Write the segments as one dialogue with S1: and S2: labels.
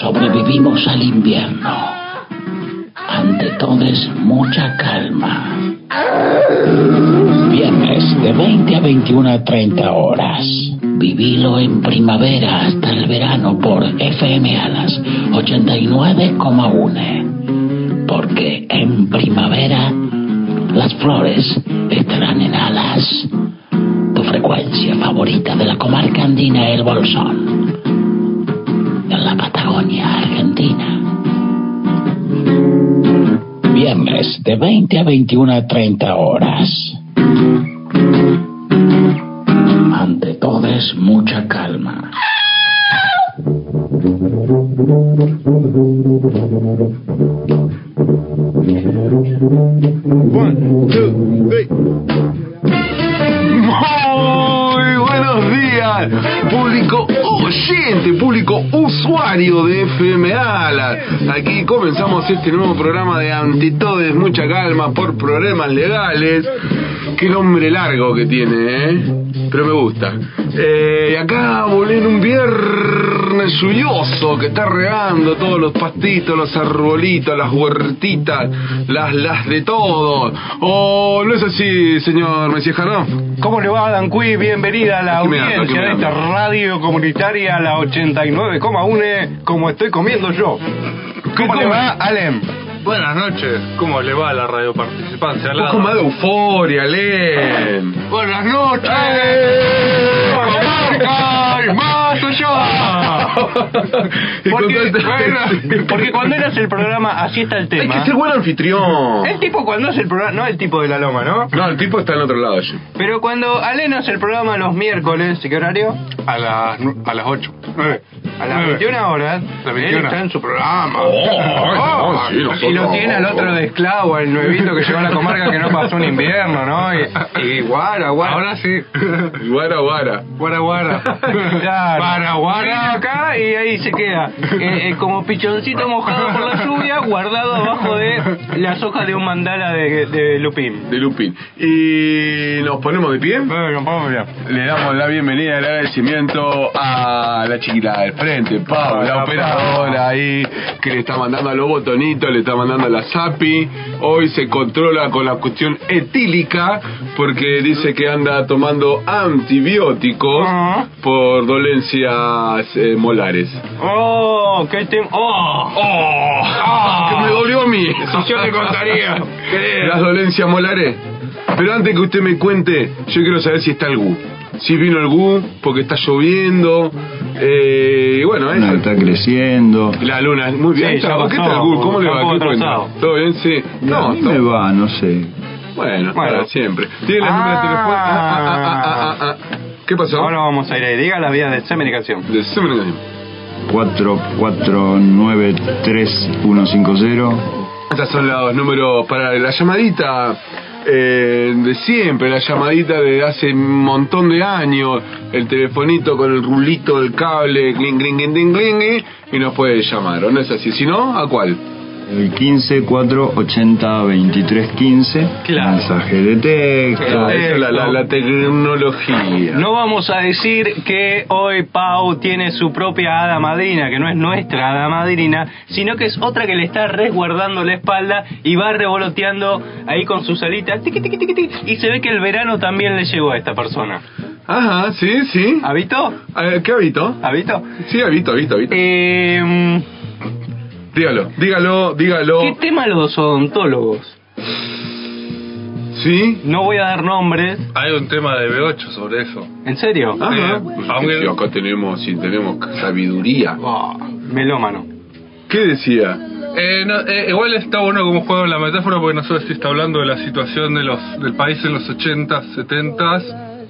S1: sobrevivimos al invierno. Ante todo es mucha calma. Viernes de 20 a 21 a 30 horas. Vivilo en primavera hasta el verano por FM Alas 89,1. Porque en primavera las flores estarán en alas. Tu frecuencia favorita de la comarca andina El Bolsón. En la Patagonia, Argentina. Viernes de 20 a 21 a 30 horas. Ante todo es mucha calma.
S2: One, two, three. Muy buenos días, público oyente, público usuario de FM Alas. Aquí comenzamos este nuevo programa de Ante todo es mucha calma por problemas legales. Qué nombre largo que tiene, ¿eh? Pero me gusta. Eh, y acá volé en un viernes lluvioso que está regando todos los pastitos, los arbolitos, las huertitas, las las de todo. Oh, no es así, señor Mesías Jarón.
S3: ¿Cómo le va, Dan Cui? Bienvenida a la
S2: Aquí me habla, aquí
S3: audiencia
S2: me
S3: de esta radio comunitaria, la 89,1, como estoy comiendo yo. ¿Cómo le va, Alem?
S4: Buenas noches, ¿cómo le va a la radio participante? Al
S2: Un poco
S4: lado?
S2: más de euforia, Len.
S4: Buenas noches.
S2: Eh. Y con
S3: Porque,
S2: tanta-
S3: bueno, porque cuando eras el programa, así está el
S2: Hay
S3: tema.
S2: que ser buen anfitrión.
S3: El tipo cuando hace el programa, no el tipo de la loma, ¿no?
S2: No, el tipo está en otro lado. yo.
S3: Pero cuando Alem hace el programa los miércoles, ¿qué horario?
S4: A las, nu- a las 8. 9.
S3: A las 21 horas, él
S4: 21.
S3: está en su programa.
S2: Oh, no, sí,
S3: Y
S2: nosotros-
S3: lo tiene al otro de esclavo, el nuevito que llegó a la comarca que no pasó un invierno, ¿no? Y, y guara, guara.
S4: Ahora sí.
S2: Guara, guara.
S4: Guara, guara.
S3: Claro.
S4: Guara,
S3: Viene
S4: guara.
S3: acá y ahí se queda. Eh, eh, como pichoncito mojado por la lluvia, guardado abajo de las hojas de un mandala de, de Lupín.
S2: De Lupin. Y nos ponemos de pie. Le damos la bienvenida, el agradecimiento a la chiquita del frente, Pau, la operadora ahí, que le está mandando a los botonitos, le está mandando a la Zapi. Hoy se controla con la cuestión etílica, porque dice que anda tomando antibióticos
S3: Ah.
S2: por dolencias eh, molares.
S3: ¡Oh! ¡Qué tem... ¡Oh! Ah.
S2: ¡Oh! ¡Que me dolió a mí!
S3: Eso yo te contaría.
S2: Las dolencias molares. Pero antes que usted me cuente, yo quiero saber si está el GU. Si vino el GU, porque está lloviendo. Eh, y bueno,
S5: Luna
S2: eso.
S5: está creciendo.
S2: La luna, muy bien.
S3: Sí, ya
S2: Chavo, ¿Qué
S3: pasó,
S2: tal el GU? ¿Cómo le va?
S3: tampoco
S2: ¿Qué cuenta?
S3: atrasado.
S2: ¿Todo bien? Sí.
S5: No,
S2: No,
S5: me
S2: todo-
S5: va, no sé.
S2: Bueno,
S3: Bueno.
S2: para siempre. ¿Tiene la número de teléfono? Ah, ah, ah, ah, ah, ah. ¿Qué pasó?
S3: Ahora vamos a ir ahí. Diga la vía de semenicación.
S2: De Summerland.
S5: 4493150.
S2: Estos son los números para la llamadita eh, de siempre, la llamadita de hace un montón de años, el telefonito con el rulito del cable, cling, cling, cling, cling, cling, eh, y nos puede llamar, ¿o no es así? Si no, ¿a cuál?
S5: El 154802315.
S3: Claro.
S5: Mensaje de texto.
S2: Ah, esa es la, la- la tecnología.
S3: No vamos a decir que hoy Pau tiene su propia hada madrina, que no es nuestra hada madrina, sino que es otra que le está resguardando la espalda y va revoloteando ahí con sus alitas. tiqui, tiqui, tiqui, tiqui, Y se ve que el verano también le llegó a esta persona.
S2: Ajá, sí, sí.
S3: ¿Habito?
S2: A ver, ¿Qué habito?
S3: ¿Habito?
S2: Sí, habito, habito, habito.
S3: Eh,
S2: Dígalo, dígalo, dígalo.
S3: ¿Qué tema los odontólogos?
S2: Sí.
S3: No voy a dar nombres.
S4: Hay un tema de B8 sobre eso.
S3: ¿En serio?
S2: Ajá.
S4: Eh, aunque-
S2: Sí, acá tenemos, sí, tenemos sabiduría.
S3: Oh, melómano.
S2: ¿Qué decía?
S4: Eh, no, eh, igual está bueno como juego la metáfora porque no sé si está hablando de la situación de los del país en los 80s, 70s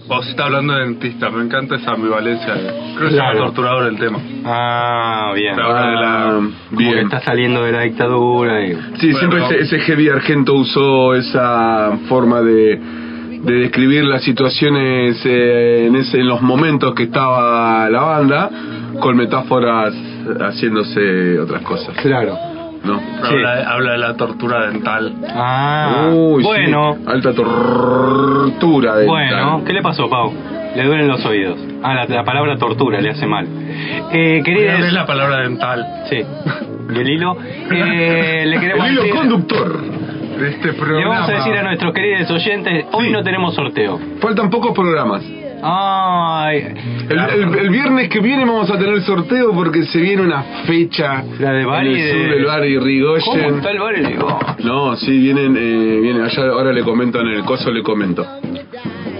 S4: o si está hablando de dentistas. Me encanta esa ambivalencia. Creo que es
S3: Claro.
S4: torturador el tema.
S3: Ah, bien.
S4: Está hablando de la-
S3: Como que está saliendo de la dictadura y...
S2: Ah, Sí,
S4: Bueno,
S2: siempre
S4: vamos.
S2: ese, ese heavy argento usó esa forma de, de describir las situaciones eh, en, ese- en los momentos que estaba la banda, con metáforas haciéndose otras cosas,
S3: Claro.
S2: ¿no?
S3: Sí.
S4: Habla, habla de la tortura dental.
S3: Ah,
S2: Uy, sí,
S3: bueno,
S2: alta tortura. dental.
S3: bueno, ¿qué le pasó, Pau? le duelen los oídos. Ah, la, la palabra tortura le hace mal. Eh, querida.
S4: Es la palabra dental.
S3: Sí. Y el hilo. Eh, le queremos
S4: El hilo
S3: decir-
S4: conductor de este
S3: Le
S4: programa.
S3: vamos a decir a nuestros queridos oyentes, hoy
S2: Sí.
S3: no tenemos sorteo.
S2: Faltan pocos programas.
S3: Ay,
S2: El, el- el viernes que viene vamos a tener sorteo porque se viene una fecha
S3: La de Bari
S2: en el sur
S3: de-
S2: del Bari
S3: ¿cómo
S2: Rigoyen.
S3: está el bar? Y digo,
S2: No, sí, vienen, eh, vienen, allá ahora le comento en el coso, le comento.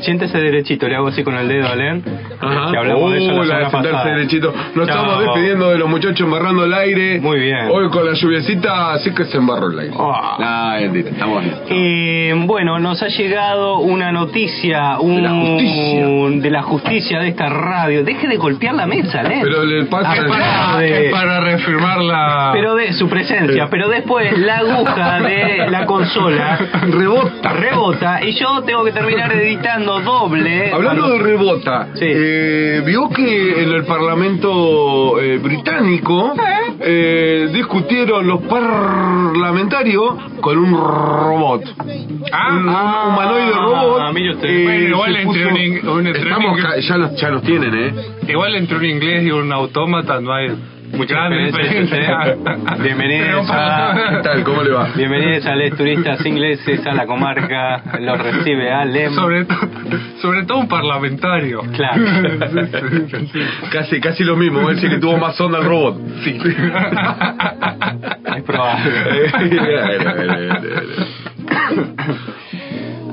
S3: siéntese derechito, le hago así con el dedo a Len.
S2: Ajá.
S3: Que hablamos de eso la
S2: Hola,
S3: semana
S2: sentarse
S3: pasada.
S2: derechito. Nos
S3: Chao.
S2: estamos despidiendo de los muchachos embarrando el aire.
S3: Muy bien.
S2: Hoy con la lluviecita, así que se embarró el aire.
S3: Ah.
S2: Nah, mentira, estamos bien.
S3: Eh, bueno, nos ha llegado una noticia un-
S2: De la justicia.
S3: de la justicia de esta radio. Deje de golpear la mesa, Len.
S2: Pero le pasa
S3: Ah,
S2: el-
S3: pará.
S4: Es para reafirmar la.
S3: Pero de su presencia, pero después la aguja de la consola rebota, rebota y yo tengo que terminar editando doble.
S2: Hablando de rebota,
S3: Sí.
S2: eh, vio que en el Parlamento eh, británico
S3: Ah.
S2: eh, discutieron los parlamentarios con un robot.
S4: Ah,
S2: un,
S4: ah,
S2: un humanoide robot.
S3: ah,
S2: eh,
S3: mire usted.
S4: Bueno, igual
S2: se
S4: entre un ing- un- entre un
S2: Estamos
S4: ing-
S2: ca- ya, los, ya los tienen, ¿eh?
S4: Igual entre un inglés y un autómata no hay mucha gran
S3: diferencia,
S4: diferencia.
S3: sí. Bienvenidos
S4: Pero
S3: Ah,
S4: para-
S2: Ah, ¿Qué tal? ¿Cómo le va?
S3: Bienvenidos a los turistas ingleses, a la comarca, los recibe Alem.
S4: Sobre, to- sobre todo un parlamentario.
S3: Claro.
S2: Casi, casi lo mismo, voy a decir que tuvo más onda el robot. Sí.
S3: Es probable.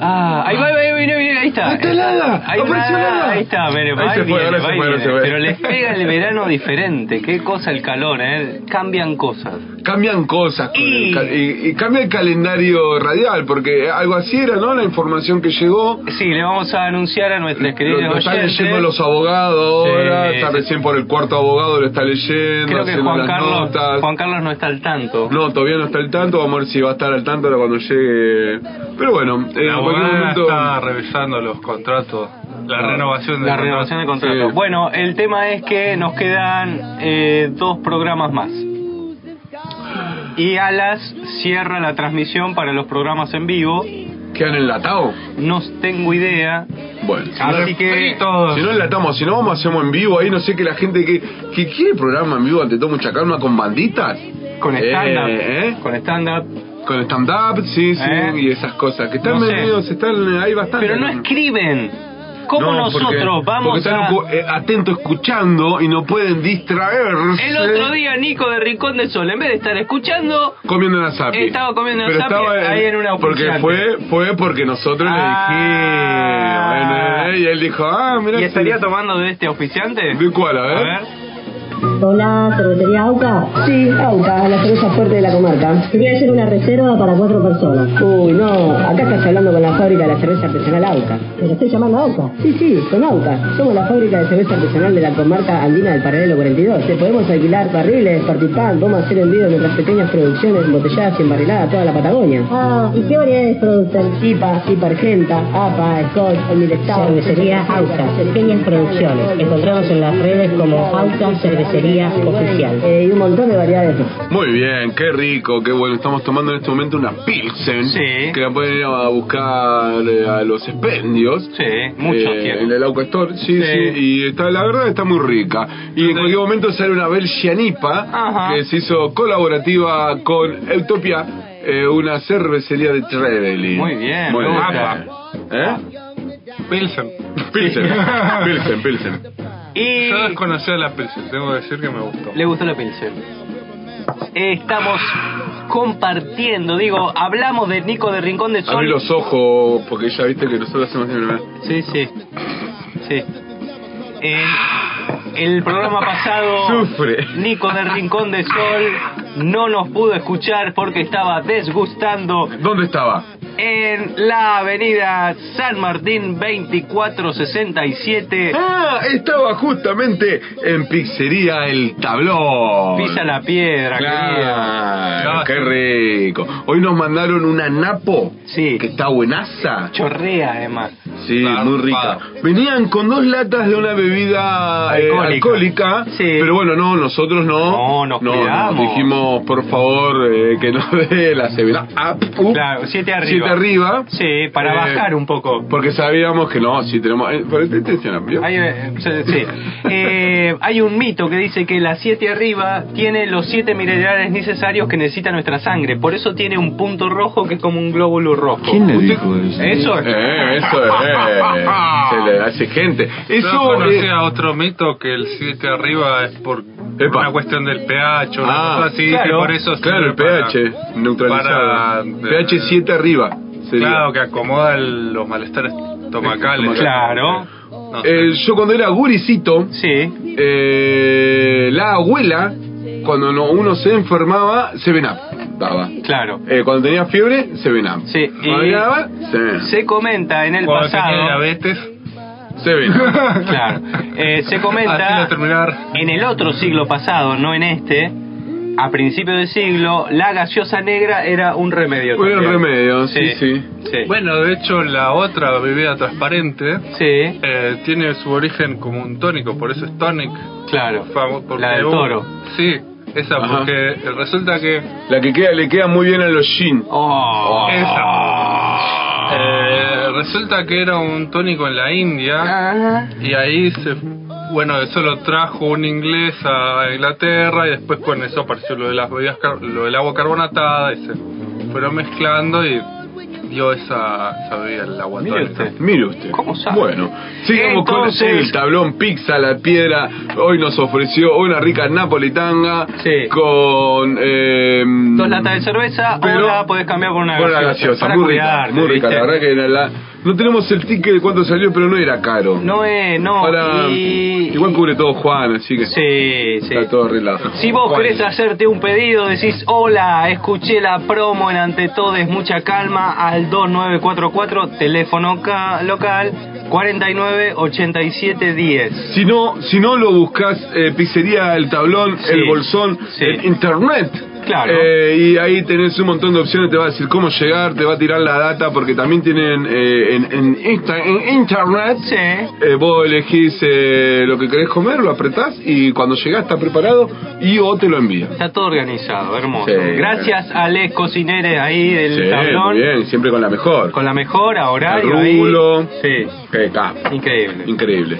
S3: Ah, ahí va, ahí va, ahí viene, viene, ahí está.
S2: Ahí está el hada,
S3: Ahí
S2: apareció el hada.
S3: Ahí está, mire,
S2: Ahí
S3: va y
S2: se fue,
S3: viene,
S2: ahora se
S3: va y
S2: fue, ahora
S3: viene.
S2: se fue.
S3: Pero les pega el verano diferente. Qué cosa el calor, ¿eh? Cambian cosas.
S2: cambian cosas con
S3: Y-
S2: el ca- y, y cambia el calendario radial porque algo así era no la información que llegó
S3: Sí, le vamos a anunciar a nuestras
S2: lo,
S3: queridas
S2: lo están
S3: oyentes.
S2: leyendo los abogados ahora
S3: Sí,
S2: está
S3: sí.
S2: recién por el cuarto abogado lo está leyendo
S3: Creo que
S2: haciendo
S3: Juan
S2: las
S3: Carlos,
S2: notas
S3: Juan Carlos no está al tanto.
S2: no todavía no está al tanto vamos a ver si va a estar al tanto ahora cuando llegue pero bueno eh, en cualquier
S4: La abogada
S2: momento
S4: está revisando los contratos, la renovación de
S3: La renovación de contrato.
S2: Sí.
S3: Bueno, el tema es que nos quedan eh, dos programas más. Y Alas cierra la transmisión para los programas en vivo.
S2: quedan enlatados
S3: No tengo idea.
S2: bueno
S3: Así que
S4: Todos.
S2: Si no enlatamos, si no vamos hacemos en vivo, ahí no sé que la gente que, que quiere programa en vivo ante todo mucha calma con banditas.
S3: con
S2: Eh,
S3: stand-up.
S2: ¿eh?
S3: Con stand-up.
S2: Con stand-up, sí, sí,
S3: ¿Eh?
S2: y esas cosas. Que están
S3: No sé.
S2: medios, están ahí bastante.
S3: Pero no escriben. ¿Cómo
S2: No, porque-
S3: nosotros
S2: porque
S3: vamos
S2: están
S3: a.?
S2: ocu- eh, atentos escuchando y no pueden distraerse.
S3: El otro día, Nico de Rincón del Sol, en vez de estar escuchando,
S2: Comiendo una zapi.
S3: Estaba comiendo una
S2: Pero
S3: zapi
S2: estaba
S3: ahí en una
S2: Porque
S3: auspiciante.
S2: fue, fue porque nosotros le dijimos. eh,
S3: Ah.
S2: eh, eh, y él dijo, ah, mira.
S3: ¿y
S2: que-
S3: estaría tomando de este auspiciante?
S2: ¿De cuál? A ver.
S3: A ver.
S6: Hola, cervecería AUCA. Sí, AUCA, la cerveza fuerte de la comarca. Quería hacer una reserva para cuatro personas. Uy, no, acá estás hablando con la fábrica de la cerveza artesanal AUCA. ¿Pero estoy llamando AUCA? Sí, sí, con AUCA. Somos la fábrica de cerveza artesanal de la comarca andina del Paralelo 42. Te podemos alquilar barriles, participar, vamos a hacer envío de nuestras pequeñas producciones embotelladas y embarriladas a toda la Patagonia. Ah, ¿y qué variedades producen? IPA, IPA Argenta, APA, Scotch, Omilestado. Cervecería AUCA, pequeñas producciones. Encontramos en las redes como AUCA Cervecería Oficial. Eh, y un montón de variedades más.
S2: Muy bien, qué rico, qué bueno. Estamos tomando en este momento una Pilsen.
S3: Sí.
S2: Que la pueden ir a buscar eh, a los expendios.
S3: Sí, mucho
S2: Eh,
S3: tiempo.
S2: En el Auca Store, sí,
S3: Sí.
S2: sí. Y está, la verdad está muy rica. Y en cualquier momento sale una Belgianipa
S3: Ajá.
S2: que se hizo colaborativa con Utopia, eh, una cervecería de Trevelin.
S3: Muy bien, me gusta.
S2: ¿Eh?
S4: Pilsen.
S2: Pilsen, Pilsen, Pilsen.
S3: Y
S4: Yo desconocía la Pilsen, tengo que decir que me gustó.
S3: le gustó la pincel. Estamos compartiendo, digo, hablamos de Nico de Rincón del
S2: Abrí
S3: Sol.
S2: los ojos porque ya viste que nosotros hacemos siempre-
S3: Sí, sí. Sí. En el programa pasado,
S2: Sufre.
S3: Nico de Rincón del Sol no nos pudo escuchar porque estaba desgustando
S2: ¿Dónde estaba?
S3: en la avenida San Martín 2467.
S2: Ah, estaba justamente en Pizzería El Tablón.
S3: Pisa la piedra, querido.
S2: Claro, qué rico. Hoy nos mandaron una napo
S3: Sí.
S2: que está buenaza.
S3: Chorrea, además.
S2: Sí,
S4: Zarpada.
S2: muy rica. Venían con dos latas de una bebida eh,
S3: Alcohólica.
S2: alcohólica,
S3: Sí.
S2: pero bueno, no, nosotros no.
S3: No, nos cuidamos.
S2: dijimos, por favor, eh, que nos dé la Ah, severa.
S3: Claro, siete arriba.
S2: Siete arriba.
S3: Sí, para
S2: Eh,
S3: bajar un poco.
S2: Porque sabíamos que no, si tenemos... eh, pero te- te tensionan, ¿vio?
S3: Hay, eh, sí, sí. Eh, hay un mito que dice que la 7 arriba tiene los 7 minerales necesarios que necesita nuestra sangre. Por eso tiene un punto rojo que es como un glóbulo rojo.
S5: ¿Quién le dijo eso?
S3: Eso es.
S2: Eh, eso eh, se le hace gente. Eso...
S4: Yo
S2: eh,
S4: conocía otro mito que el 7 arriba es por
S2: Epa.
S4: una cuestión del pH, una
S2: Ah,
S4: cosa así, que
S3: claro.
S4: por eso
S2: Claro, el
S4: sirve
S2: pH
S4: para- para,
S2: neutralizado.
S4: eh,
S2: pH 7 arriba. sería.
S4: Claro, que acomoda el- los malestares estomacales.
S3: Claro.
S4: No sé.
S2: Eh, yo cuando era guricito,
S3: Sí.
S2: eh, la abuela, cuando no- uno se enfermaba, se venaba. daba.
S3: Claro.
S2: Eh, cuando tenía fiebre, se venaba.
S3: Sí,
S2: Cuando
S3: y-
S2: daba, se venaba.
S3: Se comenta en el
S4: Cuando se tiene
S3: pasado.
S4: diabetes,
S2: Se venaba.
S3: Claro. Eh, se
S4: así
S3: comenta
S4: no terminar.
S3: en el otro siglo pasado, no en este. A principios del siglo, la gaseosa negra era un remedio.
S2: Fue un
S3: también.
S2: remedio, sí, sí.
S3: Sí.
S4: Bueno, de hecho, la otra bebida transparente
S3: Sí,
S4: eh, tiene su origen como un tónico, por eso es tonic.
S3: claro.
S4: Famo- porque
S3: La del
S4: vos-
S3: toro.
S4: Sí, esa,
S2: Ajá.
S4: porque eh, resulta que
S2: La que queda, le queda muy bien a los jeans.
S3: Oh. Ah.
S4: Esa. Eh, resulta que era un tónico en la
S3: Ah,
S4: India y ahí se bueno eso lo trajo un inglés a Inglaterra y después con eso apareció lo de las bebidas car- lo del agua carbonatada y se fueron mezclando y dio esa, esa bebida el agua
S3: Mire
S4: tónica.
S3: usted.
S2: Mire usted.
S3: ¿Cómo sabe?
S2: Bueno, sigamos con
S3: Entonces-
S2: el tablón pizza, la piedra. Hoy nos ofreció una rica napolitanga
S3: Sí.
S2: con... eh,
S3: Dos latas de cerveza
S2: Pero-
S3: o la podés cambiar por una
S2: Con
S3: gaseosa.
S2: la gaseosa,
S3: para
S2: muy rica,
S3: cuidarte,
S2: muy rica, la
S3: ¿viste?
S2: verdad que era la- no tenemos el ticket de cuánto salió, pero no era caro.
S3: No es, no.
S2: Ahora,
S3: y-
S2: Igual cubre todo Juan, así que
S3: Sí, sí.
S2: está todo arreglado.
S3: Si vos querés hacerte un pedido, decís, hola, escuché la promo en Ante Todes, mucha calma, al 2944, teléfono ca- local, 498710.
S2: Si no, si no lo buscas, eh, pizzería El Tablón,
S3: Sí.
S2: El Bolsón,
S3: Sí.
S2: en internet.
S3: Claro.
S2: Eh, y ahí tenés un montón de opciones, te va a decir cómo llegar, te va a tirar la data, porque también tienen eh, en, en Insta- en internet.
S3: Sí.
S2: eh, vos elegís eh, lo que querés comer, lo apretás y cuando llegás está preparado y o te lo envía.
S3: Está todo organizado, hermoso.
S2: Sí.
S3: Gracias a Les Cocineres ahí del
S2: Sí,
S3: tablón.
S2: muy bien, siempre con la mejor.
S3: Con la mejora, horario ahí.
S2: Rulo. eh,
S3: Sí,
S2: Qué capo.
S3: increíble.
S2: Increíble.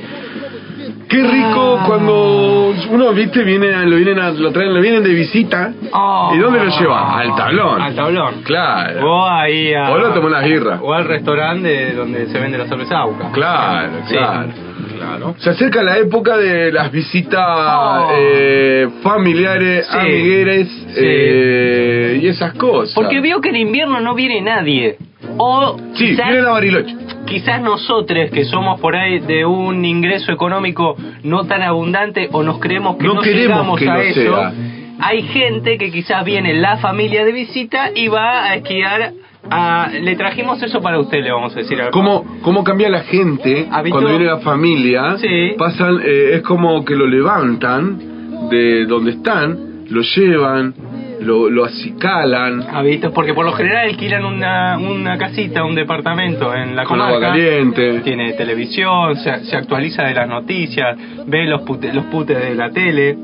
S2: Qué rico cuando uno, viste, viene, a- lo vienen a- lo traen, lo vienen de visita.
S3: Oh.
S2: ¿Y dónde lo lleva? Al tablón.
S3: Al tablón.
S2: Claro.
S3: O ahí a...
S2: O lo toma unas birras.
S3: O al restaurante donde se vende la cerveza auca.
S2: Claro,
S3: Sí.
S2: claro.
S4: Claro.
S2: Se acerca la época de las visitas
S3: Oh.
S2: eh, familiares,
S3: Sí.
S2: amigueres
S3: Sí.
S2: eh, y esas cosas.
S3: Porque vio que en invierno no viene nadie. O
S2: Sí,
S3: quizás,
S2: vienen a Bariloche.
S3: quizás nosotros que somos por ahí de un ingreso económico no tan abundante o nos creemos que
S2: No
S3: no,
S2: queremos
S3: llegamos
S2: que
S3: a
S2: lo
S3: eso.
S2: sea.
S3: Hay gente que quizás viene la familia de visita y va a esquiar. A... Le trajimos eso para usted, le vamos a decir algo.
S2: ¿Cómo, ¿Cómo cambia la gente
S3: Habitó-
S2: cuando viene la familia?
S3: Sí.
S2: Pasan, eh, es como que lo levantan de donde están, lo llevan, lo, lo acicalan,
S3: Habitos, porque por lo general alquilan una, una casita, un departamento en la
S2: con agua
S3: comarca.
S2: caliente.
S3: Tiene televisión, se, se actualiza de las noticias, ve los, pute- los putes de la tele.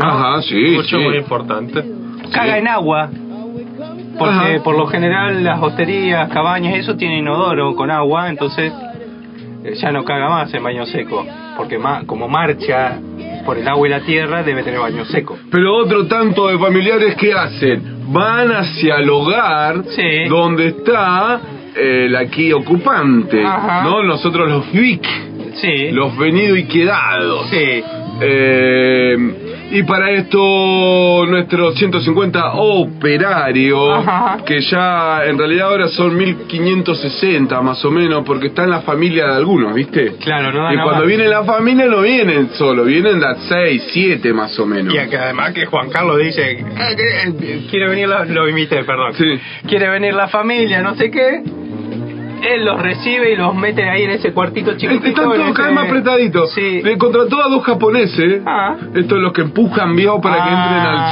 S2: Ajá, sí,
S4: Mucho
S2: sí.
S4: muy importante.
S3: caga en agua. Porque
S2: Ajá.
S3: por lo general las hosterías, cabañas, eso tiene inodoro con agua, entonces eh, ya no caga más en baño seco. Porque ma- como marcha por el agua y la tierra, debe tener baño seco.
S2: Pero otro tanto de familiares que hacen, van hacia el hogar
S3: Sí.
S2: donde está el aquí ocupante,
S3: Ajá.
S2: ¿no? Nosotros los VIC,
S3: Sí.
S2: los venidos y quedados.
S3: Sí.
S2: Eh, y para esto, nuestros 150 operarios,
S3: Ajá.
S2: que ya en realidad ahora son 1560 más o menos, porque está en la familia de algunos, ¿viste?
S3: Claro, Ah, no da
S2: Y
S3: nada
S2: cuando
S3: más.
S2: viene la familia no vienen solo, vienen las 6, 7 más o menos.
S3: que además que Juan Carlos dice, "Ah, eh, quiere venir, la, lo imité, perdón.
S2: Sí.
S3: Quiere venir la familia, no sé qué. Él los recibe y los mete ahí en ese cuartito chiquitito.
S2: Están
S3: en
S2: todos
S3: ese-
S2: cada vez más apretaditos.
S3: eh, Sí.
S2: Le contrató a dos japoneses.
S3: Ah.
S2: Estos los que empujan viejo para
S3: Ah,
S2: que entren al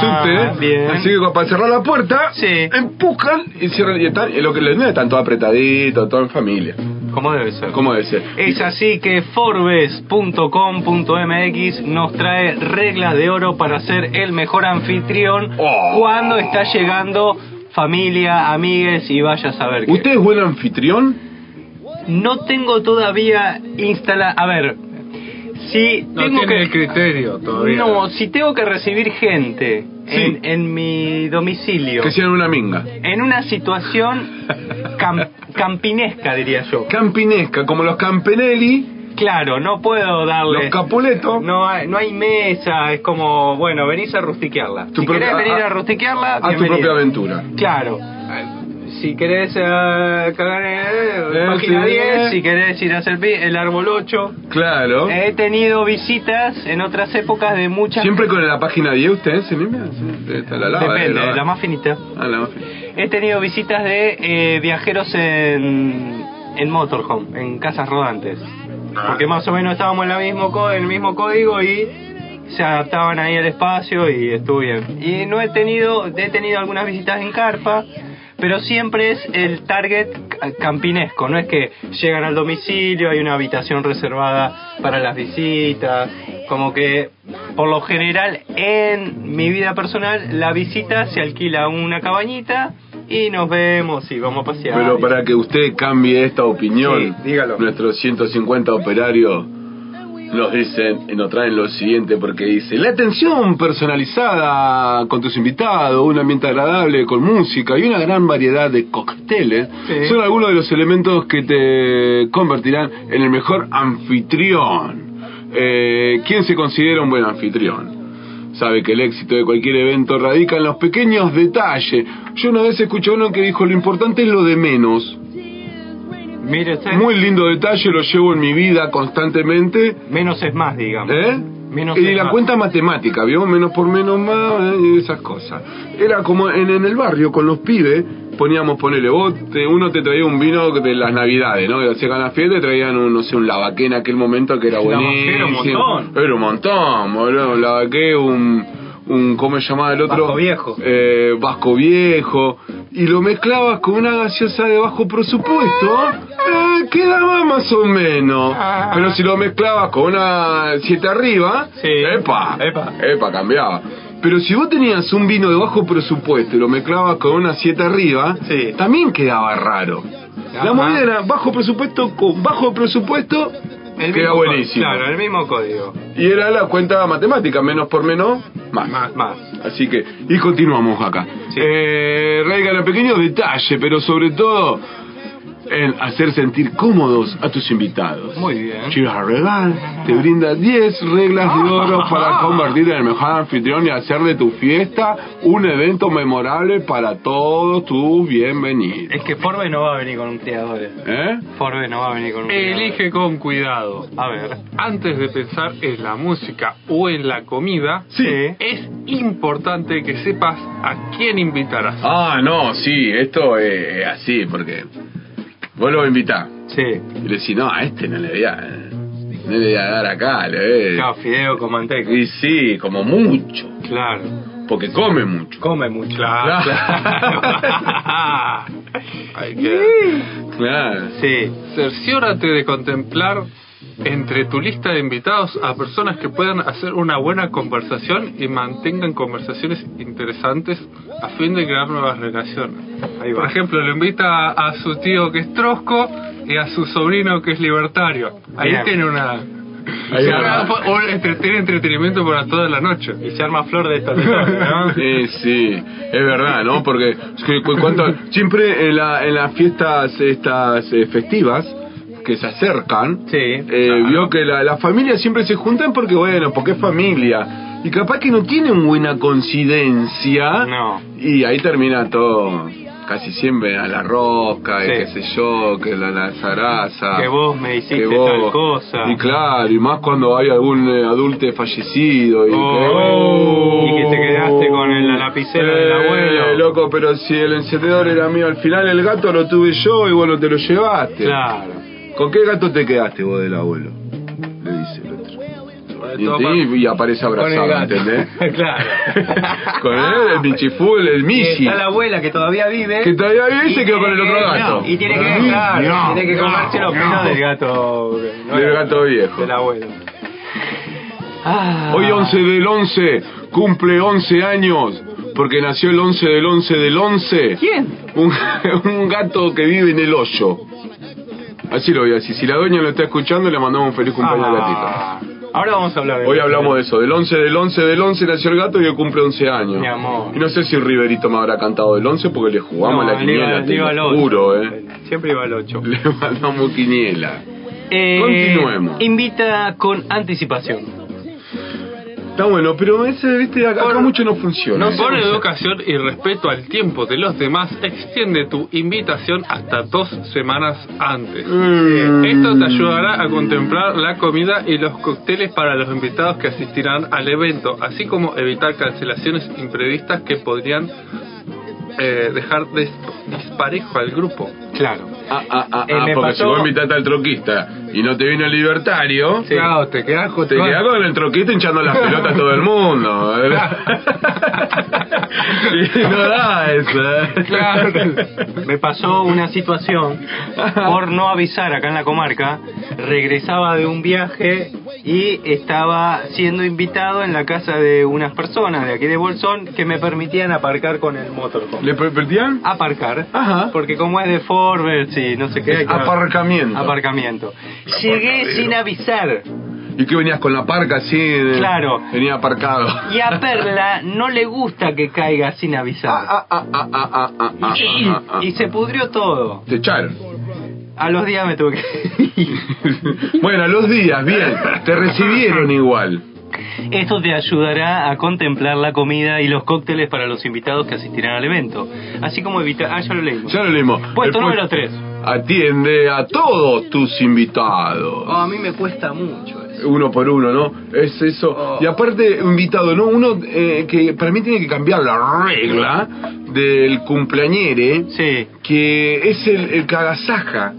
S2: subte.
S3: bien.
S2: Así que para cerrar la puerta,
S3: Sí.
S2: empujan y cierran. Y están, y lo que les digo, están todos apretaditos, todos en familia.
S3: Como debe ser.
S2: ¿Cómo debe ser?
S3: Es así que forbes.com.mx nos trae reglas de oro para ser el mejor anfitrión
S2: Oh.
S3: cuando está llegando familia, amigues y vaya a saber qué.
S2: ¿Usted es buen anfitrión?
S3: No tengo todavía instala... A ver, si
S4: No
S3: tengo
S4: tiene
S3: que...
S4: el criterio todavía.
S3: No, si tengo que recibir gente en, en mi domicilio,
S2: Que sean una minga.
S3: en una situación cam- campinesca, diría yo.
S2: Campinesca, como los Campenelli,
S3: Claro, no puedo darle...
S2: los Capuleto.
S3: No hay, no hay mesa, es como, bueno, venís a rustiquearla.
S2: Tu
S3: si
S2: propia-
S3: querés venir
S2: a-
S3: a rustiquearla,
S2: a tu
S3: bienvenido.
S2: propia aventura.
S3: Claro. Si querés eh, cagar en
S2: Eh,
S3: página
S2: sí.
S3: 10, si querés ir a hacer pi- el árbol 8.
S2: Claro.
S3: He tenido visitas en otras épocas de muchas...
S2: Siempre con la página 10 usted se limpia. Sí, está la lava,
S3: Depende,
S2: eh,
S3: la más finita.
S2: Ah, la más fina.
S3: He tenido visitas de eh, viajeros en, en motorhome, en casas rodantes. Porque más o menos estábamos en, la mismo co- en el mismo código y se adaptaban ahí al espacio y estuvo bien. Y no he tenido, he tenido algunas visitas en carpa, pero siempre es el target ca- campinesco. No es que llegan al domicilio, hay una habitación reservada para las visitas. Como que, por lo general, en mi vida personal, la visita se alquila una cabañita y nos vemos y vamos a pasear.
S2: Pero para que usted cambie esta opinión,
S3: Sí, dígalo.
S2: nuestros 150 operarios nos dicen, nos traen lo siguiente porque dice, la atención personalizada con tus invitados, un ambiente agradable con música y una gran variedad de cócteles
S3: Sí.
S2: son algunos de los elementos que te convertirán en el mejor anfitrión. Eh, ¿Quién se considera un buen anfitrión? Sabe que el éxito de cualquier evento radica en los pequeños detalles. Yo una vez escuché a uno que dijo, lo importante es lo de menos.
S3: Mire usted,
S2: Muy lindo detalle, lo llevo en mi vida constantemente.
S3: menos es más, digamos.
S2: ¿Eh?
S3: Menos
S2: y
S3: es
S2: la
S3: más.
S2: cuenta matemática, ¿vio? Menos por menos más, ¿eh? y esas cosas. Era como en, en el barrio con los pibes, poníamos, ponele, vos, te- uno te traía un vino de las navidades, ¿no? Que hacían la fiesta y traían, un, no sé, un lavaqué en aquel momento que era buenísimo.
S3: era un montón.
S2: Era un montón, boludo, un lavaqué, un, un, ¿cómo se llamaba el otro?
S3: Vasco Viejo.
S2: Eh, vasco Viejo. Y lo mezclabas con una gaseosa de bajo presupuesto, eh, quedaba más o menos.
S3: Ah.
S2: Pero si lo mezclabas con una siete arriba,
S3: Sí.
S2: epa,
S3: Epa.
S2: epa, cambiaba. Pero si vos tenías un vino de bajo presupuesto y lo mezclabas con una siete arriba,
S3: Sí.
S2: también quedaba raro. La
S3: Ajá.
S2: moneda era bajo presupuesto con bajo presupuesto,
S3: El
S2: queda
S3: mismo
S2: buenísimo.
S3: co- Claro, el mismo código.
S2: Y era la cuenta matemática, menos por menos, más.
S3: Más, más.
S2: Así que, y continuamos acá.
S3: Sí.
S2: Eh, radican en pequeños detalles, pero sobre todo en hacer sentir cómodos a tus invitados.
S3: Muy bien.
S2: Chivas Arregal te brinda 10 reglas de oro para convertir en el mejor anfitrión y hacer de tu fiesta un evento memorable para todos tus bienvenidos.
S3: Es que Forbe no va a venir con un criador. eh.
S2: ¿Eh?
S3: Forbe no va a venir con un criador.
S4: Elige con cuidado.
S3: A ver.
S4: Antes de pensar en la música o en la comida,
S3: Sí.
S4: es importante que sepas a quién invitarás.
S2: Ah, no, sí, esto es así, porque vos lo invitás.
S3: Sí.
S2: Y le decís, no, a este no le voy a, no le voy a dar acá, le voy a-
S3: Claro, fideo con manteca.
S2: Y sí, como mucho,
S3: Claro.
S2: porque come mucho.
S3: Come mucho.
S2: Claro.
S3: Claro.
S4: Hay que-
S2: Claro.
S3: sí.
S4: Cerciórate de contemplar entre tu lista de invitados a personas que puedan hacer una buena conversación y mantengan conversaciones interesantes a fin de crear nuevas relaciones.
S3: Ahí
S4: Por
S3: va.
S4: ejemplo, lo invita a, a su tío que es trosco y a su sobrino que es libertario. Ahí
S3: Bien.
S4: tiene una...
S2: Ahí
S4: se
S2: va.
S4: arma- o entre- tiene entretenimiento para toda la noche.
S3: Y se arma flor de esta ¿no?
S2: Sí, sí, es verdad, ¿no? Porque es que cu- cuánto- siempre en, la- en las fiestas estas eh, festivas que se acercan,
S3: Sí,
S2: eh,
S3: claro.
S2: vio que la- las familias siempre se juntan porque, bueno, porque es familia. Y capaz que no tienen buena coincidencia.
S3: No.
S2: Y ahí termina todo. Casi siempre a la rosca, y
S3: Sí.
S2: qué sé yo, que la, la zaraza.
S3: Que vos me hiciste
S2: Ah. que vos-
S3: tal cosa.
S2: Y claro, y más cuando hay algún eh, adulto fallecido. Y,
S3: Oh, y que te quedaste con el- la lapicera del abuelo.
S2: Loco, pero si el encendedor era mío, al final el gato lo tuve yo y vos no te lo llevaste.
S3: Claro.
S2: ¿Con qué gato te quedaste vos del abuelo? Le dice el otro.
S4: de
S2: Y,
S4: todo
S2: y- y aparece
S4: pa- con el
S2: abrazado,
S4: gato.
S2: ¿entendés?
S3: claro.
S2: Con él, el Michiful, el
S3: Y
S2: Michi.
S3: está la abuela que todavía vive.
S2: Que todavía vive y se
S3: Y
S2: quedó con el
S3: tiene
S2: otro
S3: que-
S2: gato.
S3: no, y tiene
S5: Con
S3: que,
S5: el
S3: claro,
S5: niño.
S3: tiene que comerse los pelos del gato. no
S2: Del
S3: era-
S2: gato viejo.
S3: Del abuelo. Ah.
S2: Hoy 11 del 11, cumple 11 años, porque nació el 11 del 11 del 11.
S3: ¿Quién?
S2: Un, un gato que vive en el hoyo. Así lo voy a decir. Si la dueña lo está escuchando, le mandamos un feliz cumpleaños al gatito.
S3: Ah. Ahora vamos a hablar de
S2: Hoy hablamos de eso, del 11 del 11 del 11 nació el gato y hoy cumple 11 años.
S3: Mi amor.
S2: Y no sé si Riverito me habrá cantado del 11 porque le jugamos a la
S3: le iba-
S2: quiniela,
S3: le iba
S2: te
S3: al
S2: lo
S3: ocho.
S2: juro, eh.
S3: Siempre iba al 8.
S2: Le mandamos quiniela. Continuemos.
S3: Invita con anticipación.
S2: Está bueno, pero ese, viste, acá, acá mucho no funciona.
S4: No
S2: eh.
S4: por educación y respeto al tiempo de los demás, extiende tu invitación hasta dos semanas antes.
S2: Mm.
S4: Esto te ayudará a contemplar la comida y los cócteles para los invitados que asistirán al evento, así como evitar cancelaciones imprevistas que podrían eh, dejar des- disparejo al grupo.
S3: Claro.
S2: Ah, ah, ah,
S3: Eh,
S2: ah,
S3: me
S2: porque
S3: pasó-
S2: si vos invitaste al troquista y no te vino el libertario,
S4: Claro, te quedas
S2: te quedás con el troquista hinchando las pelotas a todo el mundo. y no da eso. eh.
S3: Me pasó una situación por no avisar acá en la comarca. Regresaba de un viaje y estaba siendo invitado en la casa de unas personas de aquí de Bolsón que me permitían aparcar con el motorhome.
S2: ¿Le permitían?
S3: Aparcar,
S2: Ajá.
S3: porque como es de Forbes y no sé qué, hay que-
S2: Aparcamiento.
S3: aparcamiento. Llegué sin avisar.
S2: ¿Y qué venías con la parca así? de-
S3: Claro.
S2: Venía aparcado.
S3: Y a Perla no le gusta que caiga sin avisar.
S2: Ah, ah, ah, ah, ah, ah, ah,
S3: Y,
S2: ah, ah.
S3: y se pudrió todo.
S2: Te echaron.
S3: A los días me tuve que ir.
S2: bueno, a los días, bien. Te recibieron igual.
S3: Esto te ayudará a contemplar la comida y los cócteles para los invitados que asistirán al evento. Así como evitar... Ah, ya lo leímos.
S2: Ya lo leímos.
S3: Puesto
S2: El pu-
S3: número 3.
S2: Atiende a todos tus invitados.
S3: Oh,
S2: Ah,
S3: a mí me cuesta mucho eso.
S2: Uno por uno, ¿no? Es eso.
S3: Oh.
S2: Y aparte, invitado, ¿no? Uno eh, que para mí tiene que cambiar la regla del cumpleañere,
S3: Sí.
S2: que es el, el que agasaja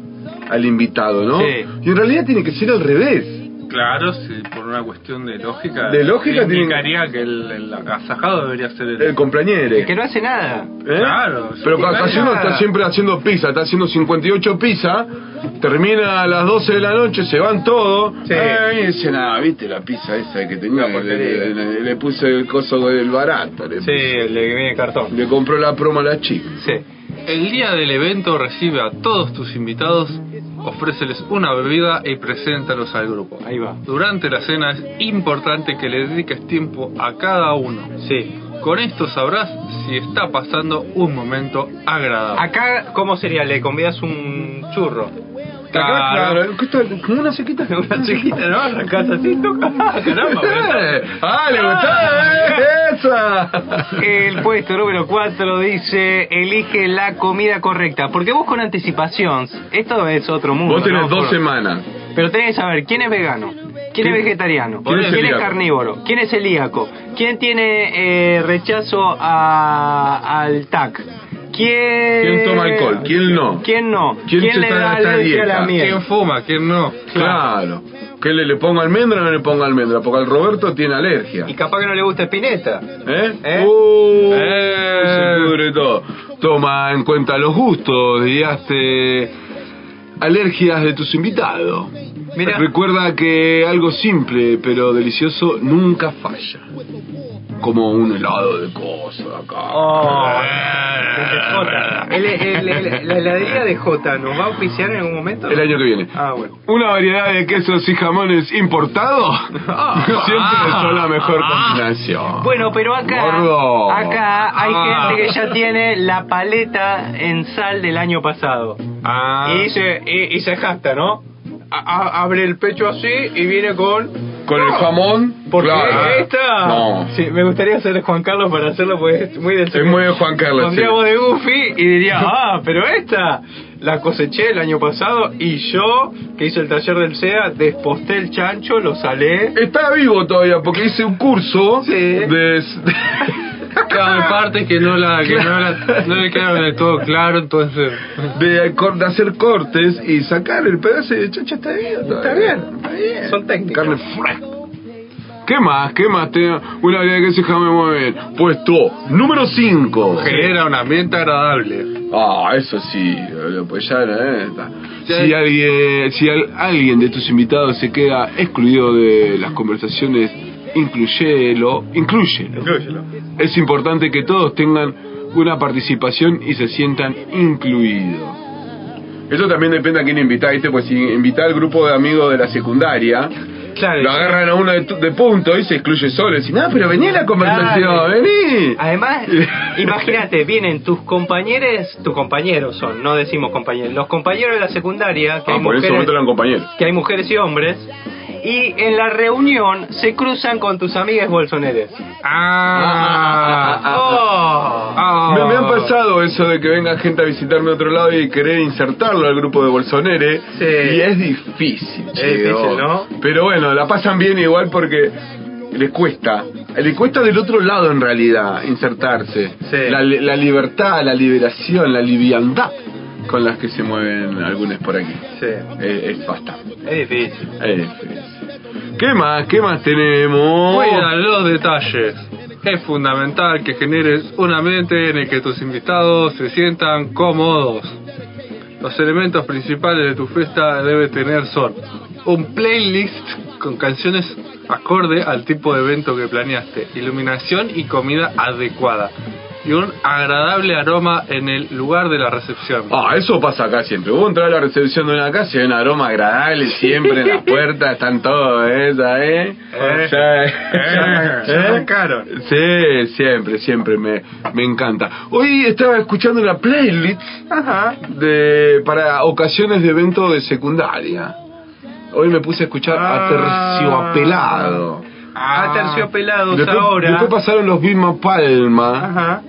S2: al invitado, ¿no?
S3: Sí.
S2: Y en realidad tiene que ser al revés.
S4: Claro, sí, por una cuestión de lógica.
S2: De lógica tiene-
S4: indicaría que el, el agasajado debería ser el.
S2: El cumpleañere.
S3: Que no hace nada.
S2: ¿Eh?
S4: Claro,
S2: Pero
S4: sí,
S2: cuando
S4: claro.
S2: uno está siempre haciendo pizza, está haciendo 58 pizza, termina a las 12 de la noche, se van todos.
S4: Sí.
S2: Eh, y dicen, ah, viste la pizza esa que tenía, le, le- le- le puse el coso del barato, le,
S3: le viene cartón.
S2: le compró la promo a la chica.
S3: Sí.
S4: El día del evento recibe a todos tus invitados, ofréceles una bebida y preséntalos al grupo.
S3: Ahí va.
S4: Durante la cena es importante que le dediques tiempo a cada uno.
S3: Sí.
S4: Con esto sabrás si está pasando un momento agradable.
S3: Acá, ¿cómo sería? Le convidas un churro.
S2: Claro, como una sequita.
S3: Una chiquita, ¿no? Arrancás así, toca. Caramba, pero- Ah.
S2: ¡Ah, le gustó! eh, ¡Esa!
S3: El puesto número 4 dice, elige la comida correcta. Porque vos con anticipación, esto es otro mundo.
S2: Vos tenés
S3: ¿no?
S2: dos
S3: Por-
S2: semanas.
S3: Pero tenés que saber quién es vegano, quién, es vegetariano,
S2: quién
S3: quién,
S2: es
S3: es,
S2: celíaco?
S3: carnívoro, quién es celíaco, quién tiene eh, rechazo a- al TAC. ¿Quién...
S2: ¿Quién toma alcohol? ¿Quién no?
S3: ¿Quién no?
S2: ¿Quién se
S3: le
S2: está-
S3: da
S2: está
S3: alergia a
S2: dieta?
S3: la miel?
S4: ¿Quién fuma? ¿Quién no?
S2: Claro. ¿Que le, le ponga almendra o no le ponga almendra? Porque al Roberto tiene alergia.
S3: Y capaz que no le gusta espineta.
S2: ¿Eh?
S3: ¿Eh?
S2: Uh,
S4: Eh.
S2: se pudre todo. Toma en cuenta los gustos, digaste alergias de tus invitados.
S3: Mira.
S2: Recuerda que algo simple pero delicioso nunca falla. Como un helado de cosas acá.
S3: Oh, desde Jota. El- el- el- la heladería de Jota nos va a auspiciar en algún momento.
S2: El año que viene.
S3: Ah, bueno.
S2: Una variedad de quesos y jamones importados siempre son la mejor combinación.
S3: Ah. Bueno, pero acá,
S2: Gordo.
S3: acá hay
S4: Ah.
S3: gente que ya tiene la paleta en sal del año pasado.
S4: Ah.
S3: Y se, y, y se jacta, ¿no? A- a- abre el pecho así y viene con...
S2: Con el jamón,
S3: Porque
S2: claro.
S3: esta...
S2: No.
S3: Sí, me gustaría ser Juan Carlos para hacerlo porque es muy del
S2: Es muy de Juan Carlos.
S3: Pondría
S2: sí.
S3: voz de Goofy y diría, ah, pero esta la coseché el año pasado y yo, que hice el taller del SEA, desposté el chancho, lo salé.
S2: Está vivo todavía porque hice un curso
S3: Sí.
S2: de...
S4: Claro, hay partes que no la, que no la- no le quedaron del todo claro, entonces.
S2: de cor- de hacer cortes y sacar el pedazo de chacha está vivo. todavía.
S3: bien. Son técnicas.
S2: Carne fresca. ¿Qué más? ¿Qué más? Tenía una habilidad que se jamás mover. Puesto número 5.
S4: Genera un ambiente agradable.
S2: Ah, eso sí, lo apoyaron, ¿eh? Está. Si alguien, si al- alguien de tus invitados se queda excluido de las conversaciones, incluyelo, incluyelo.
S4: Inclúyelo.
S2: Es importante que todos tengan una participación y se sientan incluidos. Eso también depende a quién invitás, ¿viste? Pues si invitás al grupo de amigos de la secundaria,
S3: Claro,
S2: lo agarran a uno de, tu- de punto y se excluye solo. Dicen, ah, pero vení a la conversación,
S3: Claro.
S2: vení.
S3: Además, imagínate, vienen tus compañeros, tus compañeros son, no decimos compañeros, los compañeros de la secundaria, que,
S2: Ah,
S3: hay,
S2: por eso
S3: mujeres,
S2: eran compañeros.
S3: que hay mujeres y hombres, y en la reunión se cruzan con tus amigas bolsoneres.
S4: Ah.
S3: ¡Oh!
S2: Ah. Me, me ha pasado eso de que venga gente a visitarme a otro lado y querer insertarlo al grupo de Bolsonere.
S3: Sí.
S2: Y es difícil.
S3: Es
S2: che,
S3: difícil,
S2: oh.
S3: ¿no?
S2: Pero bueno, la pasan bien igual porque les cuesta. Les cuesta del otro lado en realidad insertarse.
S3: Sí.
S2: La, li- la libertad, la liberación, la liviandad con las que se mueven algunos por aquí. Eh,
S3: Sí,
S2: Es, es bastante.
S3: es difícil.
S2: es difícil. ¿Qué más? ¿Qué más tenemos?
S4: Cuida los detalles. Es fundamental que generes un ambiente en el que tus invitados se sientan cómodos. Los elementos principales de tu fiesta debe tener son un playlist con canciones acorde al tipo de evento que planeaste, iluminación y comida adecuada y un agradable aroma en el lugar de la recepción.
S2: Ah, eso pasa acá siempre. Vos entras a la recepción de una casa y hay un aroma agradable siempre en la puerta, están todos, ¿eh? ¿Sabés?
S4: Eh,
S2: Ya-
S4: eh, ya arrancaron.
S2: Sí, siempre, siempre me, me encanta. Hoy estaba escuchando una playlist de para ocasiones de eventos de secundaria. Hoy me puse a escuchar a Terciopelado. Ah.
S3: A Ah. terciopelados
S2: Después,
S3: ahora.
S2: después pasaron los Vilma Palma,
S3: Ajá.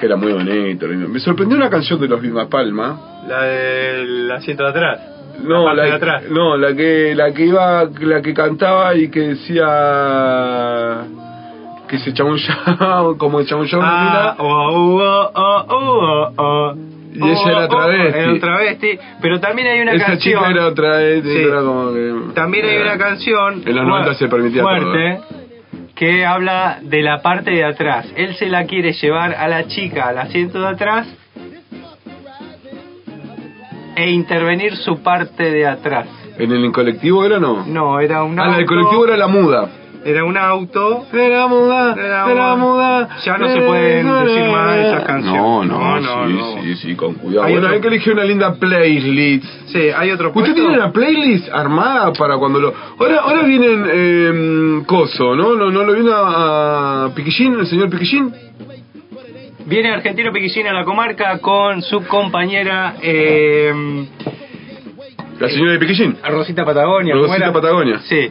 S2: que era muy bonito. Me sorprendió una canción de los Vilma Palma.
S3: La del asiento de atrás.
S2: No,
S3: parte
S2: la,
S3: de atrás.
S2: no, la que la que iba, la que cantaba y que decía que se chamullaba, como chamullaba una mina.
S3: Ah, oh, oh, oh, oh, oh, oh.
S2: Y ella era travesti.
S3: era un travesti. Pero también hay una
S2: Esa
S3: canción.
S2: chica era otra vez,
S3: Sí.
S2: era como que-
S3: También hay
S2: era-
S3: una canción.
S2: Eh, En los 90 se permitía ¿eh?
S3: fuerte, que habla de la parte de atrás. Él se la quiere llevar a la chica al asiento de atrás e intervenir su parte de atrás.
S2: ¿En el colectivo era no?
S3: No, era un
S2: ah,
S3: auto.
S2: la del colectivo era la muda.
S3: era un auto.
S2: Era muda,
S3: Era era muda. muda. Ya no se pueden decir más esas canciones.
S2: No, no,
S3: No, no,
S2: sí,
S3: no.
S2: sí, sí, con cuidado.
S3: Hay
S2: Bueno,
S3: otro-
S2: hay que elegir una linda playlist.
S3: Sí, hay otro
S2: ¿Usted
S3: puesto.
S2: tiene una playlist armada para cuando lo... Ahora, ahora vienen eh, Coso, ¿no? ¿no? ¿No lo vino a, a Piquillín, el señor Piquillín?
S3: Viene Argentino Piquillín a la comarca con su compañera eh,
S2: La señora de Piquillín.
S3: Rosita Patagonia.
S2: Rosita
S3: ¿cómo era?
S2: Patagonia.
S3: Sí,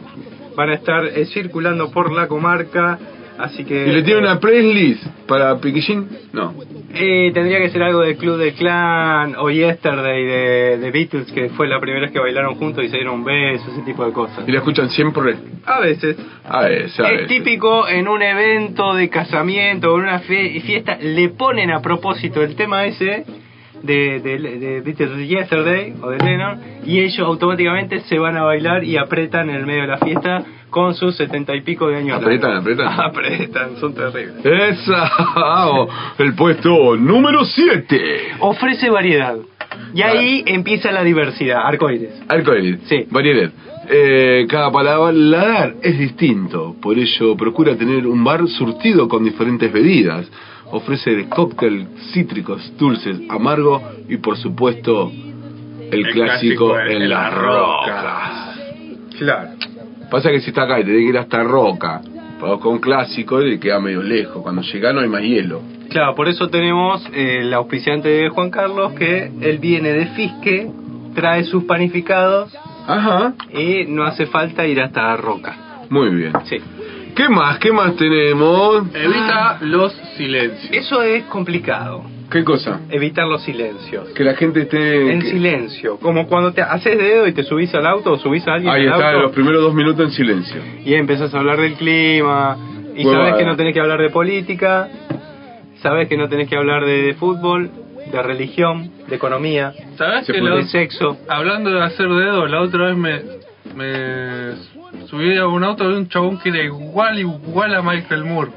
S3: van a estar eh, circulando por la comarca, así que...
S2: ¿Y le tiene una playlist para Piquillín? No.
S3: Eh, tendría que ser algo del Club del Clan o Yesterday de, de Beatles, que fue la primera vez que bailaron juntos y se dieron besos, ese tipo de cosas.
S2: ¿Y la escuchan siempre? Ah, eh,
S3: A veces.
S2: A ver,
S3: Es típico en un evento de casamiento o en una fie- fiesta, le ponen a propósito el tema ese de, de, de Beatles Yesterday o de Lennon y ellos automáticamente se van a bailar y apretan en el medio de la fiesta con sus setenta y pico de años.
S2: Apretan, apretan.
S3: Apretan, son terribles.
S2: ¡Esa! ah, oh, El puesto número 7.
S3: Ofrece variedad. Y ahí empieza la diversidad, arcoíris.
S2: Arcoiris.
S3: Sí.
S2: Variedad. Eh, cada palabra ladar es distinto, por ello procura tener un bar surtido con diferentes bebidas. Ofrece de cóctel, cítricos, dulces, amargo y por supuesto el,
S4: El
S2: clásico,
S4: clásico
S2: en,
S4: en
S2: las
S4: las
S2: rocas.
S4: Claro.
S2: Pasa que si está acá y tenés que ir hasta Roca, para con clásico y queda medio lejos. Cuando llega no hay más hielo.
S3: Claro, por eso tenemos eh, el auspiciante de Juan Carlos que él viene de Fisque, trae sus panificados
S2: Ajá.
S3: Y no hace falta ir hasta Roca.
S2: Muy bien.
S3: Sí.
S2: ¿Qué más? ¿Qué más tenemos? Ah,
S4: Evita los silencios.
S3: Eso es complicado,
S2: ¿Qué cosa?
S3: evitar los silencios.
S2: Que la gente esté...
S3: En
S2: que-
S3: silencio, como cuando te haces dedo y te subís al auto o subís a alguien
S2: Ahí
S3: al
S2: está,
S3: auto
S2: los primeros dos minutos en silencio.
S3: y empezás a hablar del clima y
S2: Huevada.
S3: sabes que no tenés que hablar de política, sabes que no tenés que hablar de, de fútbol, de religión, de economía,
S4: ¿Sabes
S2: Se
S4: que
S2: puede
S3: de
S4: los,
S3: sexo.
S4: hablando de hacer dedo, la otra vez me, me subí a un auto de un chabón que era igual, igual a Michael Moore.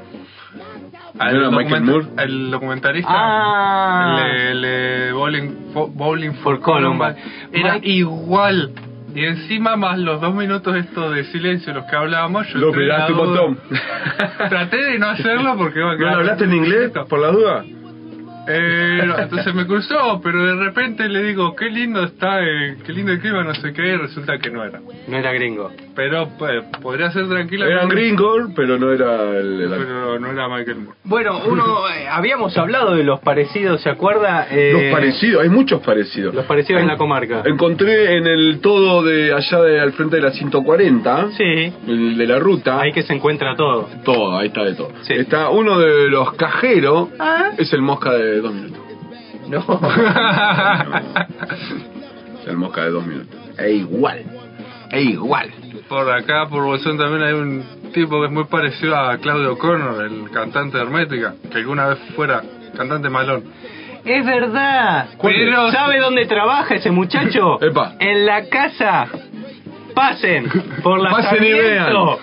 S4: Al
S2: ¿No era Michael Moore?
S4: El documentarista.
S3: Ah.
S4: El, de- el de Bowling, Fo- Bowling for,
S3: For Columbine.
S4: Columbine. Era
S3: Mike-
S4: igual. Y encima más los dos minutos estos de silencio los que hablábamos, yo
S2: Lo
S4: entré en la
S2: pegaste un
S4: duda.
S2: montón.
S4: Traté de no hacerlo porque iba a
S2: ¿No
S4: quedar-
S2: lo hablaste en inglés por la duda?
S4: Eh, no, entonces me cruzó, pero de repente le digo, qué lindo está, eh, qué lindo el clima, no sé qué, y resulta que no era.
S3: No era gringo.
S4: Pero pues, podría ser tranquila.
S2: Era un gringo, pero no era el... el-
S4: Pero no era Michael Moore.
S3: Bueno, uno, eh, habíamos hablado de los parecidos, ¿se acuerda? Eh,
S2: Los parecidos, hay muchos parecidos.
S3: Los parecidos en la comarca.
S2: Encontré en el todo de allá de, al frente de la 140,
S3: Sí,
S2: el de la ruta,
S3: ahí que se encuentra todo.
S2: todo, ahí está de todo.
S3: Sí.
S2: Está uno de los cajeros, es el mosca de dos minutos. No. es el mosca de dos minutos. Es igual, es igual.
S4: Por acá, por Bolsón, también hay un tipo que es muy parecido a Claudio Connor, el cantante de Hermética, que alguna vez fuera cantante malón.
S3: Es verdad.
S4: ¿Cuál
S3: Pero
S4: es?
S3: ¿sabe dónde trabaja ese muchacho?
S2: Epa.
S3: En la casa. Pasen por la
S2: Pasen y
S3: Sarmiento.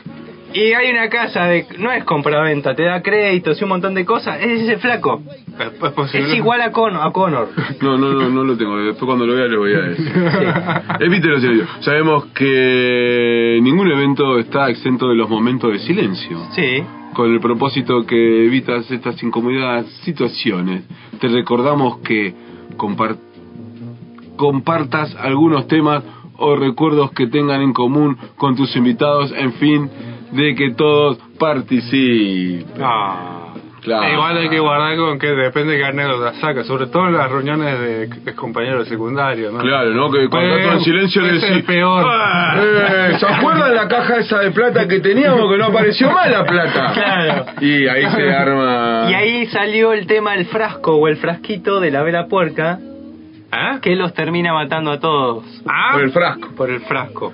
S3: Y hay una casa de no es compraventa, te da créditos y un montón de cosas. Es ese flaco.
S4: Después pues,
S3: Es
S4: posible-
S3: igual a Connor, a Connor.
S2: No, no, no, no lo tengo. Después cuando lo vea le voy a decir.
S3: Sí.
S2: Evítelo, serio. Sabemos que ningún evento está exento de los momentos de silencio.
S3: Sí.
S2: Con el propósito que evitas estas incómodas situaciones, te recordamos que compar- compartas algunos temas o recuerdos que tengan en común con tus invitados, en fin, de que todos participen.
S4: Ah.
S2: Claro.
S4: Igual hay que guardar con que depende de qué anécdota saca, sobre todo en las reuniones de, de compañeros de secundario, ¿no?
S2: Claro, ¿no? Que cuando
S4: Pero
S2: está todo en silencio le
S4: es el
S2: decís...
S4: peor.
S2: "Ah, eh, ¿Se acuerdan la caja esa de plata que teníamos que no apareció más la plata?
S3: Claro.
S2: Y ahí se arma...
S3: Y ahí salió el tema del frasco o el frasquito de la vela puerca
S4: ¿Ah?
S3: que los termina matando a todos
S4: ¿Ah?
S2: Por el frasco.
S3: por el frasco.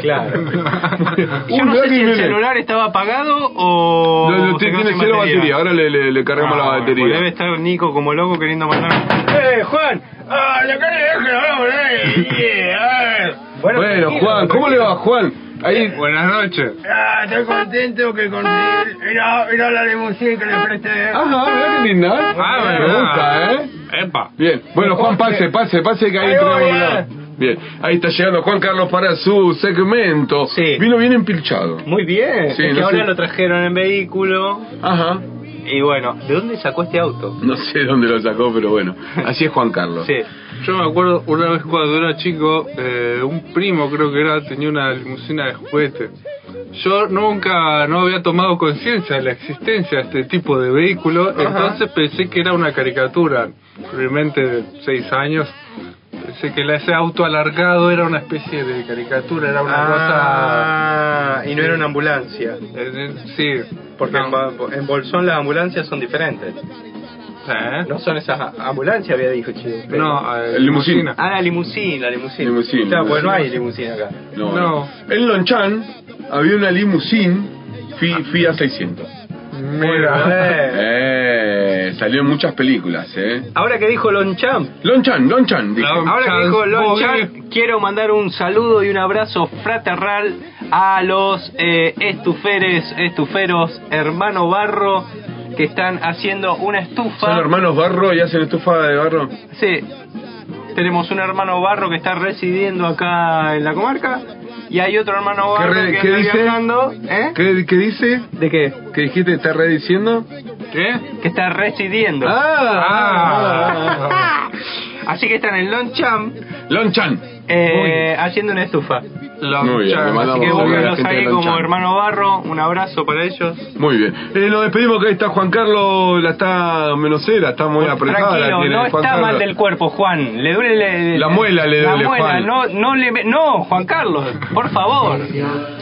S3: Claro.
S2: Uy,
S3: Yo no
S2: mirá
S3: sé
S2: que
S3: si el
S2: viene.
S3: celular estaba apagado o
S2: No, no,
S3: se quedó
S2: tiene
S3: sin
S2: cero batería, ahora le, le, le cargamos
S3: Ah,
S2: la
S3: bueno,
S2: batería.
S3: pues Debe estar Nico como loco queriendo mandar. ¡Eh, Juan! ¡Ah, la cara de Ángel, vamos, eh! Yeah, ah.
S2: Bueno,
S3: tranquilo,
S2: Juan, ¿cómo le va, Juan? Ahí,
S4: Buenas noches.
S7: Ah, estoy contento que
S3: Ah.
S7: conseguí. Mirá, mirá la limusina que le presté.
S2: ajá, Ah, mirá qué linda. ¿eh?
S4: Ah,
S2: Me
S4: verdad.
S2: gusta, ¿eh?
S4: Epa.
S2: Bien, bueno, Juan,
S3: eh.
S2: pase, pase, pase, que ahí
S7: Ahí
S2: entregamos
S7: voy,
S2: la-
S7: eh.
S2: Bien, ahí está llegando Juan Carlos para su segmento.
S3: Sí.
S2: Vino bien empilchado.
S3: Muy bien.
S2: Sí,
S3: es que
S2: no
S3: ahora
S2: sé.
S3: lo trajeron en vehículo.
S2: Ajá.
S3: Y bueno, ¿de dónde sacó este auto?
S2: No sé dónde lo sacó, pero bueno, así es Juan Carlos.
S3: Sí.
S4: Yo me acuerdo una vez cuando era chico, eh, un primo creo que era, tenía una limusina de juguete. Yo nunca, no había tomado conciencia de la existencia de este tipo de vehículo, entonces pensé que era una caricatura, realmente de seis años. Pensé que la- ese auto alargado era una especie de caricatura, era una
S3: Ah, y no era una ambulancia.
S4: cosa... eh, eh, sí,
S3: Porque en,
S4: no,
S3: Ba- en Bolsón las ambulancias son diferentes.
S4: ¿eh?
S3: No son esas a- ambulancias, había dicho Chido.
S4: No, eh,
S2: El limusina.
S3: Ah, la limusina, la limusina.
S2: Limusina,
S3: Claro, porque no
S2: limusina.
S3: hay limusina acá.
S2: No.
S4: No.
S2: En Lonchan había una limusín Fi- Fiat 600.
S4: Mira.
S2: Eh, salió en muchas películas, ¿eh?
S3: Ahora que dijo Lonchamp,
S2: Lonchan, Lonchan, dije.
S4: Lon-
S3: Ahora que
S4: Chance,
S3: dijo Lon
S4: Bobby.
S3: Chan, quiero mandar un saludo y un abrazo fraternal a los eh, estuferes, estuferos, hermano Barro, que están haciendo una
S2: ¿Son
S3: estufa.
S2: hermanos barro y hacen estufa de barro?
S3: Sí. Tenemos un hermano Barro que está residiendo acá en la comarca y hay otro hermano
S2: ¿Qué,
S3: Barro
S2: re-
S3: que
S2: qué
S3: está
S2: dice?
S3: viajando, ¿eh?
S2: ¿Qué, qué dice?
S3: ¿De qué?
S2: ¿Qué dijiste? ¿Está rediciendo?
S4: ¿Qué?
S3: Que está residiendo.
S2: ¡Ah!
S3: Así que están en Loncham
S2: Lonchan.
S3: eh, haciendo una estufa.
S4: La
S2: Muy bien, le mandamos
S3: Así que
S2: saludos a la
S3: búsquenlos
S2: gente de
S3: ahí
S2: Lon
S3: como
S2: Chan.
S3: hermano Barro. Un abrazo para ellos.
S2: Muy bien. Eh, nos despedimos que ahí está Juan Carlos, la está menosera, está muy apretada. la
S3: Tranquilo,
S2: tiene
S3: no
S2: Juan
S3: está
S2: Carlos.
S3: mal del cuerpo, Juan. Le duele le-
S2: La muela le
S3: la
S2: duele,
S3: muela.
S2: Juan.
S3: No, no le me- no, Juan Carlos, por favor.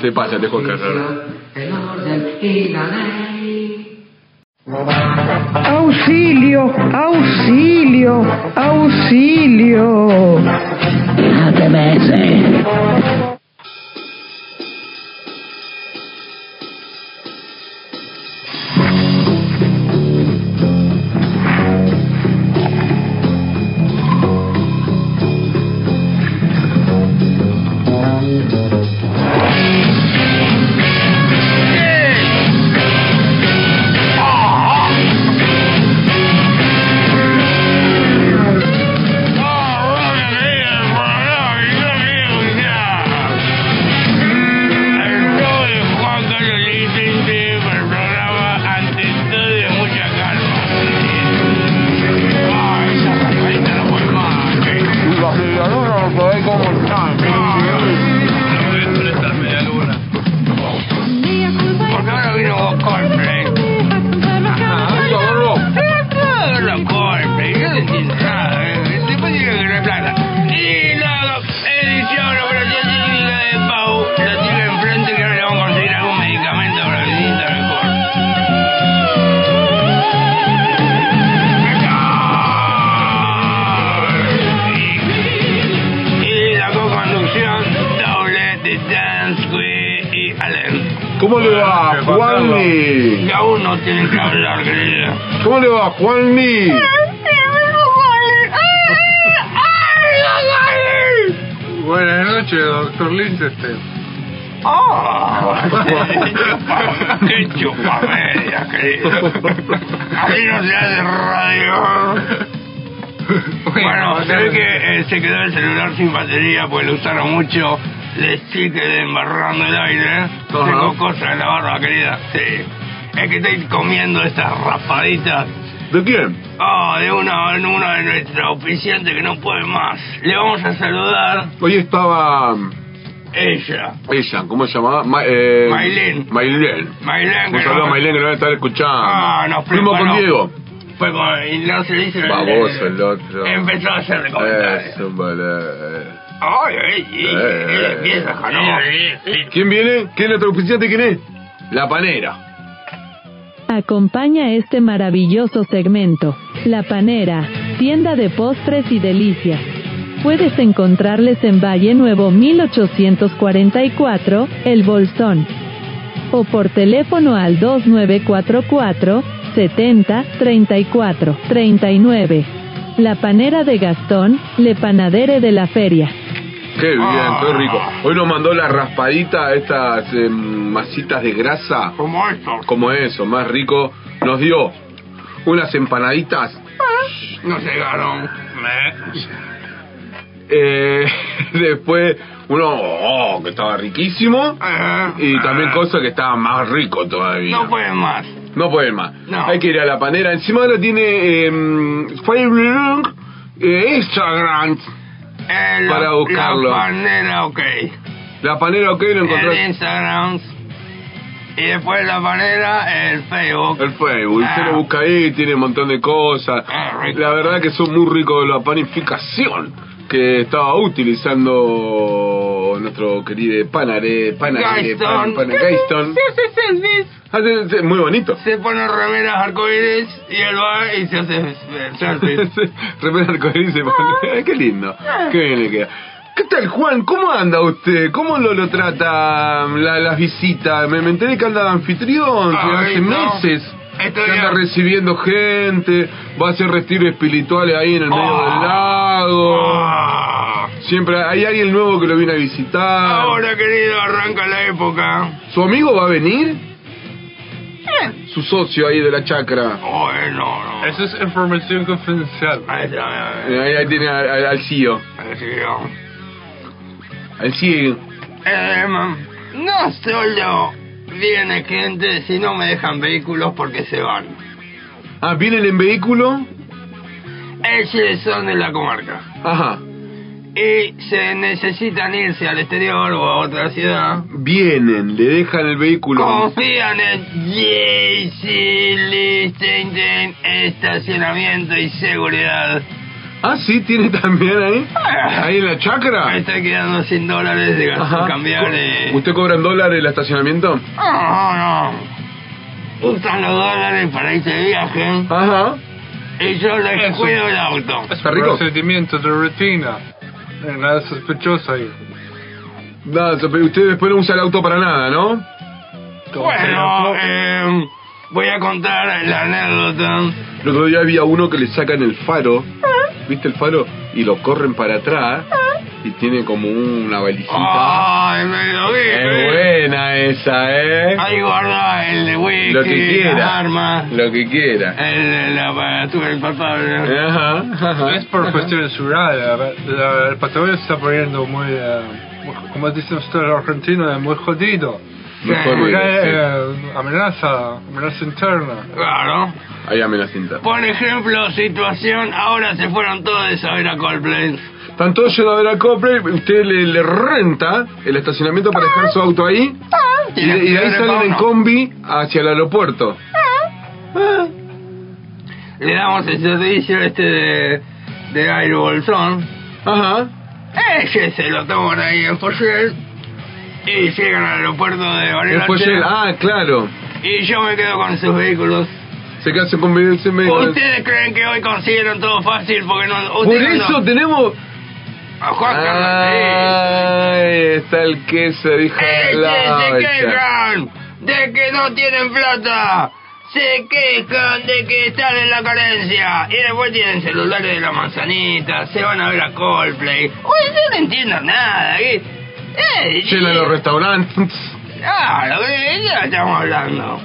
S2: Se pasa, te Juan Carlos.
S7: Auxilio, auxilio, auxilio.
S1: ATMS.
S2: ¿Cómo le va,
S4: Juan
S2: Juanmi?
S3: Ya uno tiene que hablar, querida.
S2: ¿Cómo le va, Juanmi?
S4: Buenas noches, doctor Lichtenstein.
S3: ¡Ah! ¡Qué chupamedia, querido! Ahí no se hace radio. Bueno, se ve que eh, se quedó el celular sin batería pues lo usaron mucho. Le sigue embarrando el aire. Tengo cosas en la barba, querida. Sí. Es que estoy comiendo estas rapaditas.
S2: ¿De quién?
S3: Ah, de una, una de nuestras oficiantes que no puede más. Le vamos a saludar.
S2: Hoy estaba mm,
S3: Ella.
S2: ella, ¿cómo se llamaba? Ma- eh,
S3: Maylene.
S2: Maylene.
S3: Maylene,
S2: Un
S3: que
S2: saludo
S3: no-
S2: a Maylene que no va a estar escuchando.
S3: Ah, no,
S2: Fuimos con
S3: flipa, no.
S2: Diego.
S3: Fue con... Pues Y no se dice...
S2: Baboso el otro.
S3: Empezó a hacer comentarios.
S2: Eso, vale.
S3: Ay, ay, ay,
S2: Eh,
S3: ay,
S2: eh,
S3: empieza, Janó.
S2: ¿Quién viene? ¿Quién es la oficiante? ¿Quién es? La panera.
S8: Acompaña este maravilloso segmento. La Panera, tienda de postres y delicias. Puedes encontrarles en Valle Nuevo 1844, El Bolsón. O por teléfono al 2944 70 34 39. La Panera de Gastón, Le Panadere de la Feria.
S2: Qué bien,
S3: Ah.
S2: qué rico. Hoy nos mandó la raspadita, estas eh, masitas de grasa,
S3: Como esto.
S2: como eso, más rico. Nos dio unas empanaditas
S3: No llegaron.
S2: Eh, después, uno oh, que estaba riquísimo.
S3: Eh,
S2: Y también
S3: eh,
S2: cosa que estaba más rico todavía.
S3: No pueden más.
S2: No pueden más.
S3: No.
S2: Hay que ir a la panera. Encima ahora tiene eh, Facebook, eh, Instagram.
S3: Eh, la-
S2: Para buscarlo.
S3: La panera, ok.
S2: La panera, ok, lo
S3: El
S2: encontrás
S3: Instagram. Y después la panera, el Facebook.
S2: el Facebook.
S3: Ah.
S2: Usted lo busca ahí, tiene un montón de cosas.
S3: Ah, rico.
S2: La verdad que son muy ricos la panificación que estaba utilizando nuestro querido panare, panare, pan,
S3: Gaiston.
S2: pan, Gaiston. Hace- hace- Muy bonito.
S3: Se pone remeras arcoíris y él va y se hace eh, selfies.
S2: Repete arcoíris y
S3: Ah.
S2: pone- Qué lindo. Qué bien le queda. ¿Qué tal, Juan? ¿Cómo anda usted? ¿Cómo lo, lo trata la- las visitas? Me, me enteré que anda de anfitrión que
S3: Ay,
S2: hace
S3: no.
S2: meses.
S3: Estoy
S2: que anda
S3: a-
S2: recibiendo gente, va a hacer retiros espirituales ahí en el medio
S3: Oh.
S2: del lago.
S3: Ah.
S2: Siempre hay alguien nuevo que lo viene a visitar.
S3: Ahora, querido, arranca la época.
S2: ¿Su amigo va a venir?
S3: Eh.
S2: Su socio ahí de la chacra.
S3: Oh, eh, no, no.
S4: Esa es información confidencial.
S3: Ahí está,
S2: Eh, Ahí, ahí tiene al, al- al CEO.
S3: ahí está.
S2: Al E CEO.
S3: Eh, mam, no solo viene gente si no me dejan vehículos porque se van.
S2: Ah, vienen en vehículo.
S3: Ellos son de la comarca.
S2: Ajá.
S3: Y se necesitan irse al exterior o a otra ciudad.
S2: Vienen, le dejan el vehículo.
S3: Confían en JC Lichtenstein, estacionamiento y seguridad.
S2: Ah, sí, tiene también ahí.
S3: Ah.
S2: Ahí en la
S3: Me
S2: chacra.
S3: estoy quedando sin eh. dólares de gasto
S2: Ajá.
S3: cambiable.
S2: ¿Usted cobra en dólares el estacionamiento?
S3: No, no. Usan los dólares para irse de viaje
S2: Ajá.
S3: y yo les
S4: Eso.
S3: cuido el auto.
S4: Es
S2: ¿Está
S4: un
S2: rico?
S4: procedimiento de rutina. No hay Nada sospechoso ahí.
S2: Nada, pero usted después no usa el auto para nada, ¿no?
S3: Bueno, eh, voy a contar la anécdota.
S2: El otro día había uno que le sacan el faro, ¿viste el faro? Y lo corren para atrás y tiene como una valijita.
S3: ¡Ay, me lo vi!
S2: Es buena esa, ¿eh?
S3: Ahí guarda el de whisky,
S2: Lo que
S3: las
S2: quiera.
S3: armas,
S2: Lo que quiera.
S3: el, la, tuve el palpable.
S2: Ajá, ajá.
S4: Es por cuestiones rurales. la- la- El Patagonia se está poniendo muy, eh, muy- como dicen ustedes los argentinos, eh, muy jodido.
S2: Mejor
S4: Porque hay
S2: viene, sí.
S4: eh, amenaza, amenaza interna.
S3: Claro.
S2: Ahí amenacinta.
S3: Por ejemplo, situación, ahora se fueron todos a ver a Coldplay.
S2: Están todos yendo a ver a Copley, usted le, le renta el estacionamiento para dejar su auto ahí y, de- y de ahí salen en combi hacia el aeropuerto.
S3: Le damos el servicio este de, de Airo Bolsón.
S2: Ajá.
S3: Ellos se lo toman ahí en Foyer y llegan al aeropuerto de
S2: Después
S3: Bariloche.
S2: llega- ah, claro.
S3: Y yo me quedo con sus vehículos.
S2: Se queda sin convivir, se me-
S3: Ustedes creen que hoy consiguieron todo fácil porque no.
S2: Por
S3: ustedes
S2: eso Ah,
S3: no-
S2: tenemos...
S3: A Juan Carlos, sí. Eh,
S2: Ahí está el queso, dijo
S3: ¡Ellos
S2: la
S3: se
S2: olla.
S3: quejan! de que no tienen plata. Se quejan de que están en la carencia. Y después tienen celulares de la manzanita, se van a ver a Coldplay. Uy, yo no entiendo nada. ¿qué? Eh,
S2: Llena los restaurantes.
S3: Claro, ¿de qué estamos hablando?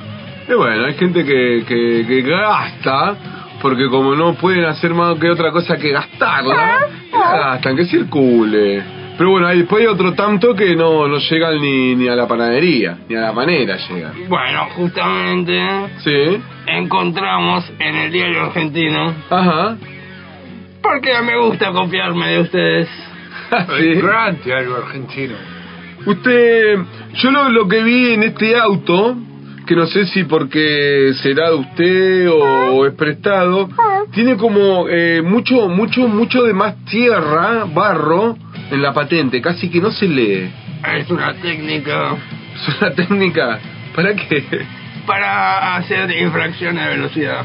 S2: Y bueno, hay gente que, que, que gasta, porque como no pueden hacer más que otra cosa que gastarla, la gastan, que circule. Pero bueno, ahí después hay otro tanto que no, no llegan ni, ni a la panadería, ni a la manera llegan.
S3: Bueno, justamente
S2: Sí,
S3: encontramos en el diario argentino,
S2: ajá.
S3: porque me gusta copiarme de ustedes.
S2: Sí.
S4: Grande algo argentino.
S2: Usted, yo lo, lo que vi en este auto, que no sé si porque será de usted o, es prestado, tiene como eh, mucho, mucho, mucho de más tierra, barro, en la patente, casi que no se lee.
S3: Es una técnica
S2: Es una técnica, ¿para qué?
S3: para hacer infracciones de velocidad.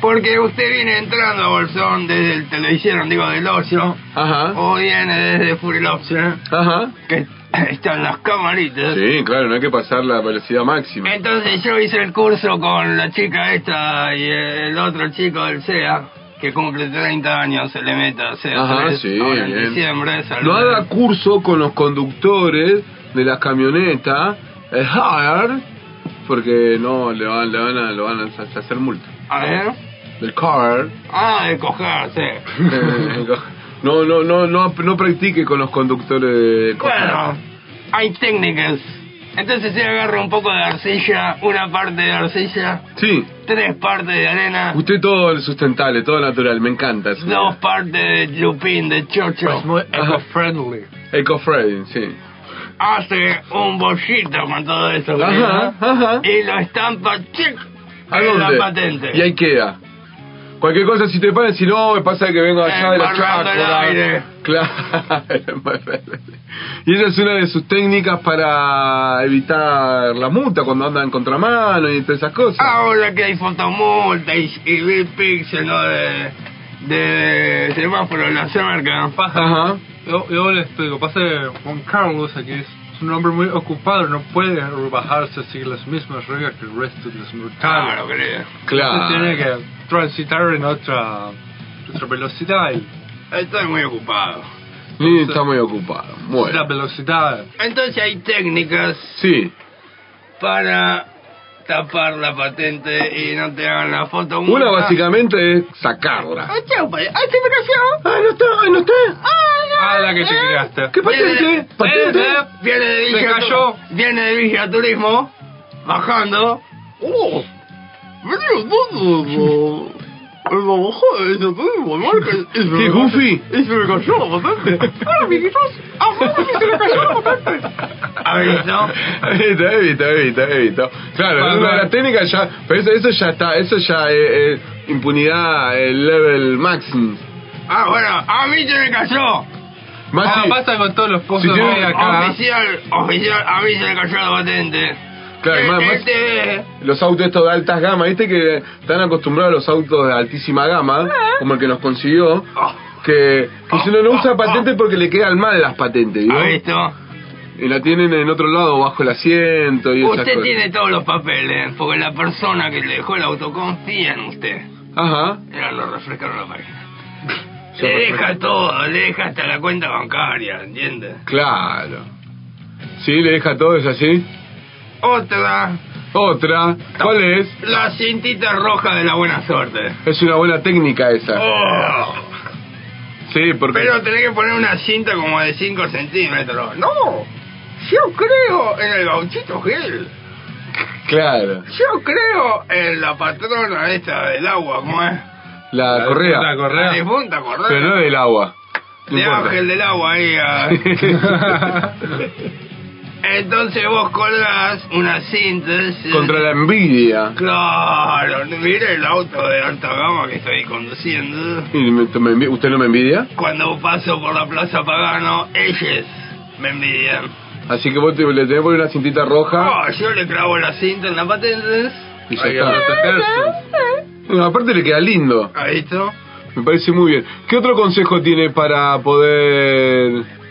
S3: Porque usted viene entrando a Bolsón desde el televisión, digo del ocio,
S2: Ajá,
S3: o viene desde Full Lobster,
S2: ajá.
S3: que están las camaritas.
S2: Sí, claro, no hay que pasar la velocidad máxima.
S3: Entonces yo hice el curso con la chica esta y el otro chico del SEA, que cumple 30 años, el meta SEA
S2: Ajá,
S3: 3,
S2: sí,
S3: ahora en
S2: bien.
S3: diciembre.
S2: No
S3: saludos.
S2: haga curso con los conductores de las camionetas, es hard, porque no, le van, le van, a, lo van a hacer multa.
S3: A ver.
S2: del car. eh,
S3: Ah, de coger, sí.
S2: no, no, no, no, no practique con los conductores de car.
S3: Bueno, hay técnicas. Entonces se agarra un poco de arcilla, una parte de arcilla,
S2: Sí,
S3: tres partes de arena,
S2: usted todo sustentable, todo natural, me encanta. eso.
S3: dos partes de lupín, de chocho.
S2: Pues
S4: Es muy
S2: Ajá.
S4: eco-friendly.
S2: Eco-friendly, sí.
S3: Hace un bollito con todo eso.
S2: Ajá,
S3: ¿no?
S2: ajá.
S3: Y lo estampa, chic,
S2: ¿A
S3: en
S2: dónde?
S3: la patente.
S2: Y ahí queda. Cualquier cosa, si te pagan, si no, me pasa que vengo allá de la
S3: Embarrando el aire.
S2: chacra. Claro. Y esa es una de sus técnicas para evitar la multa cuando andan en contramano y todas esas cosas.
S3: Ahora que hay fotomulta y, y mil píxeles ¿no? de, de semáforo en la cerca.
S2: Ajá.
S4: Yo, yo le explico, pasa que Juan Carlos aquí es, es un hombre muy ocupado, no puede rebajarse así las mismas reglas que el resto de los mortales.
S3: Claro, querido.
S2: Claro.
S4: Se tiene que transitar en otra, otra velocidad. y
S3: Estoy muy ocupado.
S2: Y está muy ocupado.
S4: La
S2: Bueno.
S4: velocidad.
S3: Entonces hay técnicas
S2: Sí.
S3: para tapar la patente y no te hagan la foto.
S2: Una básicamente es sacarla.
S3: ¡Ay, chau, pa- ay, se me cayó!
S2: Ah, no está, ah, no está.
S4: Ah, la que te quedaste.
S2: ¿Qué
S3: Viene
S2: patente?
S3: de-
S2: ¿Patente?
S3: viene de- Viene de
S4: Se
S3: Villa
S4: cayó.
S3: Viene de Villa Turismo, bajando. ¡Oh! ¡Vení, todo! El babajo de ese turismo, Márquez.
S2: ¿Qué, Goofy?
S3: Y se me cayó la patente. ¡Ahora, amiguitos! ¡Ahora que se me cayó la patente! A ver, ¿no?
S2: Evita, evita, evita, evita. Claro,
S4: Para-
S2: es una de las técnicas ya. Pero eso, eso ya está, eso ya es, es impunidad, el level máximo.
S3: Ah, bueno, a mí se me cayó.
S2: Más
S4: Ah,
S2: si-
S4: pasa con todos los pozos
S2: Si
S4: de
S2: tiene-
S4: hoy acá.
S3: Oficial, oficial, a mí se me cayó la patente.
S2: Claro,
S3: Eh,
S2: más- más-
S3: este,
S2: los autos estos de altas gamas, viste que están acostumbrados a los autos de altísima gama,
S3: Ah.
S2: como el que nos consiguió,
S3: Oh,
S2: que, que si no, no usa
S3: Ah,
S2: patente porque le quedan mal las patentes, ¿vio?
S3: ¿Ha visto?
S2: Y la tienen en otro lado, bajo el asiento y esas
S3: Usted
S2: cosas.
S3: tiene todos los papeles, porque la persona que le dejó el auto confía en usted.
S2: Ajá.
S3: Mira, lo refrescaron la página.
S2: Se
S3: Le deja
S2: refresca.
S3: todo, le deja hasta la cuenta bancaria, ¿entiendes?
S2: Claro. Sí, le deja todo, es así.
S3: Otra,
S2: Otra. ¿Cuál es?
S3: la cintita roja de la buena suerte.
S2: Es una buena técnica esa.
S3: Oh,
S2: Sí, porque...
S3: pero tenés que poner una cinta como de 5 centímetros. No, yo creo en el gauchito Gil.
S2: Claro.
S3: Yo creo en la patrona esta del agua, ¿cómo es?
S2: La, correa.
S4: La
S3: La de
S4: correa.
S3: punta, correa.
S2: Pero no del agua. No
S3: de
S2: importa.
S3: Ángel del Agua ahí. ah. Entonces vos colgás una síntesis.
S2: Contra la envidia.
S3: Claro, mira el auto de alta gama que estoy conduciendo.
S2: Y me- me envi- ¿Usted no me envidia?
S3: Cuando paso por la Plaza Pagano, ellos me envidian.
S2: Así que vos te- le tenés que poner una cintita roja
S3: Oh, yo le clavo la cinta en la patente.
S2: y ya
S4: Hay que
S2: está.
S4: protegerse.
S2: Bueno, aparte le queda lindo.
S3: Ahí está.
S2: Me parece muy bien. ¿Qué otro consejo tiene para poder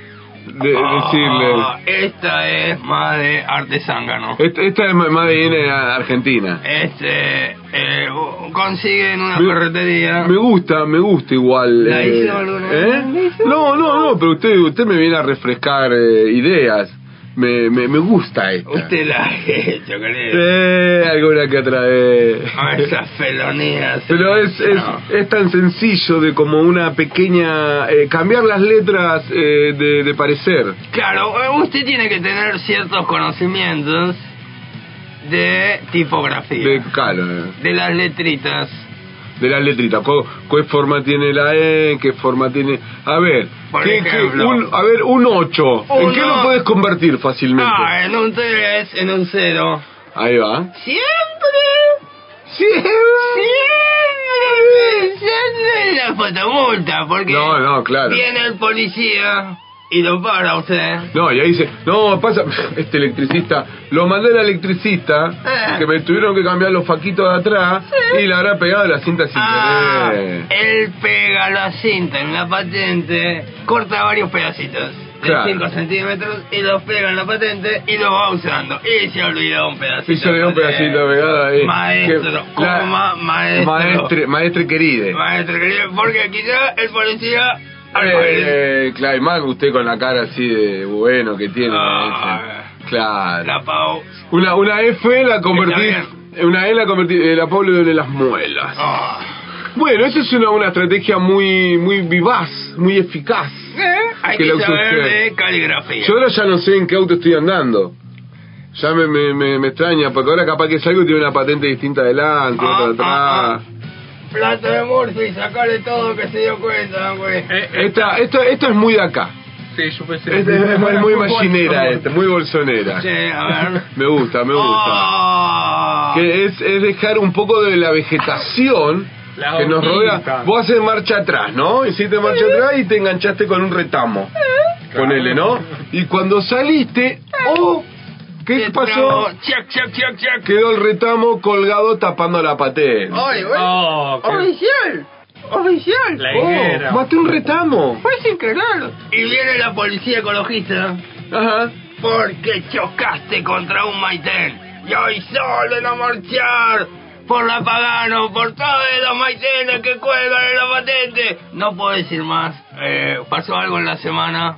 S2: de- decirle.
S3: Ah, esta es más de arte zángano.
S2: Est- Esta es ma- más bien a Argentina.
S3: Este, eh, consigue en una
S2: Me-
S3: ferretería.
S2: Me gusta, me gusta igual.
S3: ¿La
S2: eh,
S3: hizo alguna vez?
S2: ¿eh?
S3: ¿La hizo?
S2: No, no, no, pero usted, usted me viene a refrescar eh, ideas. Me, me, me gusta esta.
S3: Usted la ha hecho, querido.
S2: Eh, alguna que otra vez.
S3: No, esas felonías.
S2: Pero es, es,
S3: Ah, No.
S2: es tan sencillo de como una pequeña... eh, cambiar las letras eh, de, de parecer.
S3: Claro, eh, usted tiene que tener ciertos conocimientos de tipografía.
S2: De,
S3: De,
S2: claro, eh,
S3: las letritas.
S2: de las letritas. Co- ¿Qué, forma tiene la E? ¿Qué forma tiene...? A ver,
S3: Por
S2: ¿qué- qué-
S3: ejemplo.
S2: un, a ver, un 8. ¿En
S3: Un
S2: qué
S3: o-
S2: lo puedes convertir fácilmente?
S3: Ah, en un 3, en un 0.
S2: Ahí va.
S3: Siempre. Siempre pensando en la fotomulta, porque
S2: No, no, claro.
S3: viene el policía y lo para usted.
S2: No, y ahí dice, no, pasa, este electricista, lo mandé al electricista,
S3: Eh.
S2: que me tuvieron que cambiar los faquitos de atrás y le habrá pegado la cinta sin
S3: Ah,
S2: querer.
S3: él pega la cinta en la patente, corta varios pedacitos
S2: Claro.
S3: de 5 centímetros y los pega en la patente y los va usando. Y se olvidó un pedacito.
S2: Y se le dio un
S3: de
S2: pedacito pegado ahí.
S3: Maestro,
S2: Que- la-
S3: coma, maestro.
S2: Maestre, maestre querido.
S3: Maestro, querido, porque quizá el policía...
S2: Eh, eh, claro, y más usted con la cara así de bueno que tiene.
S3: Ah.
S2: maestro. Claro.
S3: La Pau.
S2: Una, una F la convertí,
S3: Está
S2: una E la convertí, eh, la Pablo de las muelas.
S3: Ah.
S2: Bueno, esa es una, una estrategia muy muy vivaz, muy eficaz.
S3: Eh, Hay
S2: Que
S3: que
S2: lo usa
S3: saber
S2: usted.
S3: de caligrafía.
S2: Yo ahora ya no sé en qué auto estoy andando. Ya me, me, me, me extraña, porque ahora capaz que salgo y tiene una patente distinta adelante,
S3: Ah,
S2: otra atrás.
S3: ah, Plato de Murphy, sacale todo que se dio cuenta, güey.
S4: Eh, eh,
S2: Esta, esto, esto es muy de acá. Este
S4: sí, yo pensé.
S2: Es, es- es muy- muy
S4: Bueno,
S2: machinera
S4: bueno.
S2: esta, muy bolsonera.
S3: Sí, a ver.
S2: Me gusta, me gusta.
S3: Ah.
S2: Que es, es dejar un poco de la vegetación
S4: La
S2: que nos
S4: hojita.
S2: rodea. Vos haces marcha atrás, ¿no? Hiciste marcha atrás y te enganchaste con un retamo. Ponele, ¿no? Y cuando saliste, ¡oh! ¿Qué
S3: Te
S2: pasó?
S3: trago. Chac, chac, chac, chac.
S2: Quedó el retamo colgado tapando la patente.
S3: Ay, güey.
S4: Oh, qué-
S3: Oficial. Oficial.
S4: La higuera.
S2: ¡Oh! ¡Maté un retamo!
S3: Fue sin quererlo. Y viene la policía ecologista.
S2: Ajá.
S3: Porque chocaste contra un maitén. Y hoy solo a marchar. Por la pagano, por todos los maitenes que cuelgan en la patente. No puedo decir más. Eh, pasó algo en la semana.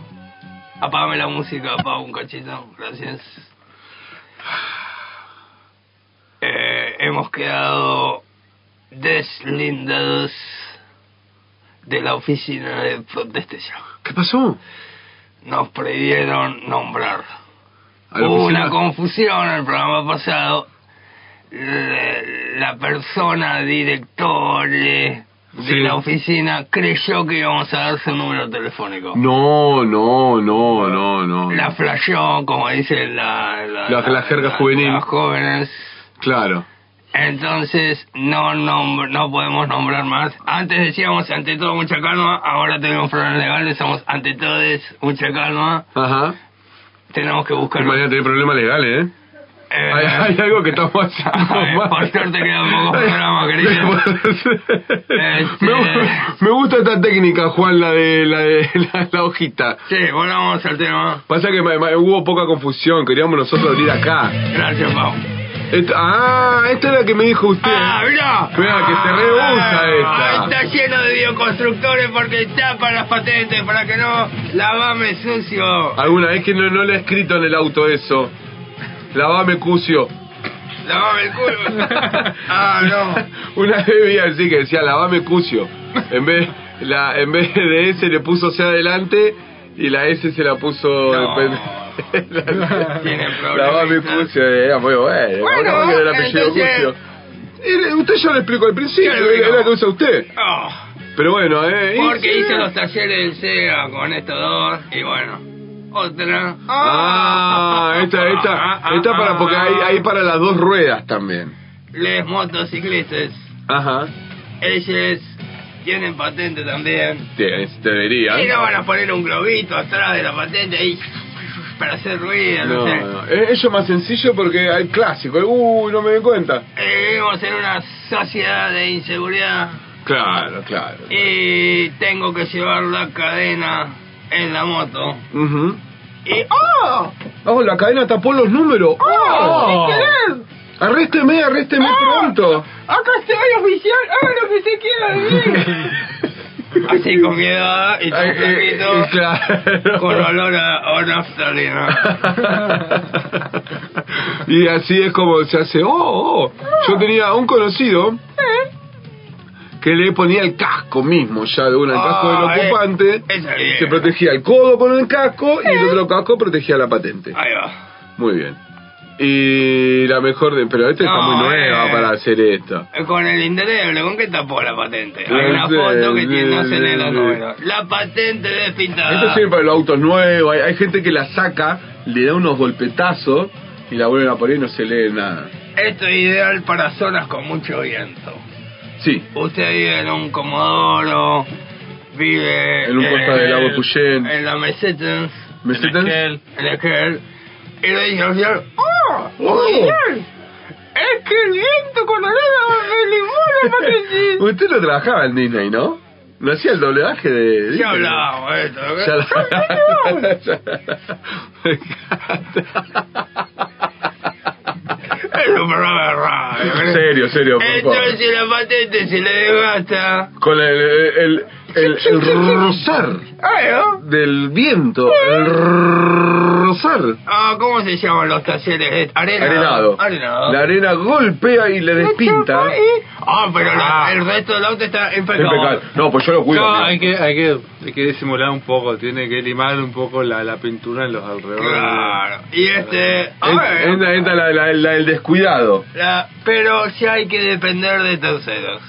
S3: Apágame la música, apaga un cachito. Gracias. Eh, hemos quedado deslindados de la oficina de protestación.
S2: ¿Qué pasó?
S3: Nos prohibieron nombrar.
S2: A la
S3: Hubo
S2: oficina-
S3: una confusión en el programa pasado. La, la persona director de
S2: Sí.
S3: la oficina creyó que íbamos a dar su número telefónico.
S2: No, no, no, no, no.
S3: La flasheó, como dice la, la,
S2: La- la jerga juvenil.
S3: Las jóvenes.
S2: Claro.
S3: Entonces, no nombr- no podemos nombrar más. Antes decíamos ante todo mucha calma, ahora tenemos problemas legales, somos ante todos mucha calma.
S2: Ajá.
S3: Tenemos que buscar.
S2: Y mañana tiene problemas legales, ¿eh?
S3: Eh,
S2: Hay, hay algo que estamos haciendo
S3: Ay,
S2: mal.
S3: por suerte quedan pocos programas, querido. Este-
S2: me, gu- me gusta esta técnica, Juan, la de la, de, la, la hojita.
S3: Sí, volvamos al tema.
S2: Pasa que ma- ma- hubo poca confusión, queríamos nosotros abrir acá.
S3: Gracias, Pau.
S2: Esto- ah, esta es la que me dijo usted.
S3: ¡Ah, mirá!
S2: Mirá, que se rehúsa esta.
S3: Está lleno de bioconstructores porque tapa las patentes para que no lavame sucio.
S2: Alguna vez que no, no le he escrito en el auto eso. Lavame cucio.
S3: Lavame el culo. ah, no.
S2: Una vez vi así que decía lavame cucio. En vez, la, en vez de S le puso C adelante y la S se la puso
S3: No.
S2: depende- la-
S3: Tienen
S2: Lavame
S3: problemas.
S2: cucio, era muy bueno.
S3: Bueno,
S2: ¿cómo que era el apellido
S3: entonces-
S2: cucio? Y Usted ya lo explicó al principio,
S3: Ya lo explicó.
S2: era la que usa usted.
S3: Ah,
S2: Pero bueno, eh. y-
S3: porque hice los talleres del SEA con estos dos y bueno. Otra.
S2: Ah, esta,
S3: Ah, ah,
S2: esta, esta
S3: ah,
S2: para porque hay, hay para las dos ruedas también.
S3: Les motociclistas.
S2: Ajá.
S3: Ellos tienen patente también.
S2: Tienes, debería.
S3: Y no van a poner un globito atrás de la patente ahí para hacer ruido, no,
S2: No,
S3: sé.
S2: no. Eh, Eso es más sencillo porque hay clásico. Uy, no me di cuenta.
S3: Eh, vivimos en una sociedad de inseguridad
S2: Claro, claro.
S3: y tengo que llevar la cadena en la moto.
S2: Ujú.
S3: Y ¡oh!
S2: Oh, la cadena tapó los números.
S3: ¡Oh!
S2: Oh.
S3: ¿Qué querés?
S2: Arrésteme, arrésteme
S3: ¡Oh!
S2: pronto.
S3: ¡Acá estoy oficial! ¡Haga lo que se quiera de mí! Así con miedo y
S2: Eh, eh, eh,
S3: tranquilito,
S2: claro.
S3: con olor a, a naftalina.
S2: y así es como se hace. Oh, oh. Yo tenía un conocido
S3: Eh.
S2: que le ponía el casco mismo, ya de una, el casco
S3: Ah,
S2: del
S3: eh,
S2: ocupante.
S3: esa bien. Eh.
S2: Se protegía el codo con el casco y el otro casco protegía la patente.
S3: Ahí va.
S2: Muy bien. Y la mejor de. Pero esta está
S3: No,
S2: muy nueva
S3: eh.
S2: para hacer esto.
S3: Con el indeleble, ¿con qué tapó la patente? Hay una
S2: Sí,
S3: foto que
S2: sí,
S3: tiene a
S2: sí,
S3: hacerle los
S2: sí.
S3: números. La patente despintada.
S2: Esto sirve para los autos nuevos. Hay, hay gente que la saca, le da unos golpetazos y la vuelven a poner y no se lee nada.
S3: Esto es ideal para zonas con mucho viento.
S2: Sí,
S3: Usted vive en un comodoro, vive
S2: En un costa del lago Puyén.
S3: en la meseta,
S2: ¿me sienten?
S3: en el que y le dice al señor, ¡Oh!
S2: ¡Oh!
S3: señor, ¡Es que el viento con olor a me limona,
S2: Usted no trabajaba en Disney, ¿no? No hacía el doblaje de. Disney?
S3: Ya hablamos de esto, ¿eh?
S2: Ya
S3: ¡Señor! Es un programa de radio. ¿eh?
S2: Serio, serio, por favor.
S3: Entonces si la patente se le desgasta.
S2: Con el, el, el, el rozar
S3: ¡Ay, ¿no?
S2: del viento. El rozar.
S3: Ah, ¿cómo se llaman los talleres? Arena.
S2: Arenado.
S3: Arenado.
S2: La arena golpea y le despinta.
S3: Ah, pero la- el resto del auto está impecable.
S2: Impecable. No, pues yo lo cuido.
S4: No,
S2: amigo.
S4: hay que, hay que, hay que disimular un poco, tiene que limar un poco la, la pintura en los alrededores.
S3: Claro. Y este... A ver,
S2: En- Entra, entra la, la- la- el descuidado.
S3: la- pero sí hay que depender de terceros.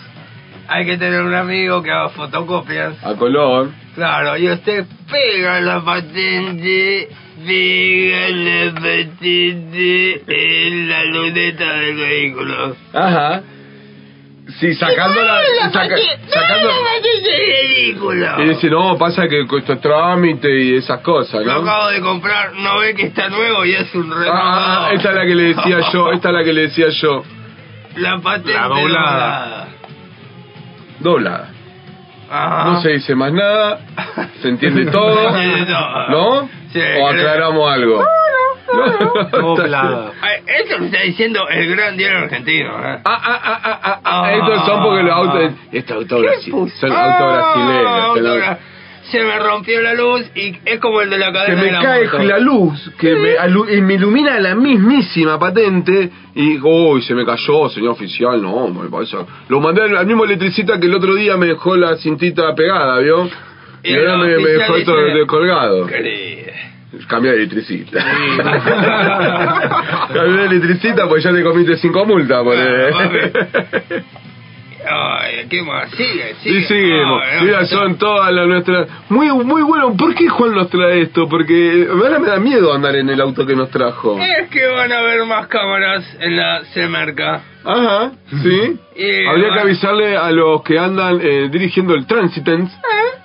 S3: Hay que tener un amigo que haga fotocopias.
S2: A color.
S3: Claro, y usted pega la patente, pega la patente en la luneta del vehículo.
S2: Ajá. Sí, sacando la. saca- sacando-
S3: ridículo.
S2: Y dice, no, pasa que con estos trámites y esas cosas,
S3: Lo
S2: ¿no?
S3: acabo de comprar, no ve que está nuevo y es un reloj.
S2: Ah, esta es la que le decía yo, esta es la que le decía yo.
S3: La patente
S4: La doblada.
S3: doblada.
S2: Doblada.
S3: Ajá.
S2: No se dice más nada, se entiende todo,
S3: Se entiende todo.
S2: ¿no? eh.
S3: Sí,
S2: o aclaramos algo.
S4: Doblada.
S3: Ay, Esto lo está diciendo el gran diario argentino. ¿eh?
S2: Ah, ah, ah, ah, ah, ah,
S3: Ah.
S2: estos son porque los autos... Este auto brasi- son autos
S3: Ah,
S2: brasileños.
S3: auto
S2: son autos-
S3: bra- Se me rompió la luz y es como el de la
S2: Que
S3: cadena de
S2: me
S3: la
S2: cae
S3: moto.
S2: la luz, que me, alu- y me ilumina la mismísima patente, y digo, uy, se me cayó, señor oficial, no, me parece. Lo mandé al, al mismo electricista que el otro día me dejó la cintita pegada, ¿vio? Y,
S3: Y
S2: ahora
S3: el
S2: me, me
S3: oficial
S2: dejó
S3: dice-
S2: todo descolgado.
S3: Querido.
S2: Cambia de electricista. Cambia de electricista pues ya te comiste cinco multas por
S3: Ah,
S2: eh.
S3: papi. Ay, ¿qué más? Sigue, sigue.
S2: Y seguimos.
S3: Ay, no,
S2: Mira,
S3: no.
S2: son todas las nuestras. Muy muy bueno. ¿Por qué Juan nos trae esto? Porque ahora me da miedo andar en el auto que nos trajo.
S3: Es que van a haber más cámaras en la Semerca.
S2: Ajá, sí.
S3: Y,
S2: Habría que
S3: Eh, bueno.
S2: avisarle a los que andan eh, dirigiendo el Transitens,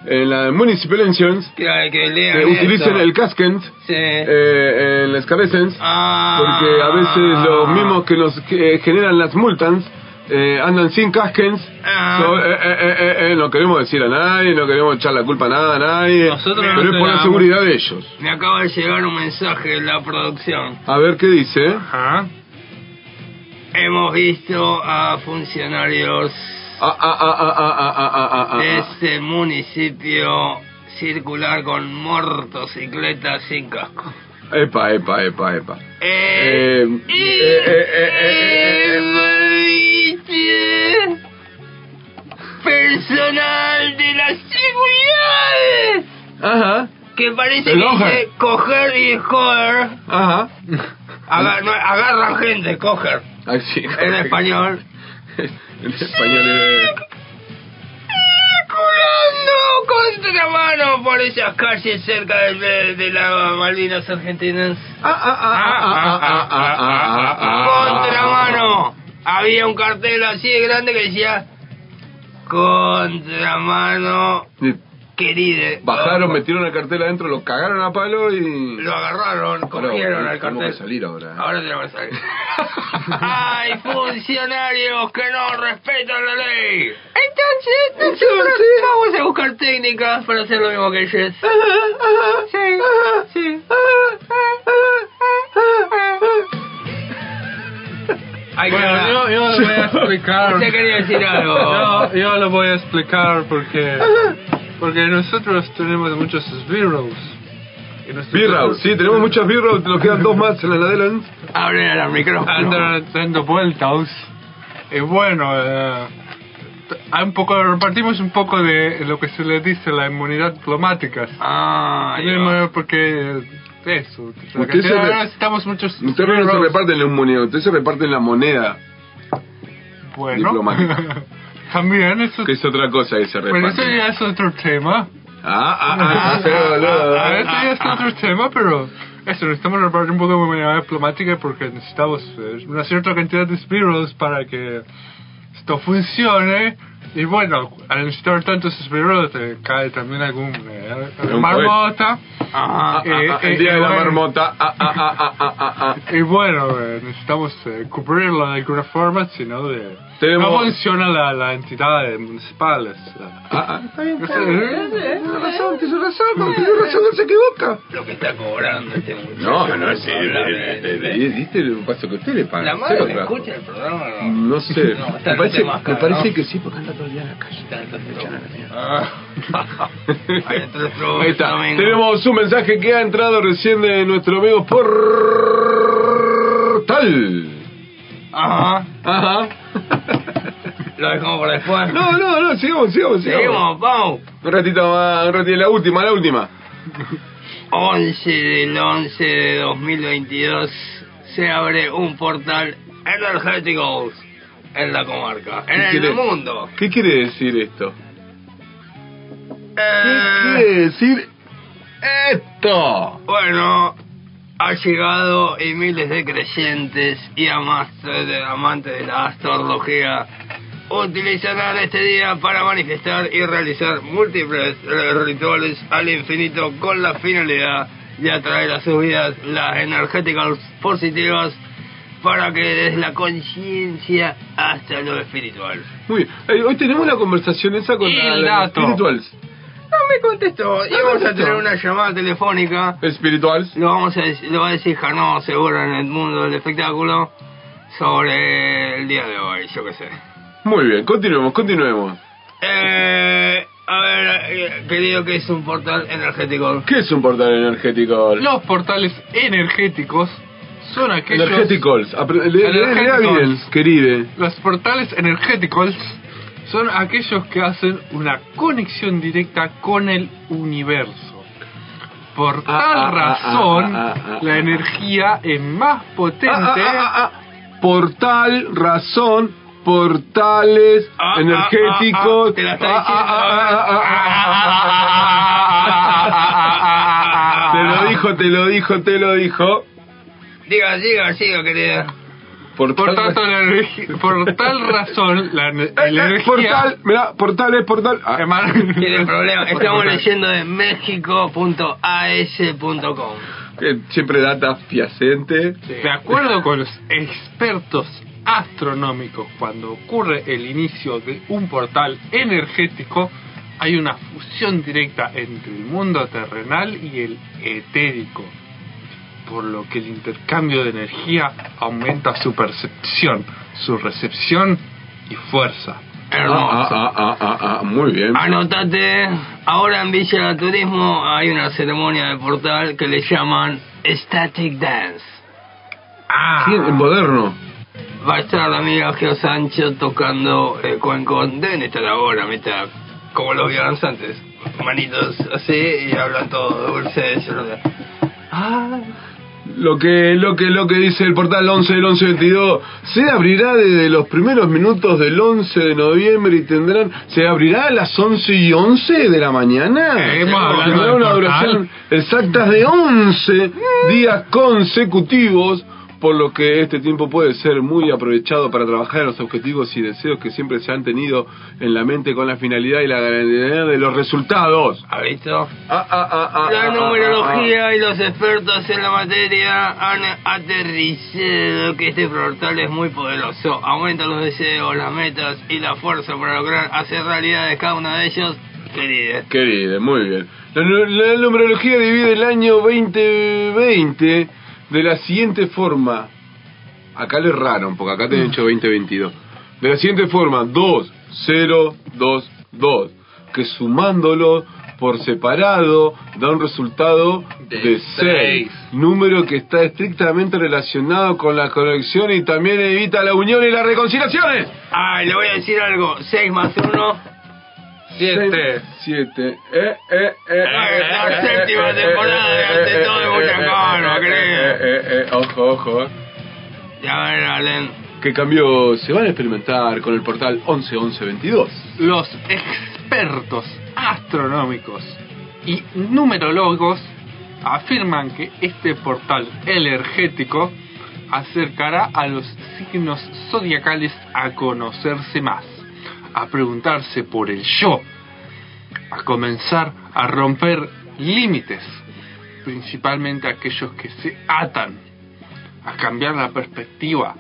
S2: en la Municipal Ensions,
S3: Que hay que leer.
S2: que utilicen el Cascent,
S3: Sí.
S2: eh, el Escabecens,
S3: Ah.
S2: porque a veces los mismos que nos eh, generan las multas eh, andan sin Cascens.
S3: Ah.
S2: So, eh, eh, eh, eh, eh, no queremos decir a nadie, no queremos echar la culpa a nada a nadie,
S4: Nosotros
S2: pero
S4: no
S2: es por la
S4: tenemos.
S2: seguridad de ellos.
S3: Me acaba de llegar un mensaje de la producción.
S2: A ver qué dice.
S4: Ajá.
S3: Hemos visto a funcionarios
S2: Ah, ah, ah, ah, ah, ah, ah, ah, ah.
S3: de este municipio circular con motocicletas sin casco.
S2: Epa, epa, epa, epa.
S3: Eh,
S2: Eh, eh, eh, eh, eh,
S3: hemos visto personal de las seguridades
S2: Ajá,
S3: que parece que
S2: Enoja.
S3: dice coger y joder.
S2: ajá.
S3: Aga- no, agarran gente, coger.
S2: Así.
S3: En español.
S2: en español es-
S3: Circulando contramano por esas calles cerca de, de, de las Malvinas Argentinas.
S2: Ah, ah, ah, ah, ah, ah, ah, ah, ah.
S3: Contramano. Había un cartel así de grande que decía Contramano
S2: Y
S3: querida.
S2: Bajaron, metieron la cartela adentro, lo cagaron a palo y.
S3: Lo agarraron,
S2: Ahora,
S3: cogieron
S2: tenemos
S3: al
S2: que
S3: cartel.
S2: salir ahora. ¿eh?
S3: Ahora tenemos que salir. Hay funcionarios que no respetan la ley. Entonces, nosotros vamos a buscarte técnicas para hacer lo mismo que ellos.
S4: Hay que hablar. yo, yo lo voy a explicar.
S3: Usted quería decir algo.
S4: No, yo lo voy a explicar porque porque nosotros tenemos muchos esbirros. Y nosotros-
S2: Birra, sí, tenemos muchas birras, nos quedan dos más en la heladera.
S3: Abren el micrófono.
S4: andan dando vueltas. Y bueno, eh, hay un poco, repartimos un poco de lo que se le dice la inmunidad diplomática.
S3: Ah, ahí va.
S4: Bueno, porque eh, eso, la
S2: Usted se
S4: cantidad-
S2: re-
S4: ahora estamos muchos
S2: Ustedes no se reparten la moneda, ustedes se reparten la moneda,
S4: bueno,
S2: diplomática.
S4: también eso,
S2: que es otra cosa que se
S4: pero eso
S2: reparte.
S4: ya es otro tema.
S2: Ah, ah, ah, no se habla.
S4: Ah, eso ya es otro tema, pero eso, necesitamos repartir un poco de manera diplomática porque necesitamos eh, una cierta cantidad de Spiros para que esto funcione. Y bueno, al necesitar tantos Spiros, te cae también algún eh,
S2: Un
S4: marmota.
S2: Ah, ah,
S4: Eh,
S2: ah, el
S4: eh,
S2: día de la
S4: bueno.
S2: marmota. Ah, ah, ah, ah, ah, ah, ah.
S4: Y bueno, eh, necesitamos eh, cubrirlo de alguna forma, si no, de,
S2: Tenemos-
S4: no funciona la, la entidad de municipales. la-
S2: Ah, ah.
S4: no sé, eh,
S2: razón, tiene razón, no, tiene razón, él se equivoca.
S3: Lo que está cobrando este muchacho.
S2: No, no, sí,
S3: sabe.
S2: ¿viste el paso que usted le paga?
S3: La madre
S2: cero
S3: me
S2: trabajo.
S3: escucha el programa. o No,
S2: No sé,
S3: No, está
S2: me
S3: el
S2: parece,
S3: tema acá,
S2: me parece
S3: ¿no?
S2: que sí, porque anda todo el día en la calle.
S3: Tanto
S2: Me echan a la mierda.
S3: Ah. Ahí está el otro
S2: Ahí está.
S3: domingo.
S2: Tenemos un mensaje que ha entrado recién de nuestro amigo Portal.
S3: Ajá.
S2: Ajá.
S3: Lo dejamos para después.
S2: No, no, no, sigamos, sigamos, sigamos.
S3: Seguimos, vamos.
S2: Un ratito más, un ratito, la última, la última.
S3: 11 del 11 de 2022 se abre un portal energético en la comarca, en
S2: ¿Qué
S3: el
S2: quiere?
S3: mundo.
S2: ¿Qué quiere decir esto? ¿Qué
S3: Eh,
S2: quiere decir esto?
S3: bueno, ha llegado y miles de creyentes y amas- de- amantes de la astrología utilizarán este día para manifestar y realizar múltiples eh, rituales al infinito con la finalidad de atraer a sus vidas las energéticas positivas para que desde la conciencia hasta lo espiritual.
S2: Muy bien. Eh, hoy tenemos la conversación esa con
S3: Y
S2: la,
S3: el
S2: la-
S3: dato.
S2: Spirituals.
S3: No me contestó. Y vamos a tener una llamada telefónica.
S2: Spirituals.
S3: Lo vamos a dec- lo va a decir Jano seguro en el mundo del espectáculo sobre el día de hoy, yo qué sé.
S2: Muy bien, continuemos, continuemos.
S3: Eh, a ver, eh, querido, que es un portal energético?
S2: ¿Qué es un portal energético?
S4: Los portales energéticos son aquellos...
S2: Energéticos. Apre- Le, le- lea
S4: Energéticos.
S2: bien, queride.
S4: Los portales energéticos son aquellos que hacen una conexión directa con el universo. Por tal
S2: Ah, ah, ah,
S4: razón,
S2: ah, ah, ah, ah.
S4: la energía es más potente.
S2: Ah, ah, ah, ah. Portal, razón, portales,
S3: Ah, ah,
S2: energéticos.
S3: ah, ah, te la está
S2: Ah, ah,
S3: diciendo.
S2: ah, ah, ah, ah, ah, ah, ah, ah, ah, ah, ah, ah, ah, ah, ah, ah, ah. Te lo dijo, te lo dijo, te lo dijo.
S3: Diga, diga, siga, querida.
S4: Por, tanto, la energi- por tal razón, la, ne- la
S2: Eh, eh,
S4: energía...
S2: portal, mirá, portal es portal. Ah,
S4: Eman-
S3: Tiene problema. Estamos
S4: Portal.
S3: leyendo de mexico.as.com.
S2: que Eh, siempre data fiacente.
S4: De acuerdo con los expertos astronómicos, cuando ocurre el inicio de un portal energético, hay una fusión directa entre el mundo terrenal y el etérico, por lo que el intercambio de energía aumenta su percepción, su recepción y fuerza.
S2: Ah,
S3: Hermoso.
S2: ah, ah, ah, ah, ah, muy bien.
S3: Anotate, ahora en Villa Turismo hay una ceremonia de portal que le llaman Static Dance.
S2: Sí, en moderno.
S3: Va a estar la amiga Geo Sancho tocando eh, cuencón. Deben estar ahora, mitad, como los viernes antes. Manitos así y hablan todo dulce. celular.
S2: Lo que, lo que, lo que dice el portal 11 del 1122 se abrirá desde los primeros minutos del 11 de noviembre y tendrán, se abrirá a las 11 y 11 de la mañana.
S4: Seguimos hablando
S2: Tendrá
S4: del
S2: una
S4: portal.
S2: duración exacta de 11 días consecutivos. Por lo que este tiempo puede ser muy aprovechado para trabajar en los objetivos y deseos que siempre se han tenido en la mente con la finalidad y la garantía de los resultados.
S3: ¿Ha visto?
S2: Ah, ah, ah, ah, ah,
S3: La
S2: ah, ah,
S3: numerología y los expertos en la materia han aterrizado que este portal es muy poderoso. Aumenta los deseos, las metas y la fuerza para lograr hacer realidad de cada uno de ellos Querida.
S2: Querida, muy bien. La, nu- la numerología divide el año 2020 de la siguiente forma. Acá le erraron, porque acá te
S4: Mm.
S2: han hecho 2022. De la siguiente forma, 2, 0, 2, 2. Que sumándolo por separado da un resultado
S4: De
S2: de 6.
S4: seis.
S2: Número que está estrictamente relacionado con la conexión y también evita la unión y las reconciliaciones.
S3: Ay, le voy a decir algo. 6 más 1.
S4: Siete.
S2: 7. Eh, eh, eh.
S3: la séptima temporada de Ante Todo de Buchancano, creo.
S2: eh, eh, Ojo, ojo. eh.
S3: Ya ven, Allen.
S2: Que cambio se van a experimentar con el portal 111122.
S9: Los expertos astronómicos y numerólogos afirman que este portal energético acercará a los signos zodiacales a conocerse más, a preguntarse por el yo, a comenzar a romper límites, principalmente aquellos que se atan, a cambiar la perspectiva,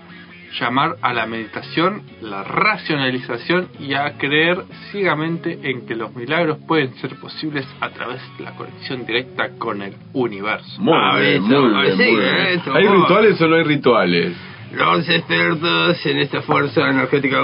S9: llamar a la meditación, la racionalización y a creer ciegamente en que los milagros pueden ser posibles a través de la conexión directa con el universo.
S2: Muy
S3: Ah,
S2: bien,
S3: eso,
S2: muy bien,
S3: sí,
S2: muy bien.
S3: eso,
S2: ¿Hay
S3: vos.
S2: rituales o no hay rituales?
S3: Los expertos en esta fuerza energética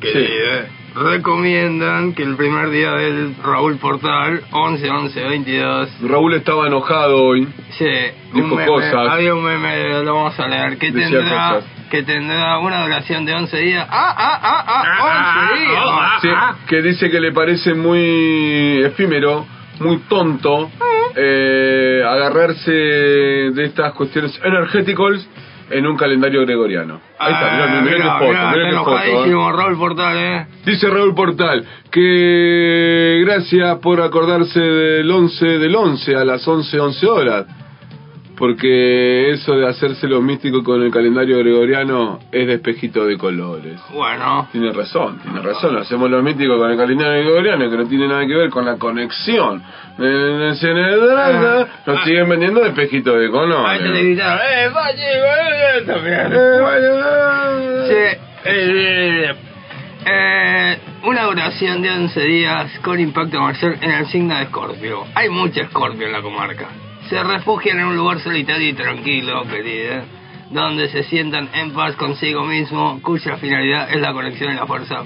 S3: querida recomiendan que el primer día del Raúl Portal 11 11 22
S2: Raúl estaba enojado hoy.
S3: se
S2: Dijo
S3: un meme,
S2: cosas.
S3: había un meme lo vamos a leer que
S2: Decía
S3: tendrá
S2: cosas.
S3: que tendrá una duración de 11 días ah ah ah ah 11 días
S2: Sí, que dice que le parece muy efímero, muy tonto eh, agarrarse de estas cuestiones energéticas en un calendario gregoriano. Ahí está, mirá, mirá, mirá qué foto,
S3: Ah, mirá,
S2: mirá qué
S3: está
S2: foto, eh.
S3: enojadísimo Raúl Portal eh
S2: Dice Raúl Portal que gracias por acordarse del 11 del 11 a las 11, 11 horas. Porque eso de hacerse lo místico con el calendario gregoriano es despejito de colores.
S3: bueno
S2: Tiene razón, tiene razón. Hacemos lo mítico con el calendario gregoriano, que no tiene nada que ver con la conexión. Eh, se le-
S3: Ah.
S2: Nos siguen vendiendo despejito de
S3: ahí te le
S2: colores.
S3: gritaron eh vaya eh,
S2: Eh,
S3: también
S2: vale,
S3: Sí, eh, eh, eh, una duración de 11 días con impacto marcial en el signo de Escorpio. Hay mucho Escorpio en la comarca. Se refugian en un lugar solitario y tranquilo, querida, donde se sientan en paz consigo mismo, cuya finalidad es la conexión y la fuerza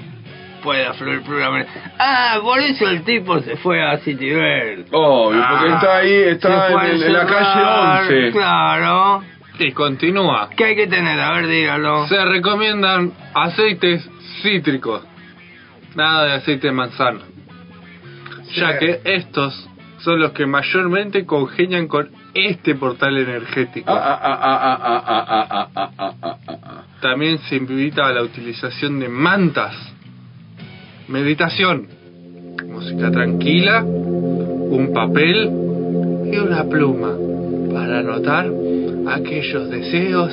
S3: pueda fluir plenamente. Ah, por eso el tipo se fue a Citibel.
S2: Obvio, porque
S3: Ah,
S2: está ahí, está
S3: se fue a
S2: en, en la
S3: encerrar,
S2: calle 11.
S3: Claro.
S4: Y continúa.
S3: ¿Qué hay que tener? A ver, dígalo.
S4: Se recomiendan aceites cítricos. Nada de aceite de manzana. Ya que estos son los que mayormente congenian con este portal
S2: Ah,
S4: energético. También se invita a la utilización de mantas. Meditación. Música tranquila. Un papel y una pluma para anotar aquellos deseos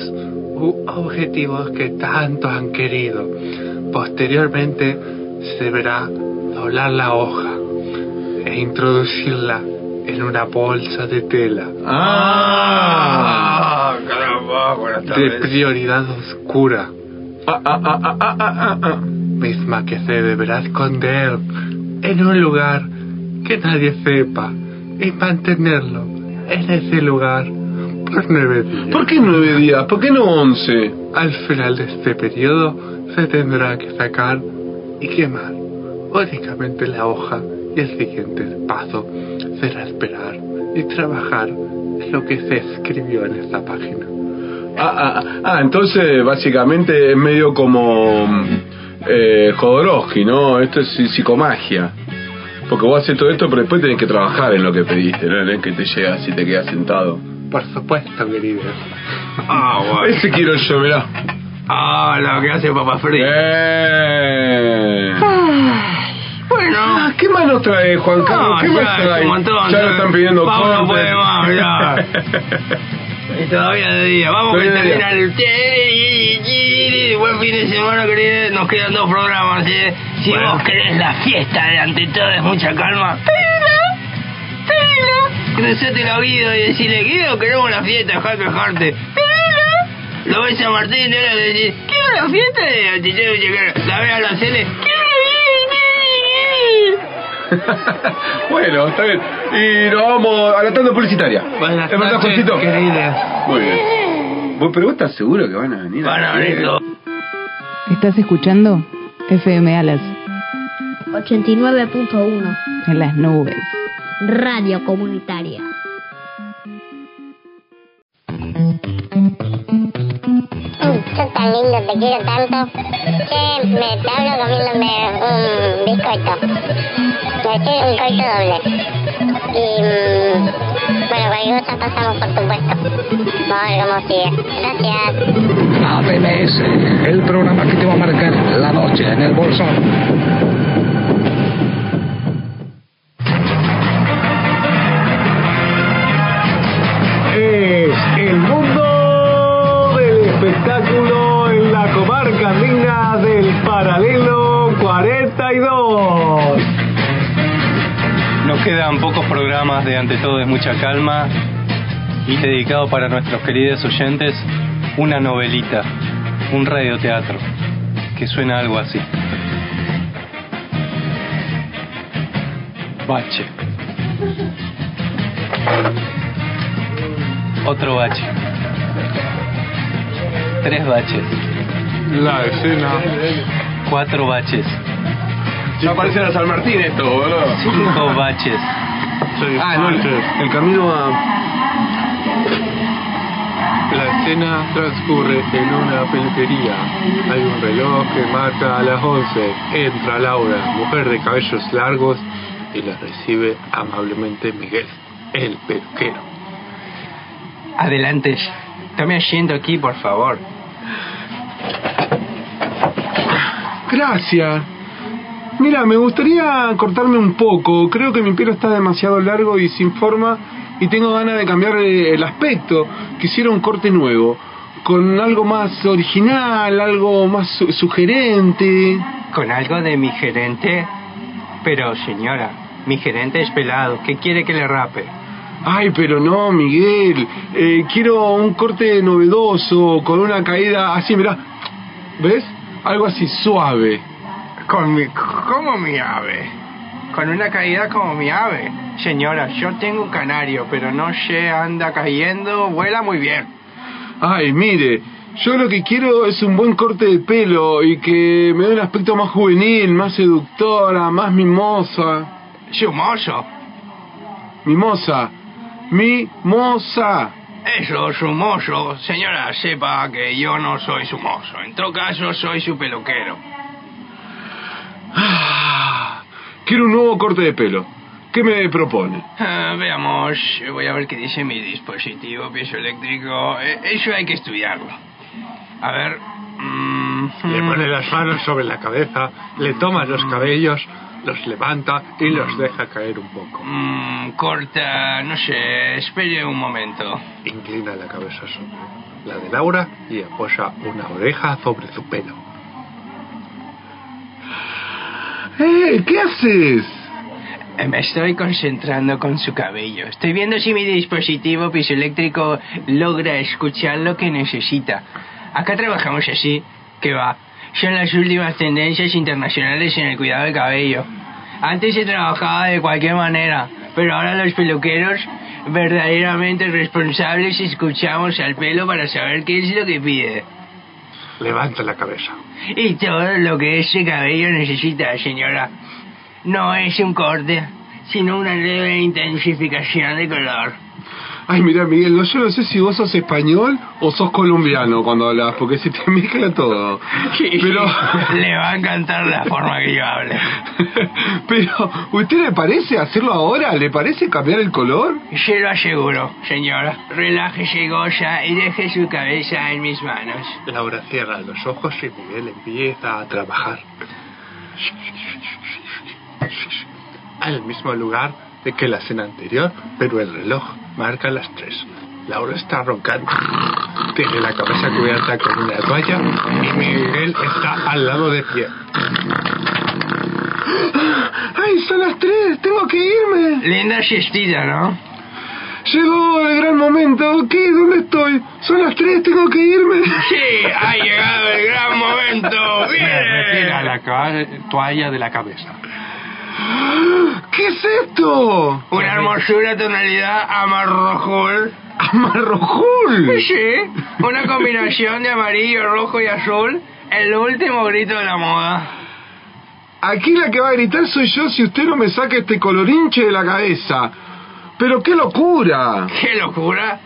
S4: u objetivos que tanto han querido. Posteriormente se deberá doblar la hoja e introducirla en una bolsa de tela
S3: Ah, caramba, buenas
S4: de
S3: tardes.
S4: prioridad oscura,
S2: ah,
S4: misma que se deberá esconder en un lugar que nadie sepa y mantenerlo en ese lugar por nueve días.
S2: ¿Por qué nueve días? ¿Por qué no once?
S4: Al final de este periodo se tendrá que sacar y quemar únicamente la hoja y el siguiente paso será esperar y trabajar en lo que se escribió en esta página.
S2: Ah, ah, ah, ah, entonces básicamente es medio como eh, Jodorowsky, ¿no? Esto es psi- psicomagia. Porque vos haces todo esto, pero después tenés que trabajar en lo que pediste, no es que te llegas y te quedas sentado.
S4: Por supuesto, querido.
S3: Ah, bueno.
S2: Ese quiero yo, mirá.
S3: Ah, lo que hace papá frío.
S2: Eh.
S3: Bueno,
S2: Ah, ¿Qué más nos trae, Juan Carlos?
S3: No,
S2: ¿Qué
S3: ya
S2: más
S3: es
S2: trae?
S3: un
S2: ya
S3: montón, ya.
S2: nos están pidiendo
S3: Pablo
S2: cortes.
S3: puede más, mirá. y todavía de día. Vamos que
S2: Todavía de
S3: termina el buen fin de semana, querido. Nos quedan dos programas, ¿sí? Si vos querés la fiesta de ante todo es mucha calma. Cruzate la vida y decirle, quiero, queremos la fiesta, jaque, jarte. Lo ves a Martín y ahora le decís, quiero la fiesta de ante todo es mucha calma. La ves a la cele, quiero la fiesta.
S2: bueno, está bien. Y nos vamos a la tanda publicitaria.
S4: Buenas
S2: ¿Es verdad,
S4: noches,
S2: Juancito?
S4: queridas.
S2: Muy bien. ¿Vos, pero vos estás seguro que van a venir?
S10: Van a venir todos.
S11: Estás escuchando FM Alas
S12: 89.1
S11: en las nubes.
S12: Radio Comunitaria.
S13: Yo Mm, tan lindo, te quiero tanto. Che, me te hablo comiéndome un bizcocho. Me estoy un bizcocho doble. Y mm, bueno, cualquier cosa pasamos por supuesto. Vamos a ver cómo sigue. Gracias.
S14: ABMS, el programa que te va a marcar la noche en el bolsón.
S2: es el mundo del espectáculo en la comarca andina del paralelo 42.
S3: Nos quedan pocos programas de Ante Todo es Mucha Calma y dedicado para nuestros queridos oyentes una novelita, un radioteatro, que suena algo así. Bache. Otro bache. Tres baches.
S4: La escena.
S3: Cuatro baches.
S2: Ya aparece la San Martín esto, boludo.
S3: Cinco baches.
S2: Ah, no, el, el camino a...
S4: La escena transcurre en una peluquería. Hay un reloj que marca a las 11. Entra Laura, mujer de cabellos largos, y la recibe amablemente Miguel, el peluquero.
S3: Adelante. Tome asiento aquí, por favor.
S2: Gracias. Mira, me gustaría cortarme un poco. Creo que mi pelo está demasiado largo y sin forma y tengo ganas de cambiar eh, el aspecto. Quisiera un corte nuevo, con algo más original, algo más su- sugerente.
S3: Con algo de mi gerente. Pero, señora, mi gerente es pelado. ¿Qué quiere que le rape?
S2: Ay, pero no, Miguel. Eh, quiero un corte novedoso, con una caída así, mirá. ¿Ves? Algo así suave.
S3: Con mi... Como mi ave. Con una caída como mi ave. Señora, yo tengo un canario, pero no se anda cayendo, vuela muy bien.
S2: Ay, mire, yo lo que quiero es un buen corte de pelo y que me dé un aspecto más juvenil, más seductora, más mimosa.
S10: Chumoso.
S2: Mimosa. Mimosa.
S10: Eso, su mozo. Señora, sepa que yo no soy su mozo. En todo caso, soy su peluquero.
S2: Ah, Quiero un nuevo corte de pelo. ¿Qué me propone?
S10: Ah, veamos, voy a ver qué dice mi dispositivo piezoeléctrico. Eh, Eso hay que estudiarlo. A ver. mm,
S4: Le pone las manos sobre la cabeza, le toma los cabellos, los levanta y los deja caer un poco.
S10: mm, corta, no sé, espere un momento.
S4: Inclina la cabeza sobre la de Laura y apoya una oreja sobre su pelo.
S2: ¡Eh! ¿Qué haces?
S3: Eh, Me estoy concentrando con su cabello. Estoy viendo si mi dispositivo pisoeléctrico logra escuchar lo que necesita. Acá trabajamos así, que va. Son las últimas tendencias internacionales en el cuidado del cabello. Antes se trabajaba de cualquier manera, pero ahora los peluqueros verdaderamente responsables escuchamos al pelo para saber qué es lo que pide.
S4: Levanta la cabeza.
S10: Y todo lo que ese cabello necesita, señora, no es un corte, sino una leve intensificación de color.
S2: Ay, mira, Miguel, no, yo no sé si vos sos español o sos colombiano cuando hablas, porque se te mezcla todo. Pero...
S10: Le va a encantar la forma que yo hable.
S2: Pero, ¿usted le parece hacerlo ahora? ¿Le parece cambiar el color?
S10: Se lo aseguro, señora. Relájese y goza y deje su cabeza en mis manos.
S4: Laura cierra los ojos y Miguel empieza a trabajar. Al mismo lugar de que la cena anterior, pero el reloj marca las tres. Laura está roncando. Tiene la cabeza cubierta con una toalla y Miguel está al lado de pie.
S2: ¡Ay, son las tres! ¡Tengo que irme!
S10: Linda siestita, ¿no?
S2: Llegó el gran momento. ¿Qué? ¿Dónde estoy? Son las tres, tengo que irme.
S10: Sí, ha llegado el gran momento.
S4: Me
S10: ¡Bien!
S4: retira la ca- toalla de la cabeza.
S2: ¿Qué es esto?
S7: Una hermosura tonalidad amarrojul.
S2: ¿Amarrojul?
S7: Sí, una combinación de amarillo, rojo y azul. El último grito de la moda.
S2: Aquí la que va a gritar soy yo si usted no me saca este colorinche de la cabeza. Pero qué locura.
S7: ¡Qué locura!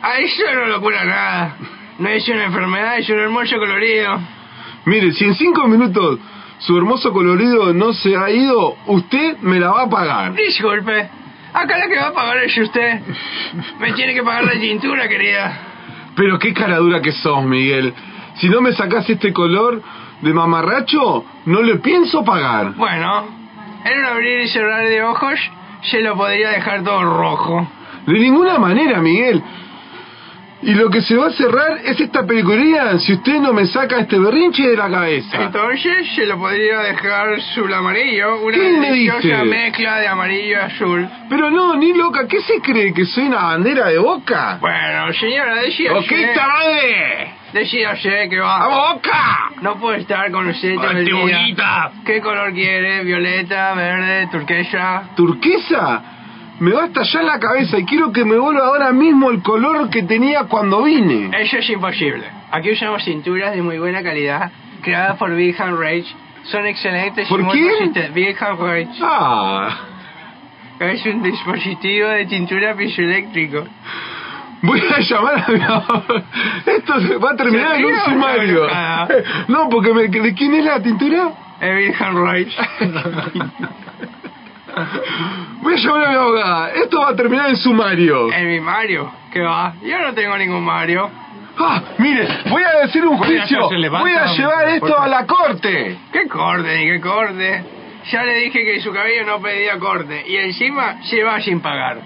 S7: A eso no locura nada. No es una enfermedad, es un hermoso colorido.
S2: Mire, si en cinco minutos su hermoso colorido no se ha ido, usted me la va a pagar.
S7: Disculpe, acá la que va a pagar es usted. Me tiene que pagar la cintura, querida.
S2: Pero qué cara dura que sos, Miguel. Si no me sacás este color de mamarracho, no le pienso pagar.
S7: Bueno, en un abrir y cerrar de ojos, se lo podría dejar todo rojo.
S2: De ninguna manera, Miguel. Y lo que se va a cerrar es esta peluquería si usted no me saca este berrinche de la cabeza.
S7: Entonces se lo podría dejar azul amarillo, una
S2: ¿Qué me
S7: deliciosa
S2: dice?
S7: mezcla de amarillo y azul.
S2: Pero no, ni loca, ¿qué se cree? ¿Que soy una bandera de boca?
S7: Bueno, señora, decía
S2: ¡Loquita madre!
S7: Decíase que va.
S2: ¡A boca!
S7: No puedo estar con usted todo el día.
S2: Baturita.
S7: ¿Qué color quiere? ¿Violeta, verde, turquesa?
S2: ¿Turquesa? Me va a estallar la cabeza y quiero que me vuelva ahora mismo el color que tenía cuando vine.
S7: Eso es imposible. Aquí usamos cinturas de muy buena calidad, creadas por Wilhelm Reich. Son excelentes
S2: ¿Por
S7: y muy
S2: quién?
S7: resistentes. Wilhelm Reich
S2: Ah,
S7: es un dispositivo de cintura piezoeléctrico.
S2: voy a llamar a mi abogado. Esto se va a terminar en
S7: ¿Se
S2: un
S7: ríe o no?
S2: sumario.
S7: Ah.
S2: No, porque me, ¿de quién es la tintura?
S7: Es Wilhelm Reich.
S2: Voy a llamar a mi abogada. Esto va a terminar en sumario.
S7: es mi Mario. ¿Qué va? Yo no tengo ningún Mario.
S2: Ah, mire, voy a decir un
S15: Voy a hacer-
S2: juicio.
S15: se levanta,
S2: Voy a llevar esto
S15: corta.
S2: a la corte.
S7: ¿Qué corte ni qué corte? Ya le dije que su cabello no pedía corte y encima se va sin pagar.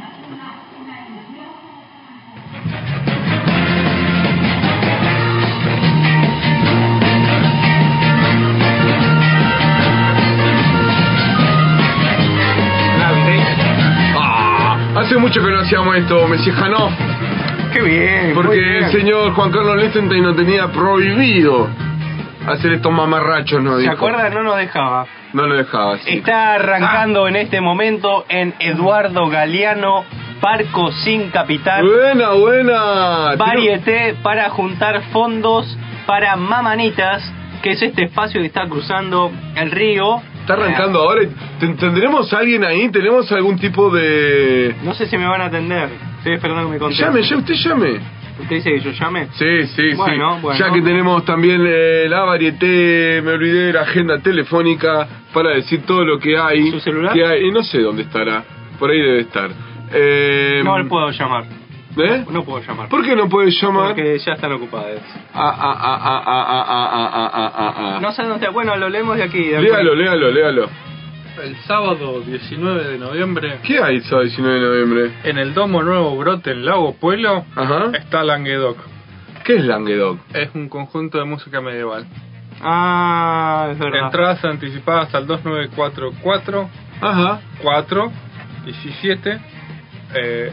S2: Ah, hace mucho que no hacíamos esto, Messi Janov,
S7: Qué bien. muy
S2: porque
S7: bien.
S2: el señor Juan Carlos Lestenstein no tenía prohibido hacer estos mamarrachos, ¿no?
S3: ¿Se Eh.
S2: Dijo.
S3: acuerdan? No nos dejaba.
S2: No lo dejaba así.
S3: Está arrancando en este momento en Eduardo Galeano, Parco Sin Capital.
S2: Buena, buena.
S3: Varieté para juntar fondos para Mamanitas, que es este espacio que está cruzando el río.
S2: Está arrancando ahora. y ten- ¿Tendremos a alguien ahí? ¿Tenemos algún tipo de...?
S3: Eh, No sé si me van a atender. Estoy esperando que me contesten.
S2: Llame, ya usted llame.
S3: ¿Usted dice que yo llame?
S2: Sí, sí,
S3: Bueno,
S2: sí.
S3: bueno.
S2: Ya que tenemos también eh, la varieté, me olvidé de la agenda telefónica para decir todo lo que hay.
S3: ¿Su celular?
S2: Que hay, y no sé dónde estará. Por ahí debe estar. Eh,
S3: No le puedo llamar.
S2: ¿eh?
S3: No puedo llamar.
S2: ¿Por qué no puedes llamar?
S3: Porque ya están ocupadas.
S2: Ah, ah, ah, ah, ah, ah, ah, ah, ah, ah, ah.
S3: No sé dónde. Bueno, lo leemos de aquí. de
S2: Léalo,
S3: acuerdo.
S2: léalo, léalo.
S4: El sábado 19 de noviembre,
S2: ¿Qué hay sábado 19 de noviembre?
S4: en el Domo Nuevo Brote en Lago Pueblo,
S2: Ajá.
S4: está Languedoc.
S2: ¿Qué es Languedoc?
S4: Es un conjunto de música medieval.
S3: Ah, es verdad.
S4: Entradas anticipadas al 2944
S2: Ajá.
S4: 4 17 eh,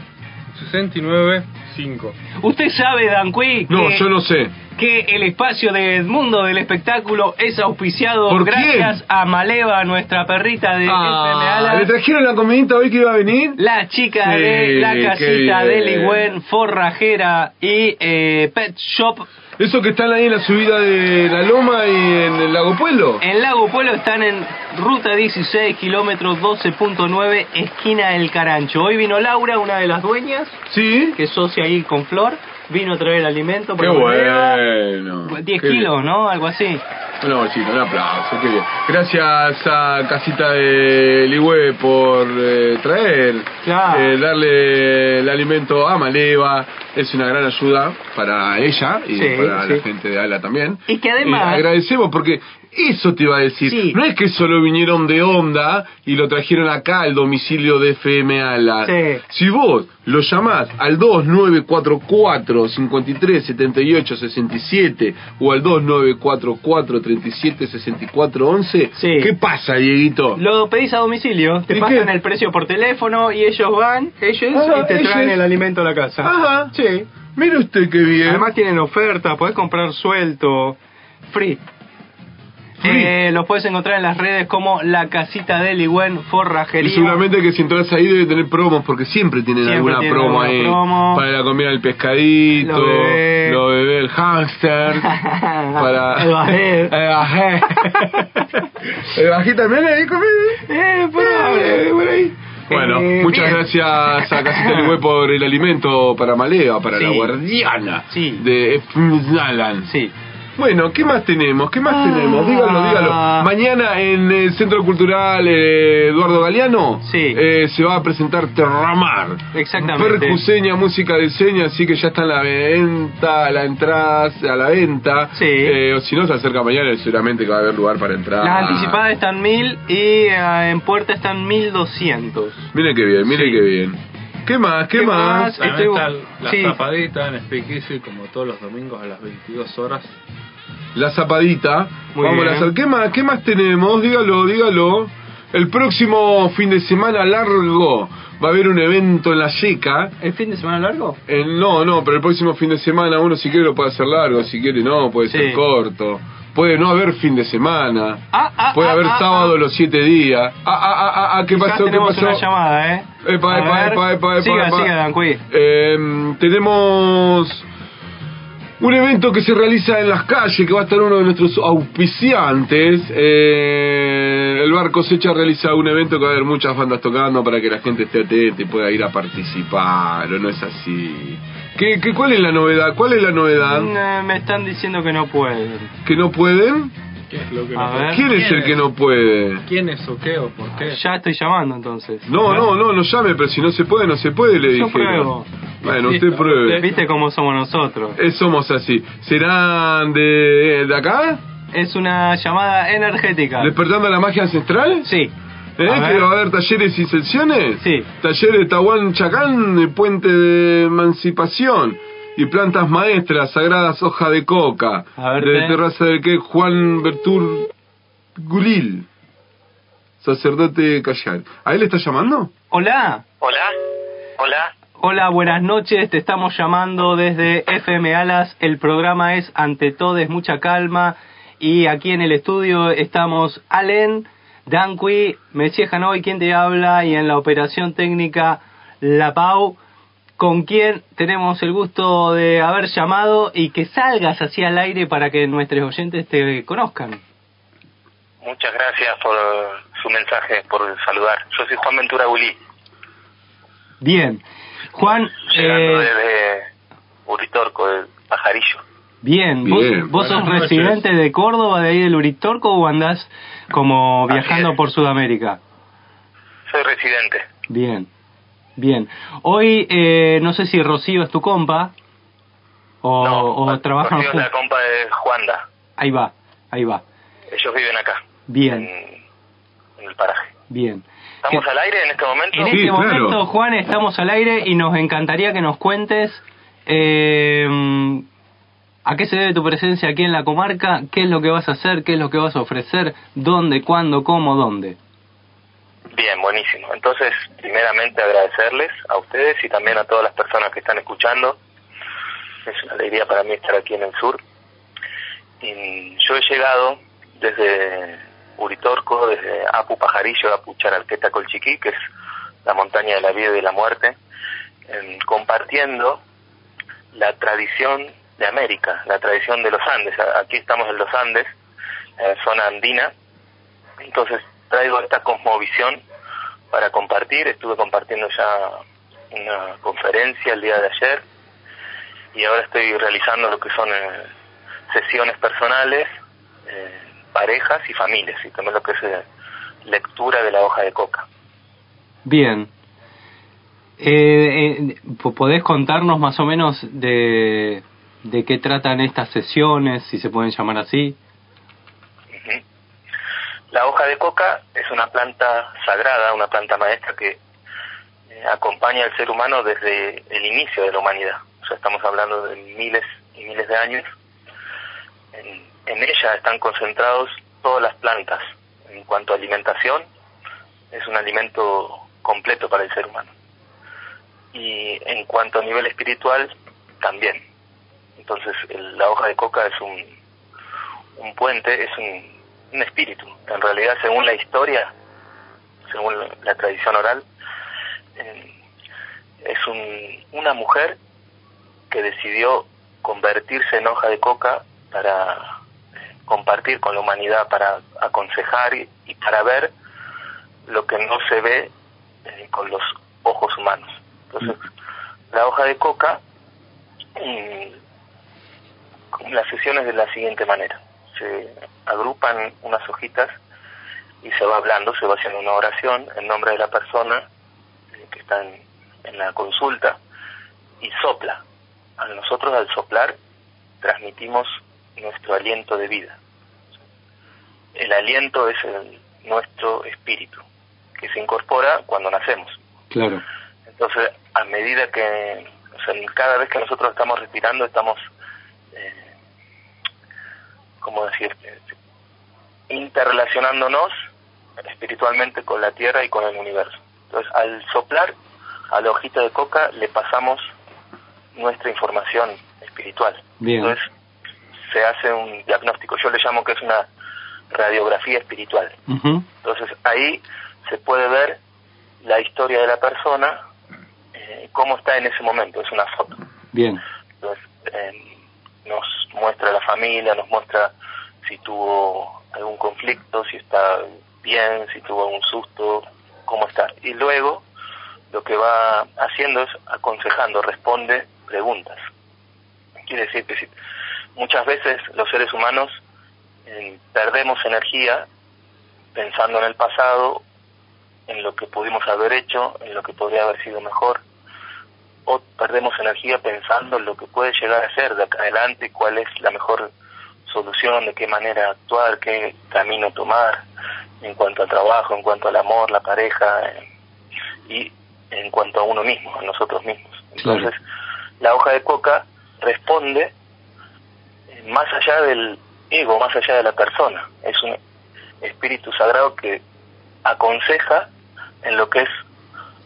S4: 69 5.
S3: Usted sabe, Dan Cui,
S2: No,
S3: que,
S2: yo no sé.
S3: que el espacio del mundo del espectáculo es auspiciado
S2: ¿Por
S3: gracias
S2: quién? Ah,
S3: a Maleva, nuestra perrita de FM Alas,
S2: ¿Le trajeron la comidita hoy que iba a venir?
S3: La chica
S2: Sí,
S3: de la
S2: qué
S3: casita de
S2: bien.
S3: Ligüen, forrajera y eh, pet shop
S2: Eso que están ahí en la subida de la loma y en el lago Pueblo.
S3: en Lago Pueblo están en ruta 16, kilómetro 12.9, esquina El Carancho. Hoy vino Laura, una de las dueñas,
S2: Sí.
S3: que es socia ahí con Flor, vino a traer el alimento.
S2: Qué
S3: para Maleva.
S2: bueno.
S3: 10
S2: Qué
S3: kilos, ¿no? Algo así.
S2: Una bolsita, un aplauso, qué bien. Gracias a Casita de Ligüe por eh, traer,
S3: Claro.
S2: eh, darle el alimento a Maleva. Es una gran ayuda para ella y
S3: Sí,
S2: para
S3: sí.
S2: la gente de Ala también.
S3: Y que además-
S2: Eh, agradecemos porque eso te iba a decir.
S3: Sí.
S2: No es que solo vinieron de onda y lo trajeron acá al domicilio de FM Ala.
S3: Sí.
S2: Si vos lo llamás al 2944 53 78 67 o al 2944 37 64 11,
S3: Sí.
S2: ¿qué pasa, Dieguito?
S3: Lo pedís a domicilio, te
S2: ¿Y
S3: pasan
S2: qué?
S3: el precio por teléfono y ellos van, ellos
S2: Ah,
S3: y te
S2: ellos. Ah.
S3: traen el alimento a la casa.
S2: Ajá.
S3: Sí.
S2: Mire usted qué bien.
S3: Además tienen oferta, podés comprar suelto, free. Eh, los puedes encontrar en las redes como La Casita de Ligüen
S2: Y
S3: Forrajería.
S2: seguramente que si entras ahí debe tener promos, porque siempre tienen
S3: Siempre
S2: alguna
S3: tienen
S2: promo
S3: alguna
S2: ahí.
S3: promo.
S2: Para la comida del pescadito,
S3: Los bebés.
S2: los bebés, el hámster, para...
S3: El bajé.
S2: El bajé. El bajé también ahí comida.
S3: Eh, probable.
S2: Eh, por ahí. Bueno,
S3: Eh,
S2: muchas
S3: bien.
S2: gracias a Casita del Güey por el alimento para Maleva, para la
S3: Sí.
S2: guardiana
S3: Sí.
S2: de Fnalan.
S3: Sí.
S2: Bueno, ¿qué más tenemos? ¿Qué más tenemos?
S3: Ah.
S2: Dígalo, dígalo. Mañana en el Centro Cultural eh, Eduardo Galeano eh, se va a presentar Terramar.
S3: Exactamente.
S2: Percuseña, música de seña, así que ya está en la venta, la entrada a la venta. Eh, o si no, se acerca mañana, seguramente que va a haber lugar para entrar.
S3: Las anticipadas están 1000 y eh, en puerta están 1200.
S2: Mire qué bien, mire qué bien. ¿Qué más? ¿Qué, más?
S4: También está la
S3: Este sí.
S4: zapadita en Speak Easy como todos los domingos a las 22 horas.
S2: La zapadita.
S4: Muy
S2: Vamos
S4: bien.
S2: a hacer. ¿Qué más, ¿Qué más tenemos? Dígalo, dígalo. El próximo fin de semana largo va a haber un evento en la seca.
S3: ¿El fin de semana largo?
S2: no, no, pero el próximo fin de semana uno si quiere lo puede hacer largo, si quiere no, puede ser corto. Puede no haber fin de semana.
S3: Ah,
S2: puede haber sábado los siete días. Ah, ah, ah, ah, ah, ¿qué
S3: Quizás
S2: pasó? ¿Qué
S3: ah. tenemos
S2: pasó?
S3: una llamada, ¿eh?
S2: Epa,
S3: A
S2: epa,
S3: ver.
S2: epa, epa, epa,
S3: Siga,
S2: epa.
S3: siga, Dan Cui.
S2: Eh, tenemos un evento que se realiza en las calles, que va a estar uno de nuestros auspiciantes. Eh, el bar Cosecha realiza un evento que va a haber muchas bandas tocando para que la gente esté atenta y pueda ir a participar, ¿o no es así? ¿Qué, qué, cuál es la novedad? ¿Cuál es la novedad?
S3: Mm, Me están diciendo que no pueden.
S2: ¿Que no pueden?
S4: ¿Qué es lo que
S3: A
S4: nos-
S3: ver.
S2: ¿Quién es el que no puede?
S4: ¿Quién es o qué o por qué?
S3: Ya estoy llamando entonces.
S2: No, no, no, no llame, pero si no se puede, no se puede, le
S3: Yo
S2: dijeron.
S3: pruebo.
S2: Bueno, usted pruebe.
S3: ¿Viste cómo somos nosotros?
S2: Eh, somos así. ¿Serán de, de acá?
S3: Es una llamada energética.
S2: ¿Despertando la magia ancestral?
S3: Sí.
S2: ¿Eh?
S3: A
S2: ¿Que
S3: ver.
S2: va a haber talleres y sesiones?
S3: Sí.
S2: Talleres Tahuán Chacán, de Puente de Emancipación. Y plantas maestras, sagradas hoja de coca.
S3: A ver, ¿eh?
S2: de
S3: te-
S2: terraza del que Juan Bertur Gulil. Sacerdote Cayal. ¿A él le está llamando?
S3: Hola.
S16: Hola. Hola.
S3: Hola, buenas noches. Te estamos llamando desde FM Alas. El programa es Ante Todes, mucha calma. Y aquí en el estudio estamos Allen, Danqui, Mechie Hanoi, quien te habla, y en la operación técnica La Pau, con quien tenemos el gusto de haber llamado y que salgas hacia el aire para que nuestros oyentes te conozcan.
S16: Muchas gracias por su mensaje, por saludar. Yo soy Juan Ventura Gulí,
S3: Bien. Juan,
S16: llegando
S3: eh,
S16: desde Uritorco, el pajarillo.
S3: Bien, ¿vos,
S16: Bien.
S3: vos sos
S16: Buenas noches.
S3: residente de Córdoba, de ahí del Uritorco, o andás
S16: Ah,
S3: como viajando por Sudamérica?
S16: Soy residente.
S3: Bien, bien. Hoy, eh, no sé si Rocío es tu compa, o, o trabajan
S16: Rocío es la
S3: juntos.
S16: compa de Juanda.
S3: Ahí va, ahí va.
S16: Ellos viven acá,
S3: Bien,
S16: en el paraje.
S3: bien.
S16: ¿Estamos
S3: ¿Qué-
S16: al aire en este momento?
S3: En este momento, Juan, estamos al aire y nos encantaría que nos cuentes eh, a qué se debe tu presencia aquí en la comarca, qué es lo que vas a hacer, qué es lo que vas a ofrecer, dónde, cuándo, cómo, dónde.
S16: Bien, buenísimo. Entonces, primeramente agradecerles a ustedes y también a todas las personas que están escuchando. Es una alegría para mí estar aquí en el sur. Y yo he llegado desde Uritorco, desde Apu Pajarillo, Apu Charalqueta Colchiquí, que es la montaña de la vida y de la muerte, em, compartiendo la tradición de América, la tradición de los Andes. A- Aquí estamos en los Andes, eh, zona andina. Entonces traigo esta cosmovisión para compartir. Estuve compartiendo ya una conferencia el día de ayer y ahora estoy realizando lo que son eh, sesiones personales, eh, parejas y familias y también lo que es eh, lectura de la hoja de coca.
S3: Bien. Eh, eh, po- ¿Podés contarnos más o menos de, de qué tratan estas sesiones, si se pueden llamar así?
S16: Ujú. La hoja de coca es una planta sagrada, una planta maestra que eh, acompaña al ser humano desde el inicio de la humanidad. O sea, estamos hablando de miles y miles de años. En, en ella están concentrados todas las plantas. En cuanto a alimentación, es un alimento completo para el ser humano. Y en cuanto a nivel espiritual, también. Entonces, el- la hoja de coca es un, un puente, es un, un espíritu. En realidad, según la historia, según la, la tradición oral, eh, es un- una mujer que decidió convertirse en hoja de coca para eh, compartir con la humanidad, para aconsejar y, y para ver lo que no se ve eh, con los ojos humanos. Entonces, la hoja de coca, mm, las sesiones de la siguiente manera. Se agrupan unas hojitas y se va hablando, se va haciendo una oración en nombre de la persona eh, que está en, en la consulta y sopla. A nosotros al soplar transmitimos nuestro aliento de vida. El aliento es el- nuestro espíritu, que se incorpora cuando nacemos.
S2: Claro.
S16: Entonces, a medida que, o sea, cada vez que nosotros estamos respirando, estamos, eh, ¿cómo decir? Interrelacionándonos espiritualmente con la Tierra y con el universo. Entonces, al soplar a la hojita de coca, le pasamos nuestra información espiritual.
S2: Bien.
S16: Se hace un diagnóstico, yo le llamo que es una radiografía espiritual.
S2: Ujú.
S16: Entonces ahí se puede ver la historia de la persona, eh, cómo está en ese momento, es una foto.
S2: Bien.
S16: Entonces, eh, nos muestra la familia, nos muestra si tuvo algún conflicto, si está bien, si tuvo algún susto, cómo está. Y luego lo que va haciendo es aconsejando, responde preguntas. Quiere decir que si- muchas veces los seres humanos eh, perdemos energía pensando en el pasado, en lo que pudimos haber hecho, en lo que podría haber sido mejor, o perdemos energía pensando en lo que puede llegar a ser de acá adelante, cuál es la mejor solución, de qué manera actuar, qué camino tomar en cuanto al trabajo, en cuanto al amor, la pareja eh, y en cuanto a uno mismo, a nosotros mismos.
S2: Claro.
S16: La hoja de coca responde eh, más allá del ego, más allá de la persona. Es un espíritu sagrado que aconseja en lo que es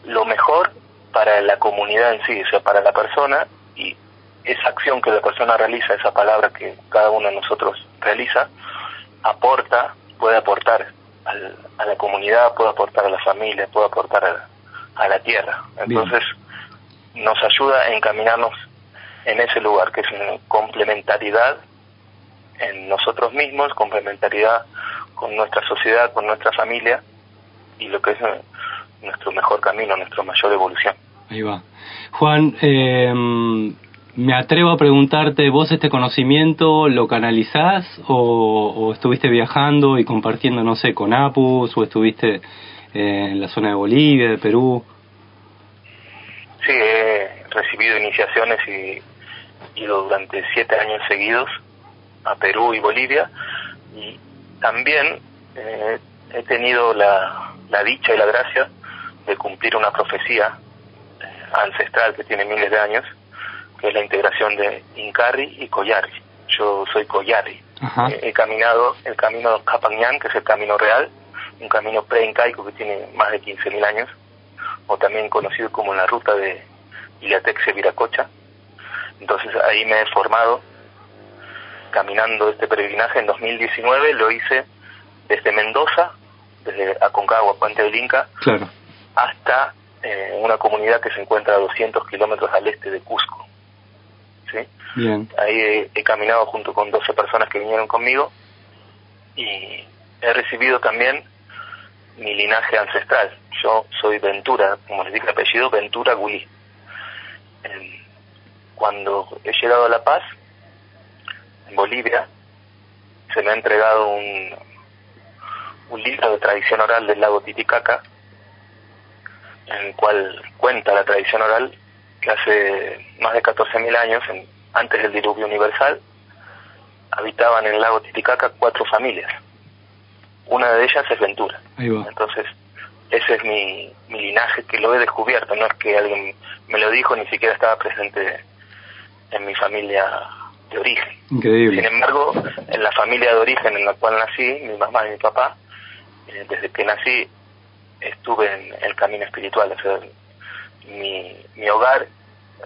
S16: lo mejor para la comunidad en sí, o sea, para la persona y esa acción que la persona realiza, esa palabra que cada uno de nosotros realiza, aporta, puede aportar al- a la comunidad, puede aportar a la familia, puede aportar a, a la tierra. Entonces, nos ayuda a encaminarnos en ese lugar, que es una complementariedad en nosotros mismos, complementariedad con nuestra sociedad, con nuestra familia y lo que es eh, nuestro mejor camino, nuestra mayor evolución.
S3: Ahí va. Juan, eh, me atrevo a preguntarte, ¿vos este conocimiento lo canalizás o, o estuviste viajando y compartiendo, no sé, con Apus o estuviste eh, en la zona de Bolivia, de Perú?
S16: Sí, he recibido iniciaciones y ido durante siete años seguidos a Perú y Bolivia y también eh, he tenido la, la dicha y la gracia de cumplir una profecía eh, ancestral que tiene miles de años, que es la integración de Incarri y Collari. Yo soy Collari.
S3: Ajá.
S16: Eh, He caminado el camino Capañán, que es el camino real, un camino preincaico que tiene más de 15.000 años, o también conocido como la ruta de Iliatexe-Viracocha. Entonces ahí me he formado caminando este peregrinaje. En 2019 lo hice desde Mendoza, desde Aconcagua, Puente del Inca,
S3: Claro.
S16: hasta eh, una comunidad que se encuentra a 200 kilómetros al este de Cusco. ¿Sí?
S3: Bien.
S16: Ahí he, he caminado junto con 12 personas que vinieron conmigo y he recibido también mi linaje ancestral. Yo soy Ventura, como les dije el apellido, Ventura Gulí. Em, Cuando he llegado a La Paz, en Bolivia, se me ha entregado un, un libro de tradición oral del lago Titicaca, en el cual cuenta la tradición oral que hace más de 14.000 años, en- antes del diluvio universal, habitaban en el lago Titicaca cuatro familias. Una de ellas es Ventura.
S3: Ahí va.
S16: Entonces, ese es mi, mi linaje que lo he descubierto, no es que alguien me lo dijo, ni siquiera estaba presente en mi familia de origen. Sin
S3: Increíble.
S16: embargo, en la familia de origen en la cual nací, mi mamá y mi papá, eh, desde que nací estuve en el camino espiritual. O sea, mi, mi hogar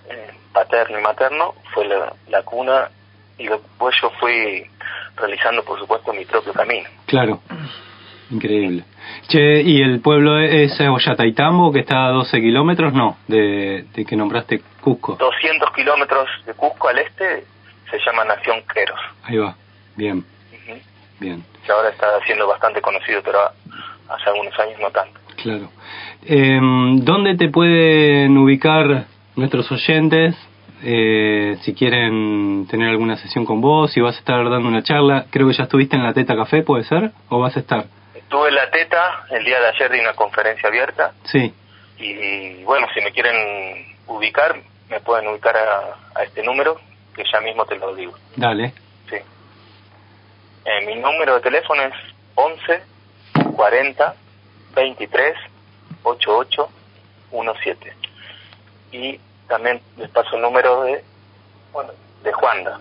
S16: eh, paterno y materno fue la, la cuna y después yo fui realizando, por supuesto, mi propio camino.
S3: Claro. Increíble. Che, ¿y el pueblo es eh, Ollantaytambo, que está a 12 kilómetros? No, de, de que nombraste Cusco.
S16: 200 kilómetros de Cusco al este se llama Nación Queros.
S3: Ahí va. Bien,
S16: Ujú.
S3: bien.
S16: que ahora está siendo bastante conocido, pero a- hace algunos años no tanto.
S3: Claro. Eh, ¿Dónde te pueden ubicar nuestros oyentes? Eh, si quieren tener alguna sesión con vos, si vas a estar dando una charla, creo que ya estuviste en la Teta Café, ¿puede ser? ¿O vas a estar?
S16: Estuve en la teta el día de ayer de una conferencia abierta
S3: Sí,
S16: y, bueno, si me quieren ubicar, me pueden ubicar a, a este número, que ya mismo te lo digo.
S3: dale.
S16: Sí. Eh, mi número de teléfono es 11 40 23 88 17. Y también les paso el número de, bueno, de Juanda,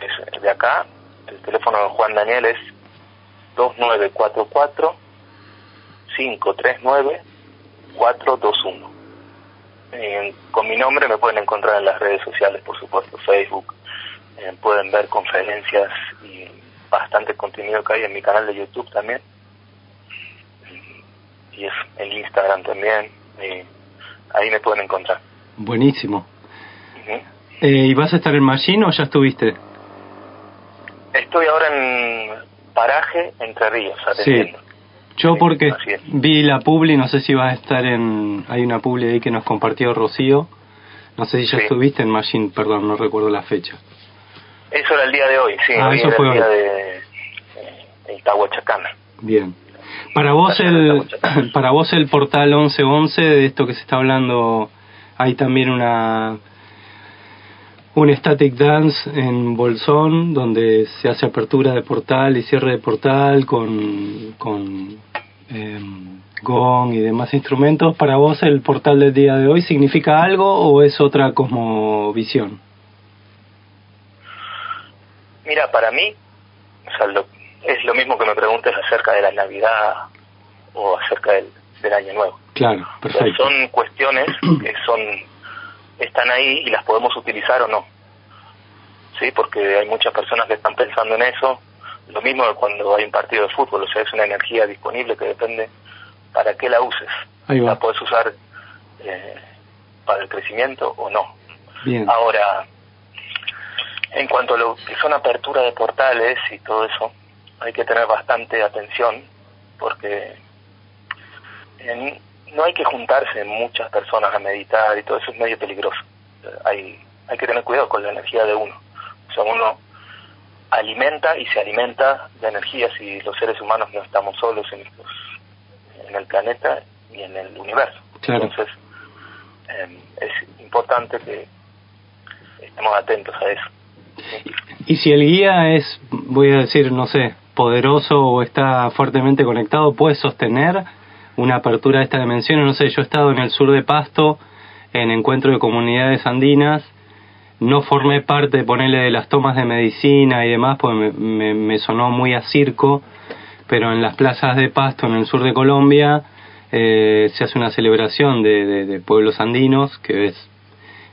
S16: que es de acá. El teléfono de Juan Daniel es 2944 539 421. Eh, con mi nombre me pueden encontrar en las redes sociales, por supuesto, Facebook, eh, pueden ver conferencias y bastante contenido que hay en mi canal de YouTube también. Y es el Instagram también. eh, ahí me pueden encontrar.
S3: Buenísimo.
S16: Ujú.
S3: Eh, ¿Y vas a estar en Machín o ya estuviste?
S16: Estoy ahora en Paraje, Entre Ríos, atendiendo.
S3: Yo porque
S16: así es.
S3: vi la publi, no sé si vas a estar en... Hay una publi ahí que nos compartió Rocío. No sé si ya
S16: Sí.
S3: estuviste en Machine, perdón, no recuerdo la fecha.
S16: Eso era el día de hoy, sí.
S3: Ah,
S16: hoy
S3: eso
S16: era
S3: fue
S16: el día
S3: hoy.
S16: de eh, el Tahuachacana.
S3: Bien. Para vos el para vos el portal 1111 de esto que se está hablando hay también una un static dance en Bolsón donde se hace apertura de portal y cierre de portal con con em, gong y demás instrumentos. Para vos el portal del día de hoy significa algo o es otra cosmovisión?
S16: Mira, para mí, o sea, lo- es lo mismo que me preguntes acerca de la Navidad o acerca del, del Año Nuevo.
S3: Claro,
S16: Pero
S3: perfecto.
S16: son cuestiones que son están ahí y las podemos utilizar o no sí porque hay muchas personas que están pensando en eso lo mismo que cuando hay un partido de fútbol o sea es una energía disponible que depende para qué la uses
S3: Ahí
S16: la
S3: va.
S16: puedes usar eh, para el crecimiento o no
S3: Bien.
S16: Ahora, en cuanto a lo que son apertura de portales y todo eso, hay que tener bastante atención porque en- no hay que juntarse muchas personas a meditar y todo eso es medio peligroso. Eh, Hay, hay que tener cuidado con la energía de uno. O sea, uno alimenta y se alimenta de energías y los seres humanos no estamos solos en, estos- en el planeta ni en el universo.
S3: Claro.
S16: Entonces, eh, es importante que estemos atentos a eso.
S3: Y si el guía es, voy a decir, no sé, poderoso o está fuertemente conectado, puede sostener una apertura de esta dimensión. No sé, yo he estado en el sur de Pasto, en encuentro de comunidades andinas, no formé parte, ponele, de las tomas de medicina y demás, porque me, me- me sonó muy a circo, pero en las plazas de Pasto, en el sur de Colombia, eh, se hace una celebración de, de- de pueblos andinos, que es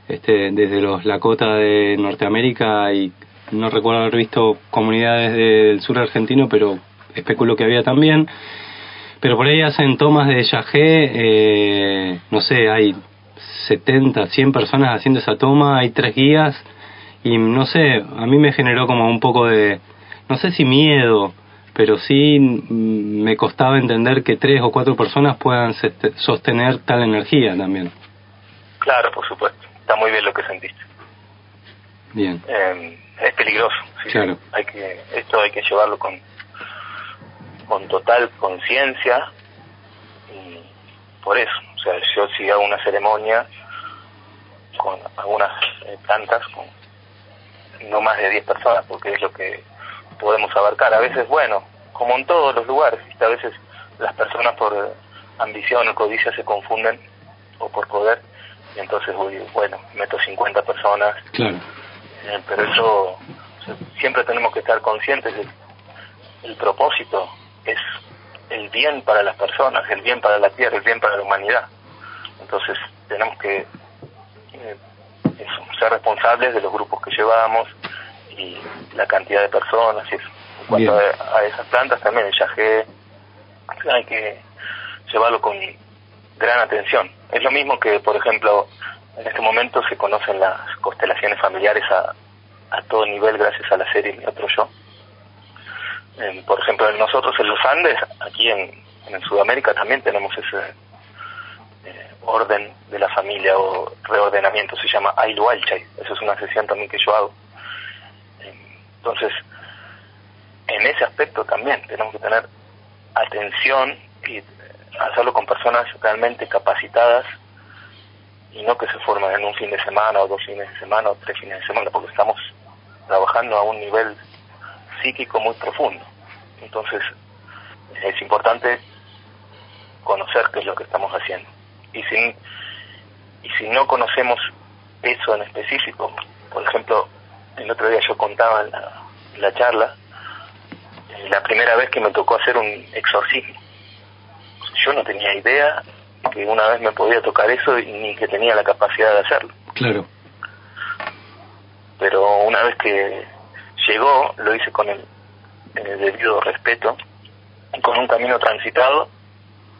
S3: este, desde los Lakota de Norteamérica y no recuerdo haber visto comunidades del sur argentino, pero especulo que había también. Pero por ahí hacen tomas de yagé, eh, no sé, hay 70, 100 personas haciendo esa toma, hay tres guías, y no sé, a mí me generó como un poco de, no sé si miedo, pero sí mm, me costaba entender que tres o cuatro personas puedan seste- sostener tal energía también.
S16: Claro, por supuesto. Está muy bien lo que sentiste.
S3: Bien,
S16: Eh, es peligroso. sí,
S3: claro,
S16: Hay que esto hay que llevarlo con con total conciencia y por eso, o sea, yo si hago una ceremonia con algunas eh, plantas con no más de 10 personas, porque es lo que podemos abarcar. A veces, bueno, como en todos los lugares, ¿viste? a veces las personas por ambición o codicia se confunden o por poder, y entonces, uy, bueno, meto 50 personas,
S3: claro.
S16: eh, pero eso o sea, siempre tenemos que estar conscientes de el propósito es el bien para las personas, el bien para la tierra, el bien para la humanidad. Entonces tenemos que eh, eso, ser responsables de los grupos que llevamos y la cantidad de personas y eso. En cuanto a, a esas plantas, también el yagé hay que llevarlo con gran atención. Es lo mismo que, por ejemplo, en este momento se conocen las constelaciones familiares a, a todo nivel gracias a la serie Mi Otro Yo. Em, por ejemplo, en nosotros en los Andes, aquí en, en Sudamérica también tenemos ese eh, orden de la familia o reordenamiento, se llama Ailu Alchay. Eso es una sesión también que yo hago. Em, Entonces, en ese aspecto también tenemos que tener atención y eh, hacerlo con personas realmente capacitadas y no que se formen en un fin de semana o dos fines de semana o tres fines de semana, porque estamos trabajando a un nivel psíquico muy profundo. Entonces es importante conocer qué es lo que estamos haciendo. Y si, y si no conocemos eso en específico, por ejemplo, el otro día yo contaba en la, en la charla, eh, la primera vez que me tocó hacer un exorcismo. Yo no tenía idea que una vez me podía tocar eso y ni que tenía la capacidad de hacerlo.
S2: Claro.
S16: Pero una vez que llegó, lo hice con el, el debido respeto, con un camino transitado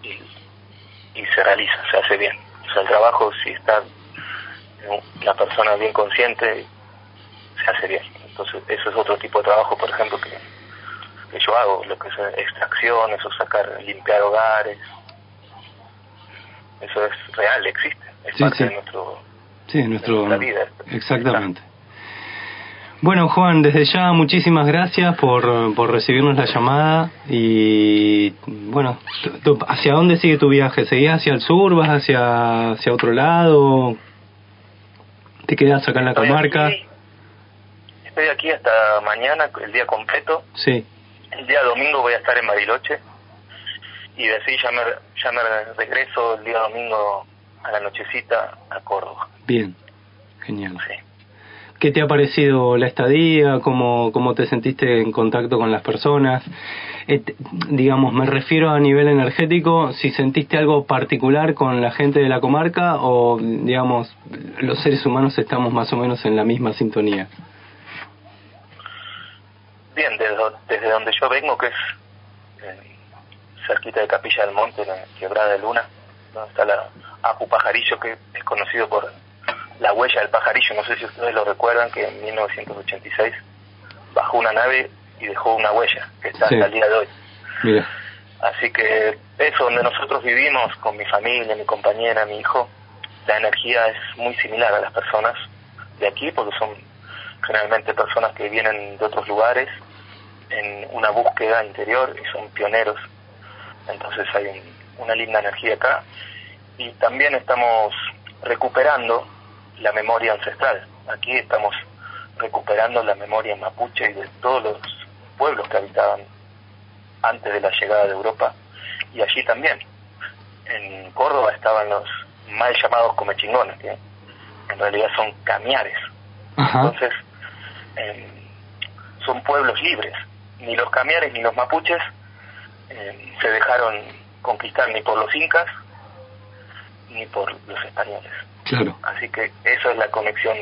S16: y, y se realiza, se hace bien. O sea, el trabajo, si está la persona bien consciente, se hace bien. Entonces, eso es otro tipo de trabajo, por ejemplo, que, que yo hago, lo que es extracciones o sacar, limpiar hogares. Eso es real, existe, es
S3: Sí,
S16: parte
S3: sí.
S16: de nuestro
S3: Sí, nuestro.
S16: La vida.
S3: Exactamente. Bueno, Juan, desde ya muchísimas gracias por, por recibirnos la llamada y bueno, tu- tu- ¿hacia dónde sigue tu viaje? ¿Seguís hacia el sur? ¿Vas hacia, hacia otro lado? ¿Te quedas acá en la
S16: Estoy
S3: comarca?
S16: aquí. Estoy aquí hasta mañana, el día completo.
S3: Sí.
S16: El día domingo voy a estar en Bariloche. Y de así ya me, ya me regreso el día domingo a la nochecita a Córdoba.
S3: Bien, genial. ¿Qué te ha parecido la estadía? ¿Cómo, cómo te sentiste en contacto con las personas? Eh, t- digamos, me refiero a nivel energético, si sentiste algo particular con la gente de la comarca o, digamos, los seres humanos estamos más o menos en la misma sintonía.
S16: Bien, desde, do- desde donde yo vengo, que es eh, cerquita de Capilla del Monte, en la Quebrada de Luna, donde está la Apu Pajarillo, que es conocido por la huella del pajarillo. No sé si ustedes lo recuerdan, que en 1986 bajó una nave y dejó una huella, que está
S3: Sí.
S16: hasta el día de hoy.
S3: Mira,
S16: Así que eso, donde nosotros vivimos, con mi familia, mi compañera, mi hijo, la energía es muy similar a las personas de aquí, porque son generalmente personas que vienen de otros lugares en una búsqueda interior y son pioneros. Entonces hay un- una linda energía acá. Y también estamos recuperando la memoria ancestral. Aquí estamos recuperando la memoria mapuche y de todos los pueblos que habitaban antes de la llegada de Europa y allí también. En Córdoba estaban los mal llamados comechingones, que en realidad son camiares.
S3: Ah.
S16: Entonces, eh, son pueblos libres. Ni los camiares ni los mapuches eh, se dejaron conquistar ni por los incas ni por los españoles.
S3: claro.
S16: Así que eso es la conexión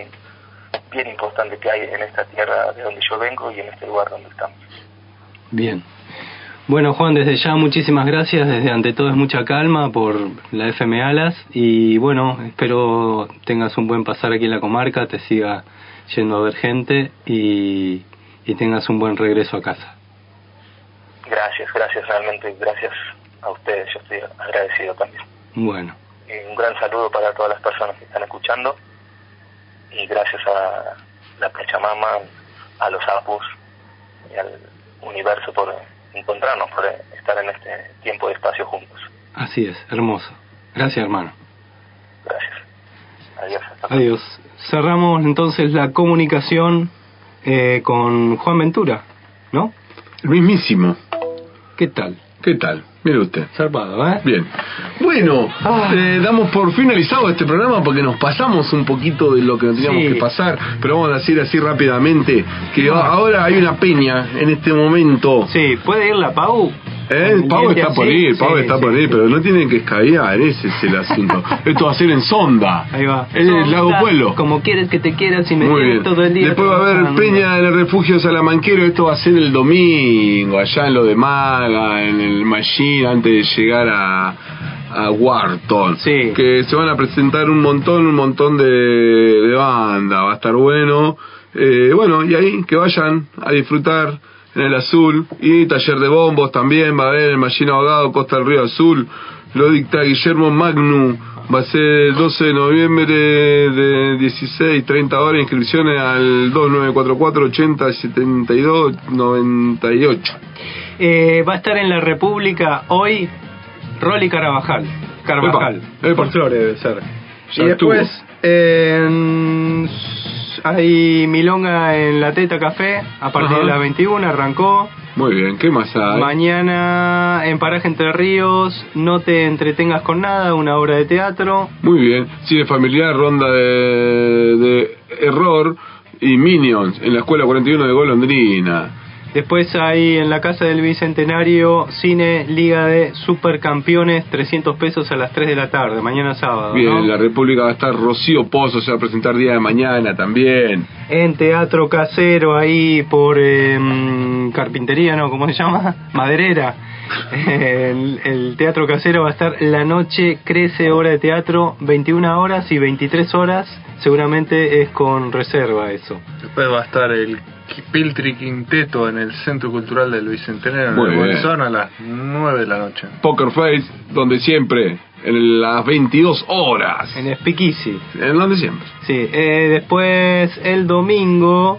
S16: bien importante que hay en esta tierra de donde yo vengo y en este lugar donde estamos.
S3: Bien. Bueno, Juan, desde ya muchísimas gracias. Desde ante todo es mucha calma por la FM Alas. Y bueno, espero tengas un buen pasar aquí en la comarca, te siga yendo a ver gente y, y tengas un buen regreso a casa.
S16: Gracias, gracias realmente, gracias a ustedes, yo estoy agradecido también.
S3: Bueno,
S16: Y un gran saludo para todas las personas que están escuchando y gracias a la Pachamama, a los Apus y al universo por encontrarnos, por estar en este tiempo y espacio juntos.
S3: así es, hermoso. Gracias, hermano.
S16: Adiós.
S3: Adiós. Cerramos entonces la comunicación eh, con Juan Ventura, ¿no?
S2: El mismísimo.
S3: ¿Qué tal?
S2: ¿Qué tal? Mire usted.
S3: Zarpado, ¿eh?
S2: Bien. Bueno, eh, damos por finalizado este programa porque nos pasamos un poquito de lo que teníamos
S5: Sí.
S2: que pasar, pero vamos a decir así rápidamente que a- ahora hay una peña en este momento.
S3: Sí, ¿puede ir la Pau?
S2: Eh, el Pau
S17: Independiente
S2: está por
S17: así,
S2: ir, Pau
S17: sí,
S2: está
S17: sí.
S2: por ir, pero no tienen que escabiar, ese es el asunto. Esto va a ser en sonda.
S18: Ahí va.
S2: Es el lago Pueblo.
S18: Como quieres que te quieras y me
S2: Muy
S18: tienes
S2: bien.
S18: todo el día.
S2: Después va a haber
S18: trabajando.
S2: Peña del Refugio Salamanquero. Esto va a ser el domingo, allá en lo de Maga, en el Machine, antes de llegar a, a Wharton. Que se van a presentar un montón, un montón de, de banda. Va a estar bueno. Eh, bueno, y ahí que vayan a disfrutar en el azul. Y taller de bombos también. Va a haber el Machine Ahogado, Costa del Río Azul. Lo dicta Guillermo Magnu. Va a ser el 12 de noviembre de 16, 30 horas. Inscripciones al 2944 80 72 98.
S18: Eh, va a estar en la República hoy Rolly Carabajal. Carabajal.
S3: Folclore debe ser.
S18: Ya
S3: y después
S18: estuvo.
S3: eh, en- hay Milonga en la Teta Café a partir
S2: Ajá.
S3: de las 21, arrancó.
S2: Muy bien, ¿qué más hay?
S3: Mañana en Paraje Entre Ríos, No te entretengas con nada, una obra de teatro.
S2: Muy bien. Cine familiar, ronda de, de error y Minions en la escuela 41 de Golondrina.
S3: Después hay en la Casa del Bicentenario Cine Liga de Supercampeones, 300 pesos a las 3 de la tarde, mañana sábado.
S2: Bien,
S3: ¿no?
S2: en la República va a estar Rocío Pozo, se va a presentar día de mañana también.
S3: En Teatro Casero, ahí por eh, mm, Carpintería, ¿no? ¿Cómo se llama? Maderera. El, el Teatro Casero va a estar la noche, crece hora de teatro, 21 horas y 23 horas. Seguramente es con reserva eso.
S4: Después va a estar el Piltri Quinteto en el Centro Cultural del Bicentenario en
S2: Muy
S4: el
S2: bien.
S4: Bolsón a las 9 de la noche.
S2: Poker Face, donde siempre, en las 22 horas.
S3: En Speakeasy.
S2: En donde siempre.
S3: Sí, eh, después el domingo,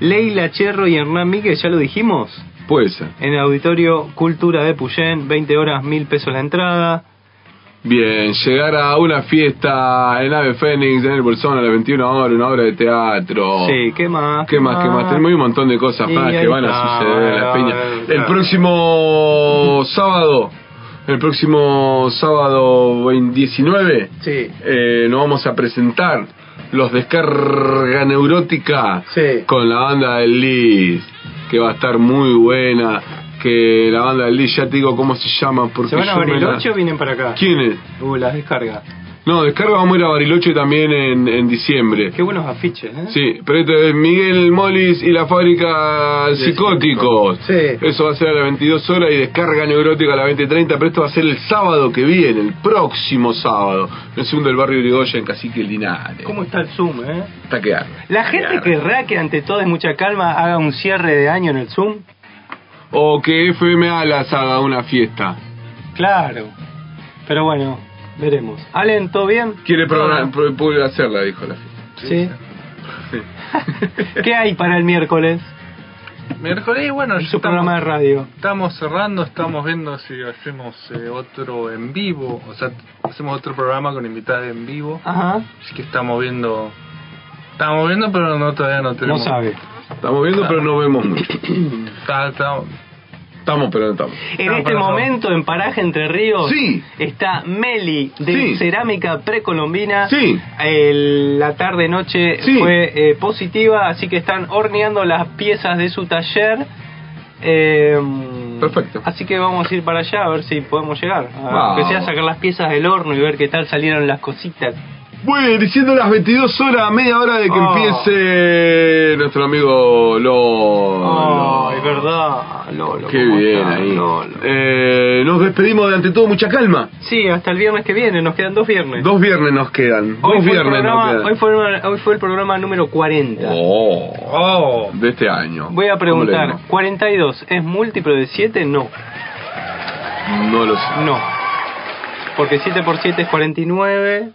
S3: Leila Cherro y Hernán Mique, ya lo dijimos.
S2: Puede ser.
S3: En el auditorio Cultura de Puyén, 20 horas, 1000 pesos la entrada.
S2: Bien, llegar a una fiesta en Ave Fénix, en el Bolsón a las 21 horas, una obra de teatro.
S3: Sí, ¿qué más?
S2: Oh. ¿Qué más? ¿Qué más? Tenemos un montón de cosas
S3: Ah. Sí,
S2: más que
S3: ahí
S2: van
S3: está,
S2: a suceder en las
S3: ahí
S2: peñas.
S3: está.
S2: El próximo sábado, el próximo sábado 19,
S3: Sí.
S2: eh, nos vamos a presentar los Descarga Neurótica con la banda del Liz, que va a estar muy buena. Que la banda del Liz, ya te digo cómo se llama. Porque
S3: ¿Se van a
S2: yo me la-
S3: Bariloche o vienen para acá?
S2: ¿Quién es?
S3: Uh, las descargas.
S2: No, Descarga vamos a ir a Bariloche también en, en diciembre.
S3: Qué buenos afiches, ¿eh?
S2: Sí, pero esto es Miguel Molis y la fábrica Psicóticos. Eso va a ser a las 22 horas y descarga neurótica a las 20.30, pero esto va a ser el sábado que viene, el próximo sábado, en el segundo del barrio Urigoya, en Cacique Linares.
S3: ¿Cómo está el Zoom, eh?
S2: Está que arde.
S3: ¿La gente querrá que ante todo es mucha calma haga un cierre de año en el Zoom?
S2: O que FM Alas haga una fiesta.
S3: Claro. Pero bueno, veremos. Allen, ¿todo bien?
S2: Quiere progra- pro- pro- hacerla, dijo la fiesta.
S3: Sí. ¿Qué hay para el miércoles?
S4: Miércoles, y bueno, ya
S3: Su programa de radio.
S4: Estamos cerrando, estamos viendo si hacemos eh, otro en vivo, o sea, hacemos otro programa con invitada en vivo.
S3: Ajá.
S4: Así que estamos viendo, estamos viendo, pero no todavía no tenemos.
S3: sabe.
S2: Estamos
S3: Ah.
S2: viendo, pero no vemos mucho. Estamos, pero no estamos.
S3: En este momento, en Paraje Entre Ríos, está Meli de
S2: Sí.
S3: Cerámica Precolombina.
S2: Sí.
S3: El- la tarde-noche
S2: Sí.
S3: fue eh, positiva, así que están horneando las piezas de su taller. Perfecto. Así que vamos a ir para allá a ver si podemos llegar. A
S2: Wow.
S3: Que sea sacar las piezas del horno y ver qué tal salieron las cositas.
S2: Bueno, diciendo las 22 horas, media hora de que
S3: Oh.
S2: empiece nuestro amigo Lolo.
S3: Oh, es verdad. Lolo,
S2: Qué
S3: ¿cómo
S2: bien
S3: está,
S2: ahí.
S3: Lolo?
S2: Eh, nos despedimos de ante todo mucha calma.
S3: Sí, hasta el viernes que viene, nos quedan dos viernes.
S2: Dos viernes nos quedan. dos
S3: Hoy fue, el
S2: viernes
S3: programa,
S2: nos
S3: hoy,
S2: quedan.
S3: fue, hoy fue el programa número 40.
S2: Oh, de este año.
S3: Voy a
S2: ¿Cómo le
S3: preguntar, 42, ¿es múltiplo de 7? No.
S2: digo? No lo sé.
S3: No. Porque 7 por 7 es 49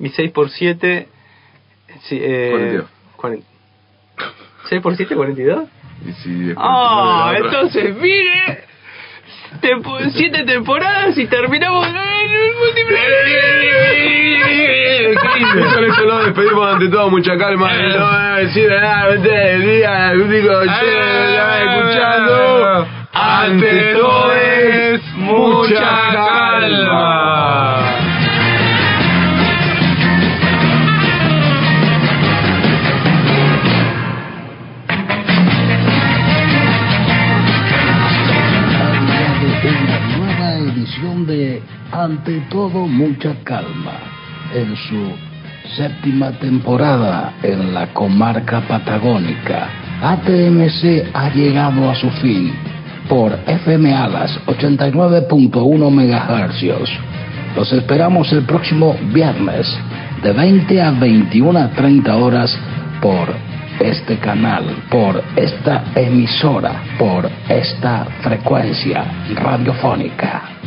S3: y 6 por 7... Sí, eh,
S2: 42.
S3: 40. ¿6 por 7 42?
S2: Y si después-
S3: Ah,
S2: la otra-
S3: entonces, mire... tempo- siete temporadas y terminamos en el múltiplo de
S2: Y Con esto nos despedimos de ante todo mucha calma. No voy a decir nada, vete, el día, el único que la va escuchando. Ante todo es mucha calma.
S1: todo mucha calma en su séptima temporada en la comarca patagónica. ATMC ha llegado a su fin por FM Alas 89.1 MHz. Los esperamos el próximo viernes de 20 a 21 a 30 horas por este canal, por esta emisora, por esta frecuencia radiofónica.